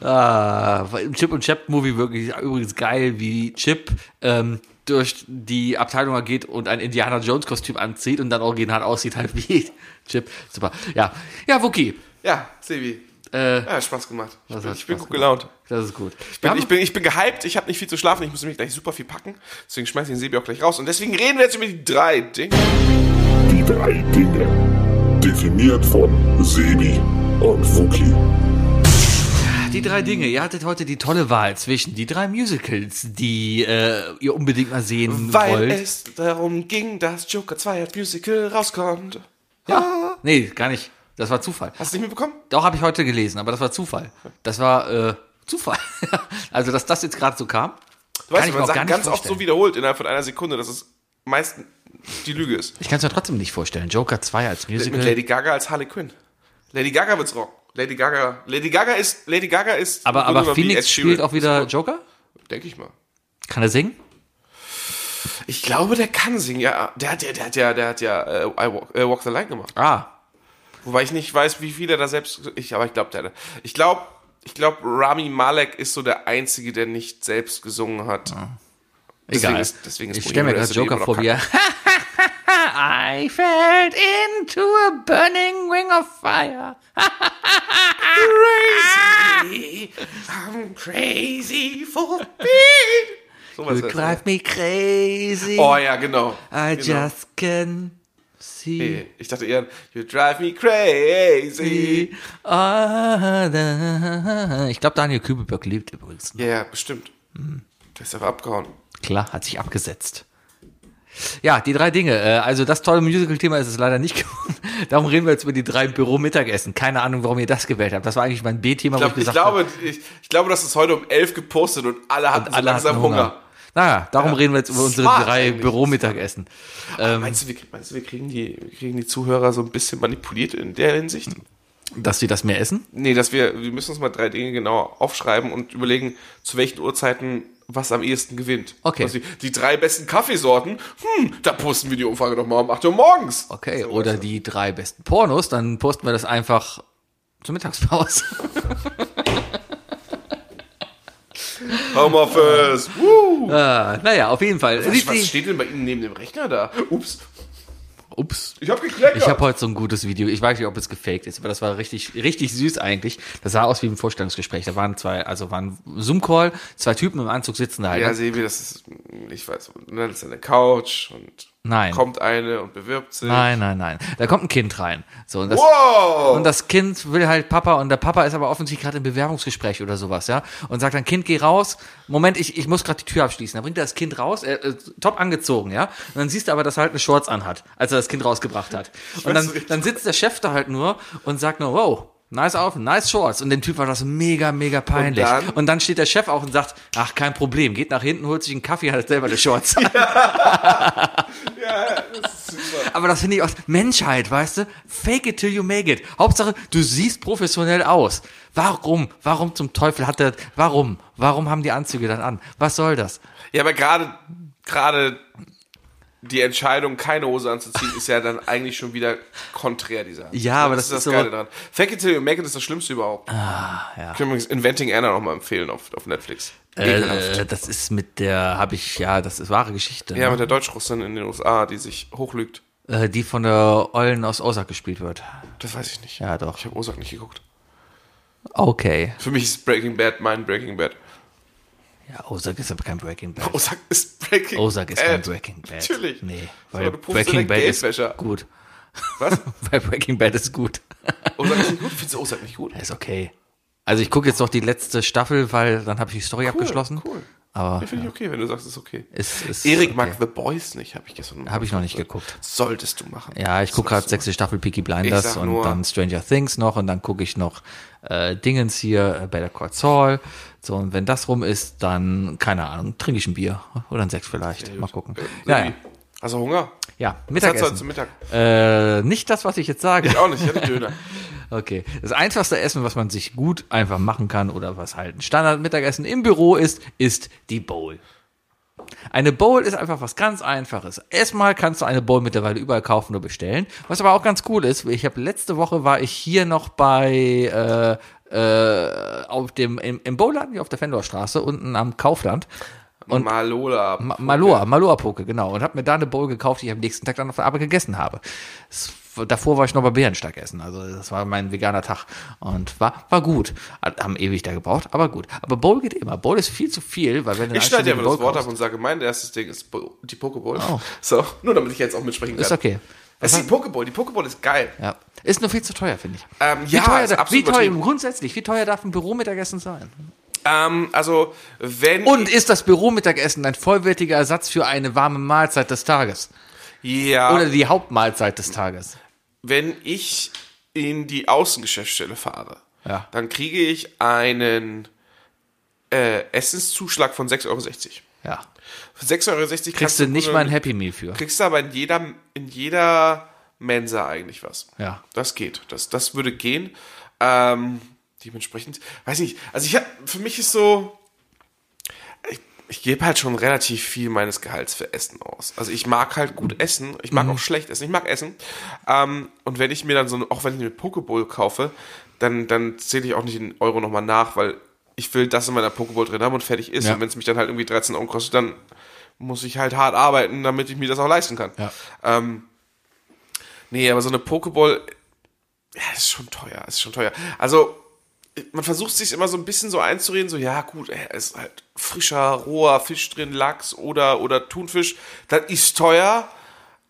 Speaker 4: Ah, weil im Chip und Chap Movie wirklich übrigens geil, wie Chip ähm, durch die Abteilung geht und ein Indiana Jones Kostüm anzieht und dann original aussieht halt wie (laughs) Chip. Super. Ja, ja, Wookie.
Speaker 3: Ja, Sebi.
Speaker 4: Äh,
Speaker 3: Ja, hat Spaß gemacht. Ich
Speaker 4: Das
Speaker 3: bin,
Speaker 4: hat
Speaker 3: ich bin
Speaker 4: Spaß
Speaker 3: gut gelaunt.
Speaker 4: das ist gut.
Speaker 3: Ich bin, ich, bin, ich bin gehypt, ich habe nicht viel zu schlafen, ich muss nämlich gleich super viel packen. Deswegen schmeiß ich den Sebi auch gleich raus. Und deswegen reden wir jetzt über die drei Dinge.
Speaker 2: Die drei Dinge. Definiert von Sebi und Wookie.
Speaker 4: Die drei Dinge. Ihr hattet heute die tolle Wahl zwischen die drei Musicals, die äh, ihr unbedingt mal sehen
Speaker 3: Weil
Speaker 4: wollt.
Speaker 3: es darum ging, dass Joker 2 als Musical rauskommt.
Speaker 4: ja. Nee, gar nicht. Das war Zufall.
Speaker 3: Hast du nicht mitbekommen?
Speaker 4: Doch, habe ich heute gelesen, aber das war Zufall. Das war äh, Zufall. (laughs) also, dass das jetzt gerade so kam.
Speaker 3: Du weißt,
Speaker 4: ich mir
Speaker 3: man
Speaker 4: auch gar
Speaker 3: sagt
Speaker 4: nicht
Speaker 3: ganz oft so
Speaker 4: vorstellen.
Speaker 3: wiederholt innerhalb von einer Sekunde, dass es meistens die Lüge ist.
Speaker 4: Ich kann es mir trotzdem nicht vorstellen. Joker 2 als
Speaker 3: Mit
Speaker 4: Musical.
Speaker 3: Lady Gaga als Harley Quinn. Lady Gaga wird's rocken. Lady Gaga. Lady Gaga ist. Lady Gaga ist.
Speaker 4: Aber,
Speaker 3: eine
Speaker 4: aber
Speaker 3: Nummer wie Ed
Speaker 4: Phoenix
Speaker 3: Sheeran.
Speaker 4: spielt auch wieder Joker?
Speaker 3: Denke ich mal.
Speaker 4: Kann er singen?
Speaker 3: Ich glaube, der kann singen. Ja, der hat ja, der hat ja, der hat ja äh, I walk, äh, walk the Line gemacht.
Speaker 4: Ah,
Speaker 3: Wobei ich nicht weiß, wie viel er da selbst. Ich, aber ich glaube, der. Ich glaube, ich glaube, Rami Malek ist so der einzige, der nicht selbst gesungen hat. Deswegen
Speaker 4: egal.
Speaker 3: ist- deswegen ist
Speaker 4: ich stelle mir
Speaker 3: Bohemian Rhapsody
Speaker 4: gerade Joker
Speaker 3: immer noch
Speaker 4: vor, wie er... (laughs) I fell into a burning ring of fire.
Speaker 3: Crazy, I'm crazy for being. So was
Speaker 4: You
Speaker 3: heißt
Speaker 4: drive me crazy.
Speaker 3: das. Oh ja, genau.
Speaker 4: I
Speaker 3: genau.
Speaker 4: just can see.
Speaker 3: Nee, Ich dachte eher, you drive me crazy.
Speaker 4: Ich glaube, Daniel Kübelberg lebt übrigens. noch.
Speaker 3: Ja, ja, bestimmt.
Speaker 4: Mm.
Speaker 3: Der ist aber abgehauen.
Speaker 4: Klar, hat sich abgesetzt. Ja, die drei Dinge. Äh, Also das tolle Musical-Thema ist es leider nicht (laughs) geworden. Darum reden wir jetzt über die drei Büro-Mittagessen. Keine Ahnung, warum ihr das gewählt habt. Das war eigentlich mein B-Thema,
Speaker 3: Ich,
Speaker 4: wo ich
Speaker 3: glaub, ich,
Speaker 4: gesagt habe.
Speaker 3: glaube, ich, ich glaube, das ist heute um elf gepostet und alle hatten so
Speaker 4: alle hatten
Speaker 3: langsam Hunger.
Speaker 4: Naja, darum reden wir jetzt über unsere
Speaker 3: Smart
Speaker 4: drei
Speaker 3: eigentlich.
Speaker 4: Büro-Mittagessen.
Speaker 3: Meinst du, wir, meinst du, wir kriegen die, wir kriegen die Zuhörer so ein bisschen manipuliert in der Hinsicht?
Speaker 4: Hm. Dass sie das mehr essen?
Speaker 3: Nee, dass wir, wir müssen uns mal drei Dinge genauer aufschreiben und überlegen, zu welchen Uhrzeiten was am ehesten gewinnt.
Speaker 4: Okay.
Speaker 3: Also die, die drei besten Kaffeesorten, hm, da posten wir die Umfrage doch mal um 8 Uhr morgens.
Speaker 4: Okay, oder die drei besten Pornos, dann posten wir das einfach zur Mittagspause. (laughs)
Speaker 3: Homeoffice. Woo.
Speaker 4: Ah, naja, auf jeden Fall.
Speaker 3: Was,
Speaker 4: Äh, Die- die-
Speaker 3: was steht denn bei Ihnen neben dem Rechner da? Ups,
Speaker 4: Ups.
Speaker 3: ich hab gekleckert.
Speaker 4: Ich habe heute so ein gutes Video. Ich weiß nicht, ob es gefaked ist, aber das war richtig, richtig süß eigentlich. Das sah aus wie ein Vorstellungsgespräch. Da waren zwei, also waren Zoom-Call, zwei Typen im Anzug sitzen da halt.
Speaker 3: ja, Sebi, das ist, ich weiß, und dann ist eine Couch und
Speaker 4: Nein.
Speaker 3: kommt eine und bewirbt sich.
Speaker 4: nein, nein, nein. Da kommt ein Kind rein. So, und das,
Speaker 3: Wow!
Speaker 4: und das Kind will halt Papa und der Papa ist aber offensichtlich gerade im Bewerbungsgespräch oder sowas, ja. Und sagt dann, Kind, geh raus. Moment, ich, ich muss gerade die Tür abschließen. Dann bringt er das Kind raus, äh, äh, top angezogen, ja. Und dann siehst du aber, dass er halt eine Shorts anhat, als er das Kind rausgebracht hat. Und dann,
Speaker 3: nicht.
Speaker 4: dann sitzt der Chef da halt nur und sagt nur, wow. Nice auf, nice Shorts. Und dem Typ war das mega, mega peinlich. Und
Speaker 3: dann?
Speaker 4: dann, steht der Chef auch und sagt, ach, kein Problem. Geht nach hinten, holt sich einen Kaffee, hat selber eine Shorts. an.
Speaker 3: ja, das ist super.
Speaker 4: Aber das finde ich auch Menschheit, weißt du? Fake it till you make it. Hauptsache, du siehst professionell aus. Warum? Warum zum Teufel hat der, warum? Warum haben die Anzüge dann an? Was soll das?
Speaker 3: Ja, aber gerade, gerade die Entscheidung, keine Hose anzuziehen, ist ja dann eigentlich schon wieder konträr dieser.
Speaker 4: Ja, aber das ist
Speaker 3: das
Speaker 4: aber-
Speaker 3: Geile dran. Fake it till you make it ist das Schlimmste überhaupt. Ah, ja. Ich kann übrigens Inventing Anna nochmal empfehlen auf, auf Netflix. Ekelhaft.
Speaker 4: Äh, das ist mit der, habe ich, ja, das ist wahre Geschichte.
Speaker 3: ja,
Speaker 4: ne?
Speaker 3: mit der Deutschrussin in den USA, die sich hochlügt.
Speaker 4: Äh, die von der Ollen aus Osag gespielt wird.
Speaker 3: Das weiß ich nicht.
Speaker 4: Ja, doch.
Speaker 3: Ich habe Osag nicht geguckt.
Speaker 4: Okay.
Speaker 3: Für mich ist Breaking Bad mein Breaking Bad.
Speaker 4: Ja, Ozark ist aber kein Breaking Bad.
Speaker 3: Ozark ist Breaking
Speaker 4: Ozark ist
Speaker 3: Bad.
Speaker 4: kein Breaking Bad.
Speaker 3: Äh, Natürlich.
Speaker 4: Nee,
Speaker 3: So,
Speaker 4: weil
Speaker 3: du pupst
Speaker 4: Breaking
Speaker 3: in der
Speaker 4: Bad ist
Speaker 3: Geldwäsche.
Speaker 4: gut. (laughs)
Speaker 3: Was?
Speaker 4: Weil Breaking Bad ist gut.
Speaker 3: Ozark ist nicht gut? Findest du Ozark nicht gut?
Speaker 4: Ja, Ist okay. Also ich gucke jetzt noch die letzte Staffel, weil dann habe ich die Story abgeschlossen.
Speaker 3: Cool.
Speaker 4: Aber
Speaker 3: Ja, Finde ich okay, wenn du sagst, ist okay.
Speaker 4: ist, ist
Speaker 3: Erik
Speaker 4: okay.
Speaker 3: mag The Boys nicht, habe ich gestern mal
Speaker 4: Habe ich noch nicht
Speaker 3: gesagt.
Speaker 4: geguckt.
Speaker 3: Solltest du machen.
Speaker 4: Ja, ich gucke gerade sechste Staffel Peaky
Speaker 3: Ich
Speaker 4: Blinders
Speaker 3: sag
Speaker 4: und
Speaker 3: nur-
Speaker 4: dann Stranger Things noch und dann gucke ich noch äh, Dingens hier, äh, Better Call Saul. So, und wenn das rum ist, dann, keine Ahnung, trinke ich ein Bier oder ein Sechs vielleicht. Mal gucken. Ja, ja.
Speaker 3: Sebi, Hast du Hunger?
Speaker 4: ja
Speaker 3: Äh, Was hast du heute
Speaker 4: Mittagessen.
Speaker 3: zum Mittag?
Speaker 4: Äh, nicht das, was ich jetzt sage.
Speaker 3: Ich auch nicht, ich hatte
Speaker 4: (laughs)
Speaker 3: Döner.
Speaker 4: Okay. Das einfachste Essen, was man sich gut einfach machen kann oder was halt ein Standard-Mittagessen im Büro ist, ist die Bowl. Eine Bowl ist einfach was ganz Einfaches. Erstmal kannst du eine Bowl mittlerweile überall kaufen oder bestellen. Was aber auch ganz cool ist, ich habe letzte Woche war ich hier noch bei äh, äh, auf dem im, im Bowladen hier auf der Fendor Straße unten am Kaufland.
Speaker 3: Und Malola.
Speaker 4: Ma- Maloa, Maloa-Poke, genau. Und habe mir da eine Bowl gekauft, die ich am nächsten Tag dann auf der Arbeit gegessen habe. Es- Davor war ich noch bei Bärensteig essen. Also das war mein veganer Tag. Und war, war gut. Hat- Haben ewig da gebraucht, aber gut. Aber Bowl geht immer. Bowl ist viel zu viel, weil wenn du
Speaker 3: Ich schneide dir
Speaker 4: anständige
Speaker 3: aber das
Speaker 4: Bowl
Speaker 3: Wort ab
Speaker 4: kaufst-
Speaker 3: und sage, mein erstes Ding ist Bo- die Pokeball.
Speaker 4: Oh.
Speaker 3: (laughs) So, nur damit ich jetzt auch mitsprechen kann.
Speaker 4: Ist okay.
Speaker 3: Es ist die Pokeball, die Pokeball ist geil.
Speaker 4: Ja. Ist nur viel zu teuer, finde ich.
Speaker 3: Ähm,
Speaker 4: wie
Speaker 3: ja,
Speaker 4: teuer,
Speaker 3: ist
Speaker 4: da- wie
Speaker 3: absolut
Speaker 4: teuer
Speaker 3: übertrieben.
Speaker 4: grundsätzlich, wie teuer darf ein Büromittagessen sein?
Speaker 3: Ähm, also, wenn.
Speaker 4: Und ist das Büromittagessen ein vollwertiger Ersatz für eine warme Mahlzeit des Tages? Ah.
Speaker 3: ja,
Speaker 4: Oder die Hauptmahlzeit des Tages?
Speaker 3: wenn ich in die Außengeschäftsstelle fahre,
Speaker 4: Ja.
Speaker 3: dann kriege ich einen äh, Essenszuschlag von 6,60 Euro.
Speaker 4: Ja.
Speaker 3: Für 6,60 Euro
Speaker 4: Kriegst du nicht mal ein Happy Meal für.
Speaker 3: Kriegst du aber in jeder, in jeder Mensa eigentlich was.
Speaker 4: Ja.
Speaker 3: Das geht. Das, das würde gehen. Ähm, dementsprechend, weiß nicht. Also ich hab, für mich ist so, ich, ich gebe halt schon relativ viel meines Gehalts für Essen aus. Also ich mag halt
Speaker 4: Mhm.
Speaker 3: gut essen. Ich mag auch schlecht essen. Ich mag essen. Ähm, und wenn ich mir dann so, eine- auch wenn ich eine Pokeball kaufe, dann, dann zähle ich auch nicht den Euro nochmal nach, weil ich will das in meiner Pokeball drin haben und fertig ist.
Speaker 4: Ja.
Speaker 3: Und wenn es mich dann halt irgendwie 13 Euro kostet, dann muss ich halt hart arbeiten, damit ich mir das auch leisten kann.
Speaker 4: Ja.
Speaker 3: Ähm, nee, aber so eine Pokeball ja, ist schon teuer, ist schon teuer. Also, man versucht sich immer so ein bisschen so einzureden, so, ja, gut, äh, ist halt frischer, roher Fisch drin, Lachs oder, oder Thunfisch, das ist teuer,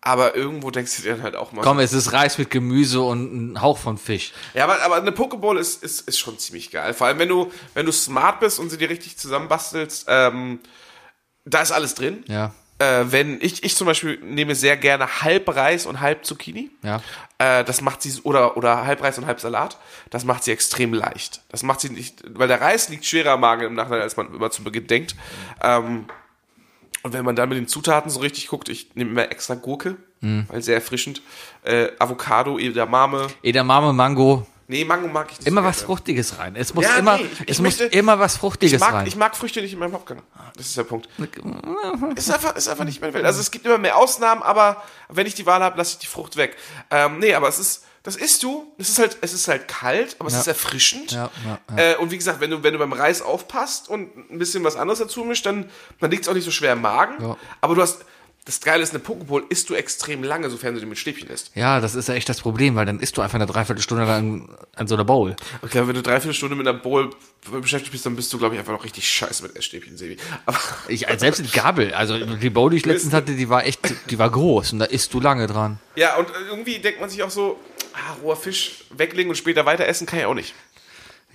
Speaker 3: aber irgendwo denkst du dir dann halt auch mal.
Speaker 4: Komm, es ist Reis mit Gemüse und ein Hauch von Fisch.
Speaker 3: Ja, aber, aber eine Pokeball ist, ist, ist schon ziemlich geil. Vor allem, wenn du, wenn du smart bist und sie dir richtig zusammenbastelst, ähm, da ist alles drin.
Speaker 4: Ja,
Speaker 3: Äh, wenn ich, ich zum Beispiel nehme sehr gerne halb Reis und halb Zucchini.
Speaker 4: ja.
Speaker 3: Äh, das macht sie, oder, oder halb Reis und halb Salat, das macht sie extrem leicht. Das macht sie nicht, weil der Reis liegt schwerer am Magen im Nachhinein, als man immer zu Beginn denkt. Ähm, und wenn man dann mit den Zutaten so richtig guckt, ich nehme immer extra Gurke,
Speaker 4: Mhm.
Speaker 3: weil sehr erfrischend. Äh, Avocado, Edamame.
Speaker 4: Edamame, Mango,
Speaker 3: Nee, Mango mag ich nicht.
Speaker 4: immer
Speaker 3: so
Speaker 4: was
Speaker 3: gerne.
Speaker 4: Fruchtiges rein. Es muss
Speaker 3: Ja,
Speaker 4: immer,
Speaker 3: nee, ich- ich
Speaker 4: es muss
Speaker 3: möchte-
Speaker 4: immer was Fruchtiges
Speaker 3: ich mag,
Speaker 4: rein.
Speaker 3: ich mag Früchte nicht in meinem Hauptgang. Das ist der Punkt. ist, einfach, ist einfach nicht meine Welt. Also es gibt immer mehr Ausnahmen, aber wenn ich die Wahl habe, lasse ich die Frucht weg. Ähm, nee, aber es ist, das isst du. Es ist halt, es ist halt kalt, aber es ist erfrischend.
Speaker 4: Ja, ja,
Speaker 3: Äh, und wie gesagt, wenn du, wenn du beim Reis aufpasst und ein bisschen was anderes dazu mischst, dann, dann liegt es auch nicht so schwer im Magen.
Speaker 4: Ja.
Speaker 3: Aber du hast, das Geile ist, eine Pokeball isst du extrem lange, sofern du die mit Stäbchen isst.
Speaker 4: ja, das ist ja echt das Problem, weil dann isst du einfach eine Dreiviertelstunde lang an so einer Bowl.
Speaker 3: Okay, wenn du dreiviertel Stunde mit einer Bowl beschäftigt bist, dann bist du, glaube ich, einfach noch richtig scheiße mit Essstäbchen, Sebi. Aber
Speaker 4: Ich, also selbst mit Gabel, also die Bowl, die ich letztens hatte, die war echt, die war groß und da isst du lange dran.
Speaker 3: Ja, und äh, irgendwie denkt man sich auch so, ah, roher Fisch weglegen und später weiter essen kann ich auch nicht.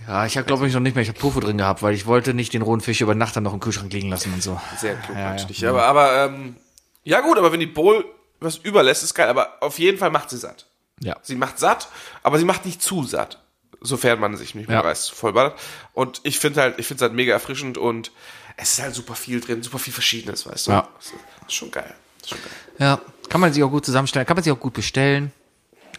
Speaker 4: Ja, ich habe glaube ich noch nicht mehr, ich habe Tofu drin gehabt, weil ich wollte nicht den rohen Fisch über Nacht dann noch im Kühlschrank liegen lassen und so.
Speaker 3: Sehr klug
Speaker 4: Ja, ja.
Speaker 3: natürlich. Aber, aber ähm, ja gut, aber wenn die Bowl was überlässt, ist geil. Aber auf jeden Fall macht sie satt.
Speaker 4: Ja.
Speaker 3: Sie macht satt, aber sie macht nicht zu satt, sofern man sich nicht mit
Speaker 4: Ja.
Speaker 3: Reis vollballert. Und ich finde halt, ich finde es halt mega erfrischend und es ist halt super viel drin, super viel Verschiedenes, weißt du.
Speaker 4: Ja.
Speaker 3: Das ist- das ist schon geil. Das ist schon geil.
Speaker 4: Ja, kann man sich auch gut zusammenstellen, kann man sich auch gut bestellen.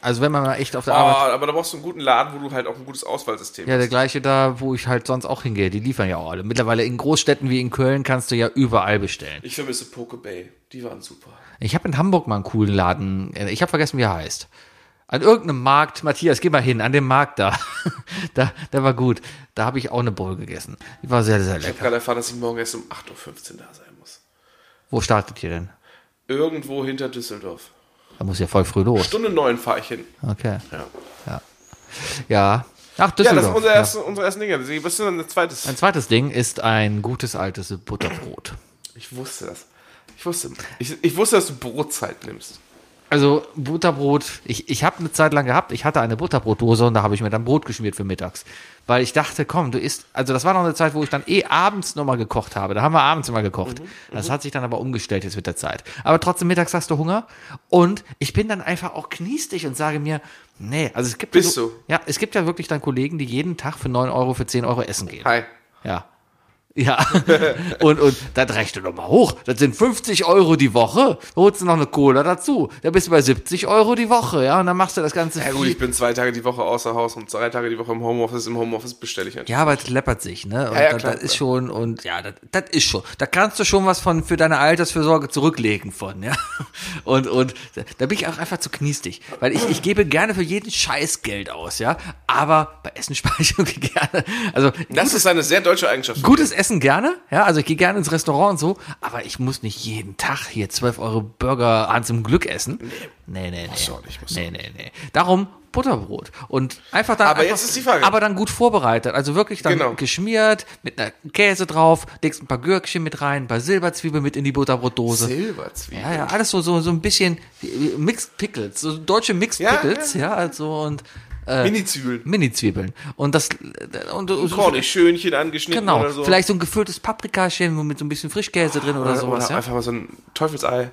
Speaker 4: Also wenn man mal echt auf der Arbeit
Speaker 3: Ah, aber da brauchst du einen guten Laden, wo du halt auch ein gutes Auswahlsystem
Speaker 4: Ja, der gleiche da, wo ich halt sonst auch hingehe. Die liefern ja auch alle. Mittlerweile in Großstädten wie in Köln kannst du ja überall bestellen.
Speaker 3: Ich vermisse Poke Bay. Die waren super.
Speaker 4: Ich habe in Hamburg mal einen coolen Laden. äh, Ich habe vergessen, wie er heißt. An irgendeinem Markt, Matthias, geh mal hin, an dem Markt da. (laughs) da, der war gut. Da habe ich auch eine Bowl gegessen. Die war sehr, sehr
Speaker 3: Ich habe
Speaker 4: lecker.
Speaker 3: gerade erfahren, dass ich morgen erst um 8.15 Uhr da sein muss.
Speaker 4: Wo startet ihr denn?
Speaker 3: Irgendwo hinter Düsseldorf.
Speaker 4: Da muss ja voll früh los.
Speaker 3: Stunde neun fahre ich hin.
Speaker 4: Okay.
Speaker 3: Ja.
Speaker 4: Ja. Ach,
Speaker 3: Ja, das ist
Speaker 4: Düsseldorf.
Speaker 3: unser
Speaker 4: ja.
Speaker 3: erste, Also, unsere ersten Dinger. Deswegen bist du dann ein zweites.
Speaker 4: Ein zweites Ding ist ein gutes altes Butterbrot.
Speaker 3: Ich wusste das. Ich wusste, ich, ich wusste, dass du Brotzeit nimmst.
Speaker 4: Also Butterbrot, ich, ich habe eine Zeit lang gehabt, ich hatte eine Butterbrotdose und da habe ich mir dann Brot geschmiert für mittags. Weil ich dachte, komm, du isst, also das war noch eine Zeit, wo ich dann eh abends nochmal gekocht habe. Da haben wir abends immer gekocht.
Speaker 3: Mhm,
Speaker 4: Das hat sich dann aber umgestellt jetzt mit der Zeit. Aber trotzdem, mittags hast du Hunger und ich bin dann einfach auch kniestig und sage mir, nee, also es gibt...
Speaker 3: Bist
Speaker 4: so-
Speaker 3: du?
Speaker 4: Ja, es gibt ja wirklich dann Kollegen, die jeden Tag für 9 Euro, für 10 Euro essen gehen.
Speaker 3: Hi.
Speaker 4: Ja. Ja, (laughs) und, und dann rechne doch mal hoch. Das sind 50 Euro die Woche. Da holst du noch eine Cola dazu. Da bist du bei 70 Euro die Woche, ja. Und dann machst du das Ganze.
Speaker 3: Ja gut, ich bin zwei Tage die Woche außer Haus und zwei Tage die Woche im Homeoffice. Im Homeoffice bestelle ich natürlich.
Speaker 4: ja, aber das läppert sich, ne? Und
Speaker 3: Ja, ja,
Speaker 4: das,
Speaker 3: klar.
Speaker 4: das ist schon, und ja, das, das ist schon. Da kannst du schon was von für deine Altersfürsorge zurücklegen von, ja. (laughs) Und, und da bin ich auch einfach zu kniestig. Weil ich, ich gebe gerne für jeden Scheiß Geld aus, ja. Aber bei Essen (laughs) speichere ich gerne. Also
Speaker 3: Das ist eine sehr deutsche Eigenschaft.
Speaker 4: Gutes Essen gerne, ja, also ich gehe gerne ins Restaurant und so, aber ich muss nicht jeden Tag hier 12 Euro Burger an zum Glück essen. Nee, nee, nee.
Speaker 3: auch nicht, musst
Speaker 4: nee, nee, nee. Darum Butterbrot und einfach dann
Speaker 3: Aber
Speaker 4: einfach,
Speaker 3: jetzt ist die Frage.
Speaker 4: aber dann gut vorbereitet, also wirklich dann
Speaker 3: Genau.
Speaker 4: geschmiert mit einer Käse drauf, legst ein paar Gürkchen mit rein, ein paar Silberzwiebeln mit in die Butterbrotdose.
Speaker 3: Silberzwiebeln.
Speaker 4: ja, ja, alles so so so ein bisschen wie- wie Mixed Pickles, so deutsche Mixed
Speaker 3: Ja,
Speaker 4: Pickles, ja, also und äh,
Speaker 3: Mini-Zwiebeln.
Speaker 4: Mini-Zwiebeln. Und das äh, und, und
Speaker 3: Kornischönchen angeschnitten
Speaker 4: Genau,
Speaker 3: oder so.
Speaker 4: vielleicht so ein gefülltes Paprikaschälen mit so ein bisschen Frischkäse drin oder,
Speaker 3: oder,
Speaker 4: so. sowas.
Speaker 3: oder
Speaker 4: Ja?
Speaker 3: einfach mal so ein Teufelsei.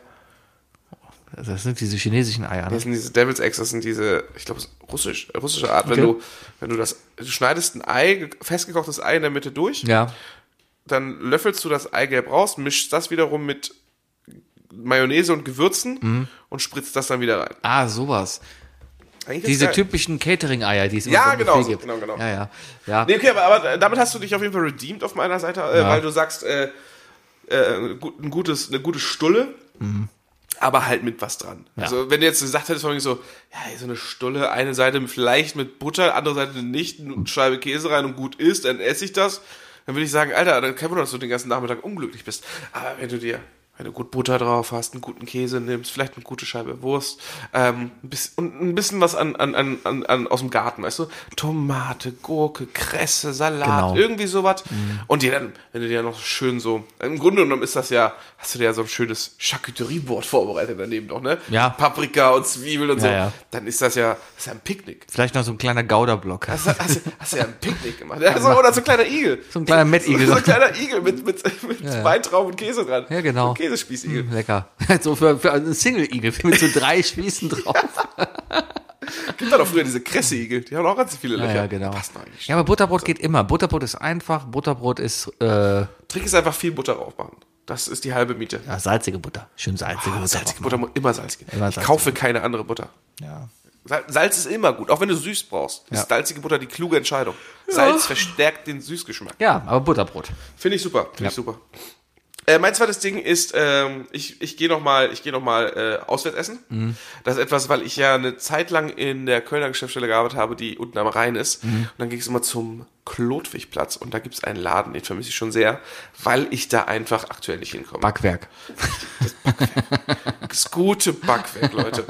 Speaker 4: Also Das sind diese chinesischen Eier. Ne?
Speaker 3: Das sind diese Devil's Eggs, das sind diese, ich glaube, russisch, äh, russische Art, wenn
Speaker 4: Okay.
Speaker 3: du, wenn du das, du schneidest ein Ei, ge- festgekochtes Ei in der Mitte durch,
Speaker 4: Ja.
Speaker 3: dann löffelst du das Eigelb raus, mischst das wiederum mit Mayonnaise und Gewürzen
Speaker 4: Mhm.
Speaker 3: und spritzt das dann wieder rein.
Speaker 4: Ah, sowas.
Speaker 3: Eigentlich
Speaker 4: Diese
Speaker 3: ganz geil.
Speaker 4: typischen Catering-Eier, die es immer
Speaker 3: Ja,
Speaker 4: so im
Speaker 3: genau
Speaker 4: Buffet
Speaker 3: so,
Speaker 4: gibt.
Speaker 3: genau, genau.
Speaker 4: Ja, ja. ja.
Speaker 3: Nee, okay, aber, aber damit hast du dich auf jeden Fall redeemed auf meiner Seite, äh,
Speaker 4: Ja.
Speaker 3: weil du sagst, äh, äh, gut- ein gutes, eine gute Stulle, aber halt mit was dran. Also wenn du jetzt gesagt hättest, von wegen so, ja, so eine Stulle, eine Seite vielleicht mit Butter, andere Seite nicht, eine Scheibe Käse rein und gut ist, dann esse ich das. Dann würde ich sagen, Alter, dann kein Wunder, dass du den ganzen Nachmittag unglücklich bist. Aber wenn du dir, wenn du gut Butter drauf hast, einen guten Käse nimmst, vielleicht eine gute Scheibe Wurst, ähm, ein bisschen, und ein bisschen was an, an, an, an, an, aus dem Garten, weißt du? Tomate, Gurke, Kresse, Salat,
Speaker 4: Genau.
Speaker 3: irgendwie sowas.
Speaker 4: Mhm.
Speaker 3: Und dir dann, wenn du dir noch schön so, im Grunde genommen ist das ja, hast du dir ja so ein schönes Charcuterieboard vorbereitet daneben noch, ne?
Speaker 4: Ja.
Speaker 3: Paprika und Zwiebeln und so.
Speaker 4: ja.
Speaker 3: Dann ist das ja, das ist ja ein Picknick.
Speaker 4: Vielleicht noch so ein kleiner Gauderblock.
Speaker 3: Hast,
Speaker 4: (laughs)
Speaker 3: du- hast, du- hast du ja ein Picknick gemacht. Ja, so, oder so ein kleiner Igel.
Speaker 4: So ein kleiner Mettigel.
Speaker 3: So ein kleiner Igel mit, mit, mit Weintrauben und Käse dran.
Speaker 4: Ja, genau.
Speaker 3: So ein (laughs) Käsespießigel.
Speaker 4: Lecker. (laughs) So für, für einen Single-Igel (laughs) mit so drei Spießen drauf.
Speaker 3: Gibt da doch früher diese Kresse-Igel. Die haben auch ganz viele
Speaker 4: Ja,
Speaker 3: Löcher.
Speaker 4: ja, genau.
Speaker 3: Passt noch eigentlich.
Speaker 4: (laughs) Ja, aber Butterbrot geht immer. Butterbrot ist einfach. Butterbrot ist äh,
Speaker 3: Trick ist einfach viel Butter drauf machen. Das ist die halbe Miete.
Speaker 4: ja, salzige Butter. Schön salzige Butter.
Speaker 3: Ah, Salzige Butter muss immer salzig gehen.
Speaker 4: Immer
Speaker 3: Ich
Speaker 4: salzig.
Speaker 3: kaufe keine andere Butter.
Speaker 4: Ja.
Speaker 3: Sal- Salz ist immer gut, auch wenn du süß brauchst. Ist
Speaker 4: Ja.
Speaker 3: salzige Butter die kluge Entscheidung. Salz verstärkt den Süßgeschmack.
Speaker 4: ja, aber Butterbrot.
Speaker 3: Finde ich super, finde ich super. Äh, mein zweites Ding ist, ähm, ich, ich gehe nochmal geh noch mal, äh, auswärts essen.
Speaker 4: Mhm.
Speaker 3: Das ist etwas, weil ich ja eine Zeit lang in der Kölner Geschäftsstelle gearbeitet habe, die unten am Rhein ist.
Speaker 4: Mhm.
Speaker 3: Und dann ging es immer zum Klotwigplatz und da gibt es einen Laden, den vermisse ich schon sehr, weil ich da einfach aktuell nicht hinkomme.
Speaker 4: Backwerk.
Speaker 3: Das gute Backwerk,
Speaker 4: (laughs)
Speaker 3: Leute.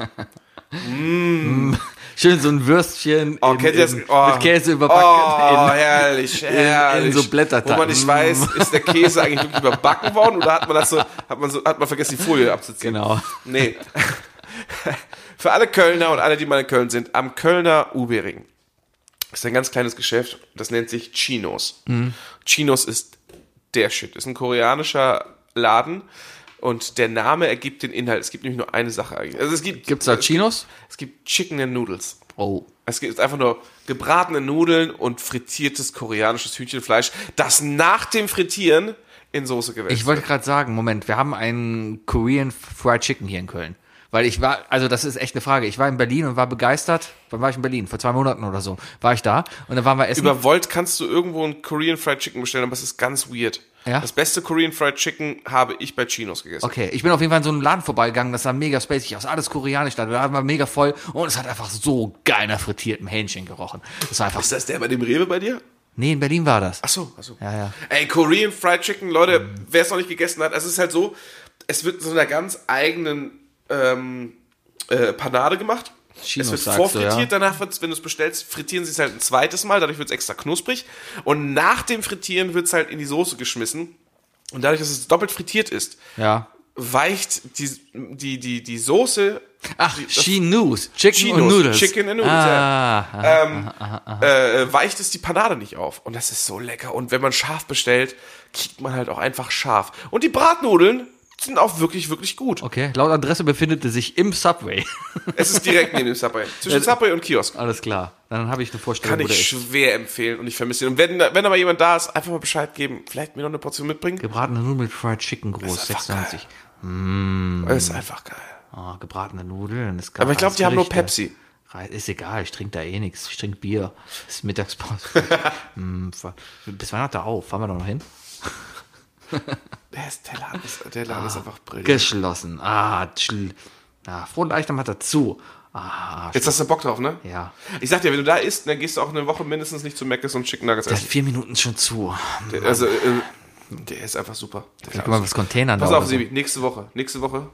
Speaker 4: Schön so ein Würstchen
Speaker 3: Oh,
Speaker 4: in-
Speaker 3: kennt ihr das?
Speaker 4: in-
Speaker 3: Oh.
Speaker 4: mit Käse überbacken.
Speaker 3: Oh,
Speaker 4: in-
Speaker 3: herrlich, herrlich.
Speaker 4: in so Blätterteig.
Speaker 3: Wo man nicht
Speaker 4: Mm.
Speaker 3: weiß, ist der Käse eigentlich wirklich überbacken worden oder hat man das so, hat man so, hat man vergessen, die Folie abzuziehen?
Speaker 4: Genau.
Speaker 3: Nee. Für alle Kölner und alle, die mal in Köln sind, am Kölner Ubering ist ein ganz kleines Geschäft, das nennt sich Chinos.
Speaker 4: Mm.
Speaker 3: Chinos ist der Shit. Ist ein koreanischer Laden und der Name ergibt den Inhalt. Es gibt nämlich nur eine Sache eigentlich. Also es gibt,
Speaker 4: Gibt's da Chinos?
Speaker 3: es gibt Chicken and Noodles.
Speaker 4: Oh.
Speaker 3: Es gibt einfach nur gebratene Nudeln und frittiertes koreanisches Hühnchenfleisch, das nach dem Frittieren in Soße gewälzt
Speaker 4: Ich wollte gerade sagen, Moment, wir haben einen Korean Fried Chicken hier in Köln. Weil ich war, also das ist echt eine Frage. Ich war in Berlin und war begeistert. Wann war ich in Berlin? Vor zwei Monaten oder so. War ich da und dann waren wir essen.
Speaker 3: Über Volt kannst du irgendwo ein Korean Fried Chicken bestellen, aber es ist ganz weird.
Speaker 4: Ja?
Speaker 3: Das beste Korean Fried Chicken habe ich bei Chinos gegessen.
Speaker 4: okay, ich bin auf jeden Fall in so einem Laden vorbeigegangen, das sah mega spacig aus, alles koreanisch, da war mega voll und es hat einfach so geil nach frittiertem Hähnchen gerochen. Das war einfach,
Speaker 3: Ist das der bei dem Rewe bei dir?
Speaker 4: nee, in Berlin war das.
Speaker 3: Ach so, ach so.
Speaker 4: Ja, ja.
Speaker 3: Ey, Korean Fried Chicken, Leute,
Speaker 4: Mhm.
Speaker 3: wer es noch nicht gegessen hat, es ist halt so, es wird in so einer ganz eigenen ähm, äh, Panade gemacht.
Speaker 4: Chinos,
Speaker 3: es wird
Speaker 4: sagst
Speaker 3: vorfrittiert,
Speaker 4: du, ja.
Speaker 3: danach wird's, wenn du es bestellst, frittieren sie es halt ein zweites Mal, dadurch wird es extra knusprig. Und nach dem Frittieren wird es halt in die Soße geschmissen. Und dadurch, dass es doppelt frittiert ist,
Speaker 4: Ja.
Speaker 3: weicht die, die, die, die Soße.
Speaker 4: Ach,
Speaker 3: die, das-
Speaker 4: Chinos, Chicken und
Speaker 3: Chinos,
Speaker 4: Noodles.
Speaker 3: Chicken and Noodles,
Speaker 4: ah, ja.
Speaker 3: ähm, äh, weicht es die Panade nicht auf. Und das ist so lecker. Und wenn man scharf bestellt, kriegt man halt auch einfach scharf. Und die Bratnudeln sind auch wirklich, wirklich gut.
Speaker 4: Okay, laut Adresse befindet er sich im Subway.
Speaker 3: Es ist direkt neben dem
Speaker 4: (laughs)
Speaker 3: Subway. Zwischen Subway und Kiosk.
Speaker 4: Alles klar. Dann habe ich eine Vorstellung,
Speaker 3: Kann ich
Speaker 4: Ah, ist.
Speaker 3: schwer empfehlen und ich vermisse ihn. Und wenn, wenn aber jemand da ist, einfach mal Bescheid geben. Vielleicht mir noch eine Portion mitbringen.
Speaker 4: Gebratene Nudeln mit Fried Chicken groß,
Speaker 3: einfach
Speaker 4: 96. Genau.
Speaker 3: Das ist einfach geil.
Speaker 4: Oh, gebratene Nudeln. Das
Speaker 3: Aber ich glaube, die haben nur Pepsi.
Speaker 4: Rei- Ist egal, ich trinke da eh nichts. Ich trinke Bier. Es
Speaker 3: (laughs)
Speaker 4: ist Mittagspause. Hm, fahr- Bis wann hat er auf? Fahren wir doch noch hin?
Speaker 3: Der, ist, der Laden, ist, der
Speaker 4: Ah,
Speaker 3: Laden ist einfach brillant.
Speaker 4: Geschlossen. Ah, tschl. Ah, frohen Leichnam hat er zu. Ah,
Speaker 3: Jetzt hast du Bock drauf, ne?
Speaker 4: ja.
Speaker 3: Ich sag dir, wenn du da isst, dann gehst du auch eine Woche mindestens nicht zu Mc's und Chicken Nuggets
Speaker 4: Der hat
Speaker 3: essen.
Speaker 4: vier Minuten schon zu.
Speaker 3: Der, also, äh, der ist einfach super. Der
Speaker 4: Guck mal, was Containern
Speaker 3: Pass
Speaker 4: da
Speaker 3: auf,
Speaker 4: oder
Speaker 3: Sebi, nächste Woche. Nächste Woche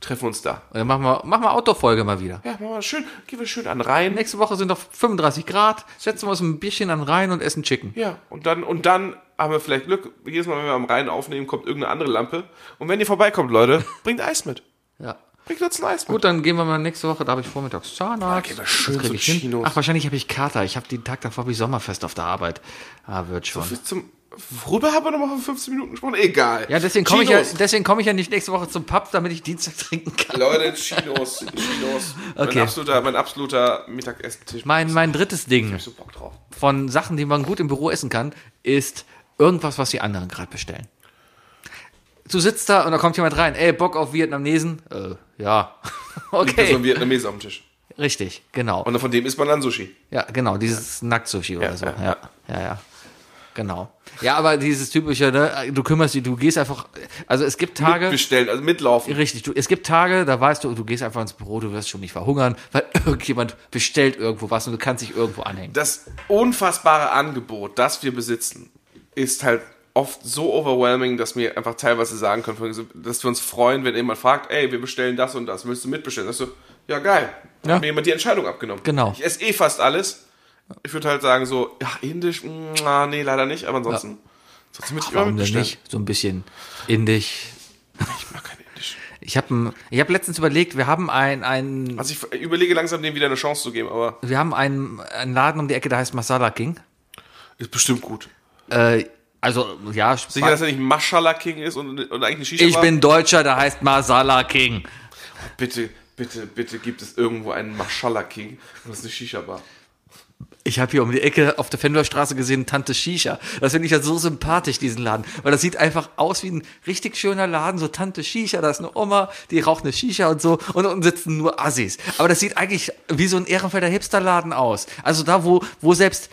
Speaker 3: treffen wir uns da.
Speaker 4: So. Dann machen wir, machen wir Outdoor-Folge mal wieder.
Speaker 3: Ja, machen wir schön, gehen wir schön an den Rhein.
Speaker 4: Nächste Woche sind noch 35 Grad. Setzen wir uns ein Bierchen an rein und essen Chicken.
Speaker 3: Ja, und dann, und dann haben wir vielleicht Glück. Jedes Mal, wenn wir am Rhein aufnehmen, kommt irgendeine andere Lampe. Und wenn ihr vorbeikommt,
Speaker 4: (laughs)
Speaker 3: Leute, bringt Eis mit.
Speaker 4: Ja.
Speaker 3: Bringt uns ein Eis mit.
Speaker 4: Gut, dann gehen wir mal nächste Woche. Da habe ich vormittags Zahnarzt.
Speaker 3: gehen wir schön
Speaker 4: Das krieg
Speaker 3: zu
Speaker 4: ich hin.
Speaker 3: Chinos.
Speaker 4: Ach, wahrscheinlich habe ich Kater. Ich habe den Tag davor wie Sommerfest auf der Arbeit. Ah, wird schon.
Speaker 3: Bis zum, worüber haben wir nochmal vor 15 Minuten gesprochen? Egal.
Speaker 4: Ja, deswegen komme ich ja,
Speaker 3: Chinos.
Speaker 4: deswegen komme ich ja nicht nächste Woche zum Pub, damit ich Dienstag trinken kann.
Speaker 3: Leute, Chinos,
Speaker 4: (laughs)
Speaker 3: Chinos.
Speaker 4: Okay.
Speaker 3: Mein absoluter, mein absoluter Mittagessentisch.
Speaker 4: Mein, mein drittes Ding
Speaker 3: Ich hab so Bock drauf.
Speaker 4: von Sachen, die man gut im Büro essen kann, ist irgendwas, was die anderen gerade bestellen. Du sitzt da und da kommt jemand rein. Ey, Bock auf Vietnamesen? Äh, ja. (laughs)
Speaker 3: Okay. So ein
Speaker 4: Okay.
Speaker 3: Vietnamese auf dem Tisch.
Speaker 4: Richtig, genau.
Speaker 3: Und von dem isst man dann Sushi.
Speaker 4: Ja, genau, dieses Nackt-Sushi oder
Speaker 3: Ja,
Speaker 4: so.
Speaker 3: ja,
Speaker 4: Ja, ja, ja. Genau. Ja, aber dieses typische, ne, du kümmerst dich, du gehst einfach, also es gibt Tage,
Speaker 3: Bestellen, also mitlaufen.
Speaker 4: richtig, du, es gibt Tage, da weißt du, du gehst einfach ins Büro, du wirst schon nicht verhungern, weil (laughs) irgendjemand bestellt irgendwo was und du kannst dich irgendwo anhängen.
Speaker 3: das unfassbare Angebot, das wir besitzen, ist halt oft so overwhelming, dass wir einfach teilweise sagen können, von- dass wir uns freuen, wenn jemand fragt, ey, wir bestellen das und das, willst du mitbestellen? Dass du, ja geil,
Speaker 4: Ja.
Speaker 3: hat mir jemand die Entscheidung abgenommen.
Speaker 4: Genau.
Speaker 3: Ich esse eh fast alles. Ich würde halt sagen so, ja, indisch, mm, ah, nee, leider nicht, aber ansonsten, ansonsten würde ich immer
Speaker 4: Warum denn
Speaker 3: mitbestellen.
Speaker 4: nicht? So ein bisschen indisch.
Speaker 3: Ich mag kein indisch.
Speaker 4: Ich habe ich hab letztens überlegt, wir haben ein, ein,
Speaker 3: Also ich überlege langsam, dem wieder eine Chance zu geben, aber
Speaker 4: wir haben einen, einen Laden um die Ecke, der heißt Masala King.
Speaker 3: ist bestimmt gut.
Speaker 4: Äh, also, ja,
Speaker 3: Sicher, dass er nicht Mashallah King ist und, und eigentlich eine Shisha
Speaker 4: ich bin Deutscher, der heißt Masala King.
Speaker 3: Bitte, bitte, bitte gibt es irgendwo einen Mashallah King und das ist eine Shisha-Bar.
Speaker 4: Ich habe hier um die Ecke auf der Fendlerstraße gesehen Tante Shisha. Das finde ich ja so sympathisch, diesen Laden. Weil das sieht einfach aus wie ein richtig schöner Laden. So Tante Shisha, da ist eine Oma, die raucht eine Shisha und so. Und unten sitzen nur Assis. Aber das sieht eigentlich wie so ein Ehrenfelder Hipsterladen aus. Also da, wo, wo selbst,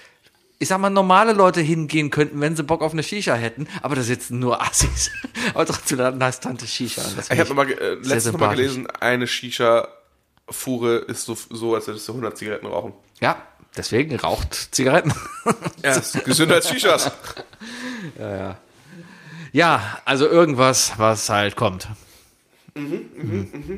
Speaker 4: ich sag mal, normale Leute hingehen könnten, wenn sie Bock auf eine Shisha hätten. Aber da sitzen nur Assis. (laughs) Aber trotzdem, da heißt Tante Shisha. Und
Speaker 3: Ich
Speaker 4: Das find
Speaker 3: habe nochmal äh, letztens noch mal
Speaker 4: sympathisch.
Speaker 3: gelesen, eine Shisha-Fuhre ist so, so, als würdest du 100 Zigaretten rauchen.
Speaker 4: Ja, deswegen raucht Zigaretten. (laughs)
Speaker 3: Ja, ist (laughs) gesünder als Shishas.
Speaker 4: Ja, also irgendwas, was halt kommt.
Speaker 3: Finde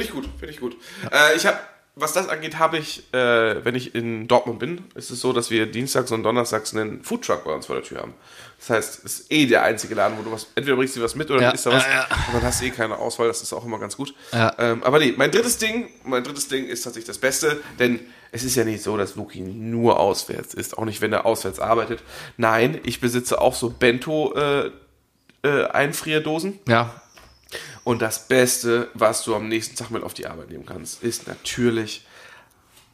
Speaker 3: ich gut, finde ich gut. Äh, ich habe, was das angeht, habe ich, äh, wenn ich in Dortmund bin, ist es so, dass wir dienstags und donnerstags einen Foodtruck bei uns vor der Tür haben. Das heißt, es ist eh der einzige Laden, wo du was, entweder bringst du dir was mit oder
Speaker 4: Ja,
Speaker 3: du isst da was.
Speaker 4: ja, ja.
Speaker 3: Und dann hast du eh keine Auswahl, das ist auch immer ganz gut.
Speaker 4: Ja.
Speaker 3: Ähm, aber nee, mein drittes Ding, mein drittes Ding ist tatsächlich das Beste, denn es ist ja nicht so, dass Luki nur auswärts ist, auch nicht, wenn er auswärts arbeitet. Nein, ich besitze auch so Bento, äh, äh, Einfrierdosen.
Speaker 4: Ja,
Speaker 3: Und das Beste, was du am nächsten Tag mit auf die Arbeit nehmen kannst, ist natürlich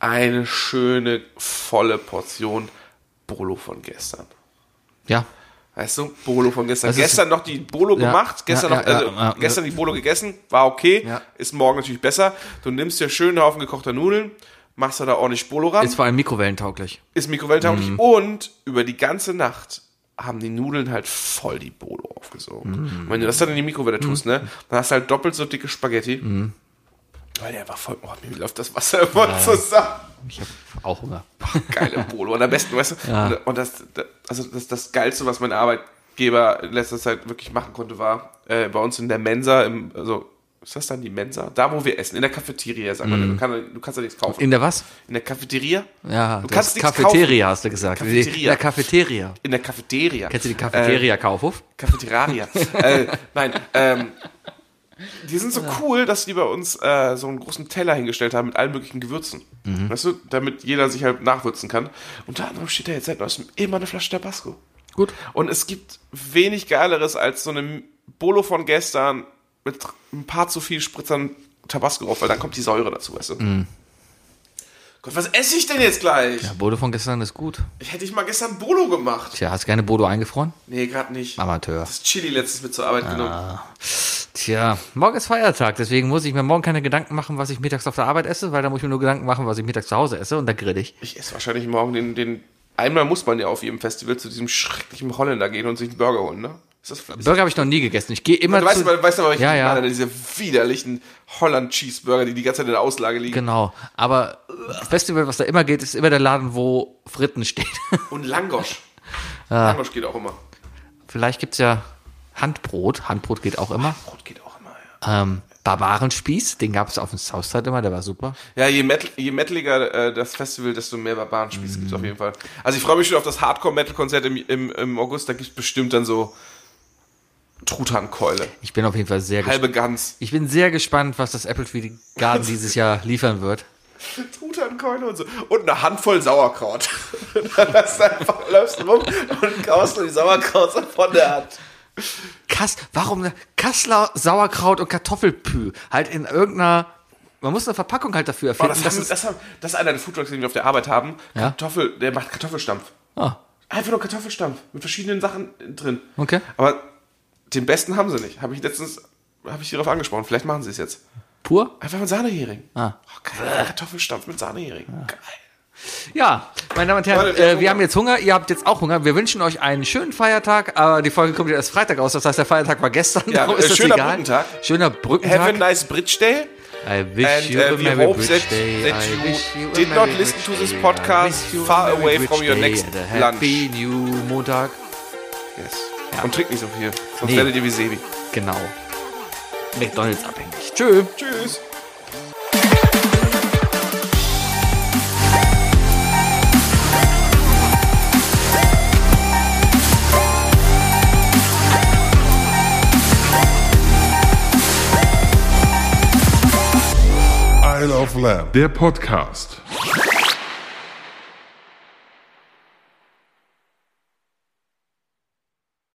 Speaker 3: eine schöne, volle Portion Bolo von gestern.
Speaker 4: ja.
Speaker 3: Weißt du, Bolo von gestern.
Speaker 4: Das ist-
Speaker 3: gestern noch die Bolo
Speaker 4: Ja,
Speaker 3: gemacht, gestern,
Speaker 4: ja,
Speaker 3: noch,
Speaker 4: ja,
Speaker 3: also,
Speaker 4: ja, ja.
Speaker 3: gestern die Bolo gegessen, war okay,
Speaker 4: Ja.
Speaker 3: ist morgen natürlich besser. Du nimmst dir schön einen Haufen gekochter Nudeln, machst da da ordentlich Bolo ran,
Speaker 4: Ist vor allem mikrowellentauglich.
Speaker 3: ist mikrowellentauglich
Speaker 4: Mhm.
Speaker 3: und über die ganze Nacht haben die Nudeln halt voll die Bolo aufgesogen.
Speaker 4: Mhm.
Speaker 3: Und wenn du das dann in die Mikrowelle tust, ne, dann hast du halt doppelt so dicke Spaghetti.
Speaker 4: Mhm.
Speaker 3: Weil der war voll, oh, mir läuft das Wasser immer zusammen.
Speaker 4: Ich habe auch Hunger.
Speaker 3: Geile Bolo. Und am besten, weißt du, und, und das, das- also das, das Geilste, was mein Arbeitgeber in letzter Zeit wirklich machen konnte, war äh, bei uns in der Mensa, im, also ist das dann die Mensa? Da, wo wir essen, in der Cafeteria, sagen wir. Du, kann, du kannst ja nichts kaufen.
Speaker 4: Mhm. In der was?
Speaker 3: In der Cafeteria?
Speaker 4: Ja,
Speaker 3: du
Speaker 4: das
Speaker 3: kannst nichts
Speaker 4: Cafeteria hast du gesagt.
Speaker 3: Cafeteria.
Speaker 4: In der Cafeteria.
Speaker 3: kaufen. In der Cafeteria.
Speaker 4: Kennst du die Cafeteria Kaufhof? (laughs)
Speaker 3: Cafeteria. äh, nein, ähm, die sind so cool, dass die bei uns äh, so einen großen Teller hingestellt haben mit allen möglichen Gewürzen. Weißt du, damit jeder sich halt nachwürzen kann. Unter anderem steht da jetzt seit neuestem immer eine Flasche Tabasco.
Speaker 4: Gut.
Speaker 3: Und es gibt wenig Geileres als so eine Bolo von gestern mit ein paar zu viel Spritzern Tabasco drauf, weil dann kommt die Säure dazu, weißt du. Gott, was esse ich denn jetzt gleich?
Speaker 4: Ja, Bodo von gestern ist gut.
Speaker 3: Hätte ich mal gestern Bolo gemacht.
Speaker 4: Tja, hast keine Bodo eingefroren?
Speaker 3: Nee, gerade nicht.
Speaker 4: Amateur.
Speaker 3: Das Chili letztens mit zur Arbeit genommen.
Speaker 4: Tja, morgen ist Feiertag, deswegen muss ich mir morgen keine Gedanken machen, was ich mittags auf der Arbeit esse, weil da muss ich mir nur Gedanken machen, was ich mittags zu Hause esse und da grill ich.
Speaker 3: Ich esse wahrscheinlich morgen den, den. Einmal muss man ja auf jedem Festival zu diesem schrecklichen Holländer gehen und sich einen Burger holen, ne? Ist das ist,
Speaker 4: Burger habe ich noch nie gegessen. Ich gehe immer
Speaker 3: Du weißt,
Speaker 4: zu...
Speaker 3: du weißt aber, ich
Speaker 4: ja, ja.
Speaker 3: meine, diese widerlichen Holland-Cheeseburger, die die ganze Zeit in der Auslage liegen.
Speaker 4: Genau, aber das Festival, was da immer geht, ist immer der Laden, wo Fritten steht.
Speaker 3: Und Langosch.
Speaker 4: Ah.
Speaker 3: Langosch geht auch immer.
Speaker 4: (laughs) Vielleicht gibt's ja Handbrot, Handbrot geht auch immer.
Speaker 3: Brot geht auch immer, ja.
Speaker 4: Ähm, Barbarenspieß, den gab's auf dem Southside immer, der war super.
Speaker 3: Ja, je, metal, je metaliger äh, das Festival, desto mehr Barbarenspieß
Speaker 4: Mhm.
Speaker 3: gibt's auf jeden Fall. Also ich freue mich schon auf das Hardcore-Metal-Konzert im, im, im August. Da gibt's bestimmt dann so Trutankeule.
Speaker 4: Ich bin auf jeden Fall sehr gespannt.
Speaker 3: Halbe Gans.
Speaker 4: Ich bin sehr gespannt, was das Appletree Garden dieses Jahr liefern wird.
Speaker 3: Trutankeule und so. Und eine Handvoll Sauerkraut. (laughs) dann hast du einfach, läufst rum und kaust nur die Sauerkraut so von der Hand.
Speaker 4: Kass, warum ne? Kassler Sauerkraut und Kartoffelpü? Halt in irgendeiner, man muss eine Verpackung halt dafür
Speaker 3: Boah,
Speaker 4: erfinden.
Speaker 3: Oh, das,
Speaker 4: dass
Speaker 3: haben,
Speaker 4: es-
Speaker 3: das, haben, das ist einer der Foodtrucks, den wir auf der Arbeit haben.
Speaker 4: Ja?
Speaker 3: Kartoffel, der macht Kartoffelstampf.
Speaker 4: Ah,
Speaker 3: Einfach nur Kartoffelstampf mit verschiedenen Sachen drin.
Speaker 4: Okay.
Speaker 3: Aber den besten haben sie nicht. Habe ich letztens, habe ich darauf angesprochen. Vielleicht machen sie es jetzt.
Speaker 4: pur?
Speaker 3: Einfach mit Sahnehering.
Speaker 4: Ah.
Speaker 3: Oh, geil. Kartoffelstampf mit Sahnehering. Geil.
Speaker 4: Ja, meine Damen und Herren,
Speaker 3: Leute, ich hab
Speaker 4: äh, wir
Speaker 3: Hunger.
Speaker 4: haben jetzt Hunger, ihr habt jetzt auch Hunger. Wir wünschen euch einen schönen Feiertag, aber die Folge kommt ja erst Freitag aus, das heißt, der Feiertag war gestern.
Speaker 3: Ja,
Speaker 4: (laughs) darum
Speaker 3: äh,
Speaker 4: das
Speaker 3: schöner Brückentag.
Speaker 4: Schöner
Speaker 3: Have a
Speaker 4: Brückentag.
Speaker 3: nice bridge day.
Speaker 4: I wish
Speaker 3: And
Speaker 4: you
Speaker 3: uh,
Speaker 4: a
Speaker 3: we
Speaker 4: merry
Speaker 3: hope
Speaker 4: bridge
Speaker 3: that,
Speaker 4: day.
Speaker 3: that
Speaker 4: I wish
Speaker 3: you
Speaker 4: a
Speaker 3: did not
Speaker 4: merry
Speaker 3: listen
Speaker 4: bridge
Speaker 3: to this
Speaker 4: day. I
Speaker 3: podcast
Speaker 4: wish you a
Speaker 3: far
Speaker 4: merry
Speaker 3: away
Speaker 4: bridge
Speaker 3: from your
Speaker 4: day
Speaker 3: next
Speaker 4: and a
Speaker 3: lunch.
Speaker 4: Happy New Montag.
Speaker 3: Yes. Und trink nicht so viel. Sonst
Speaker 4: Nee.
Speaker 3: werdet ihr wie Sebi.
Speaker 4: Genau. McDonalds abhängig. Tschö.
Speaker 3: Tschüss.
Speaker 2: Der Podcast.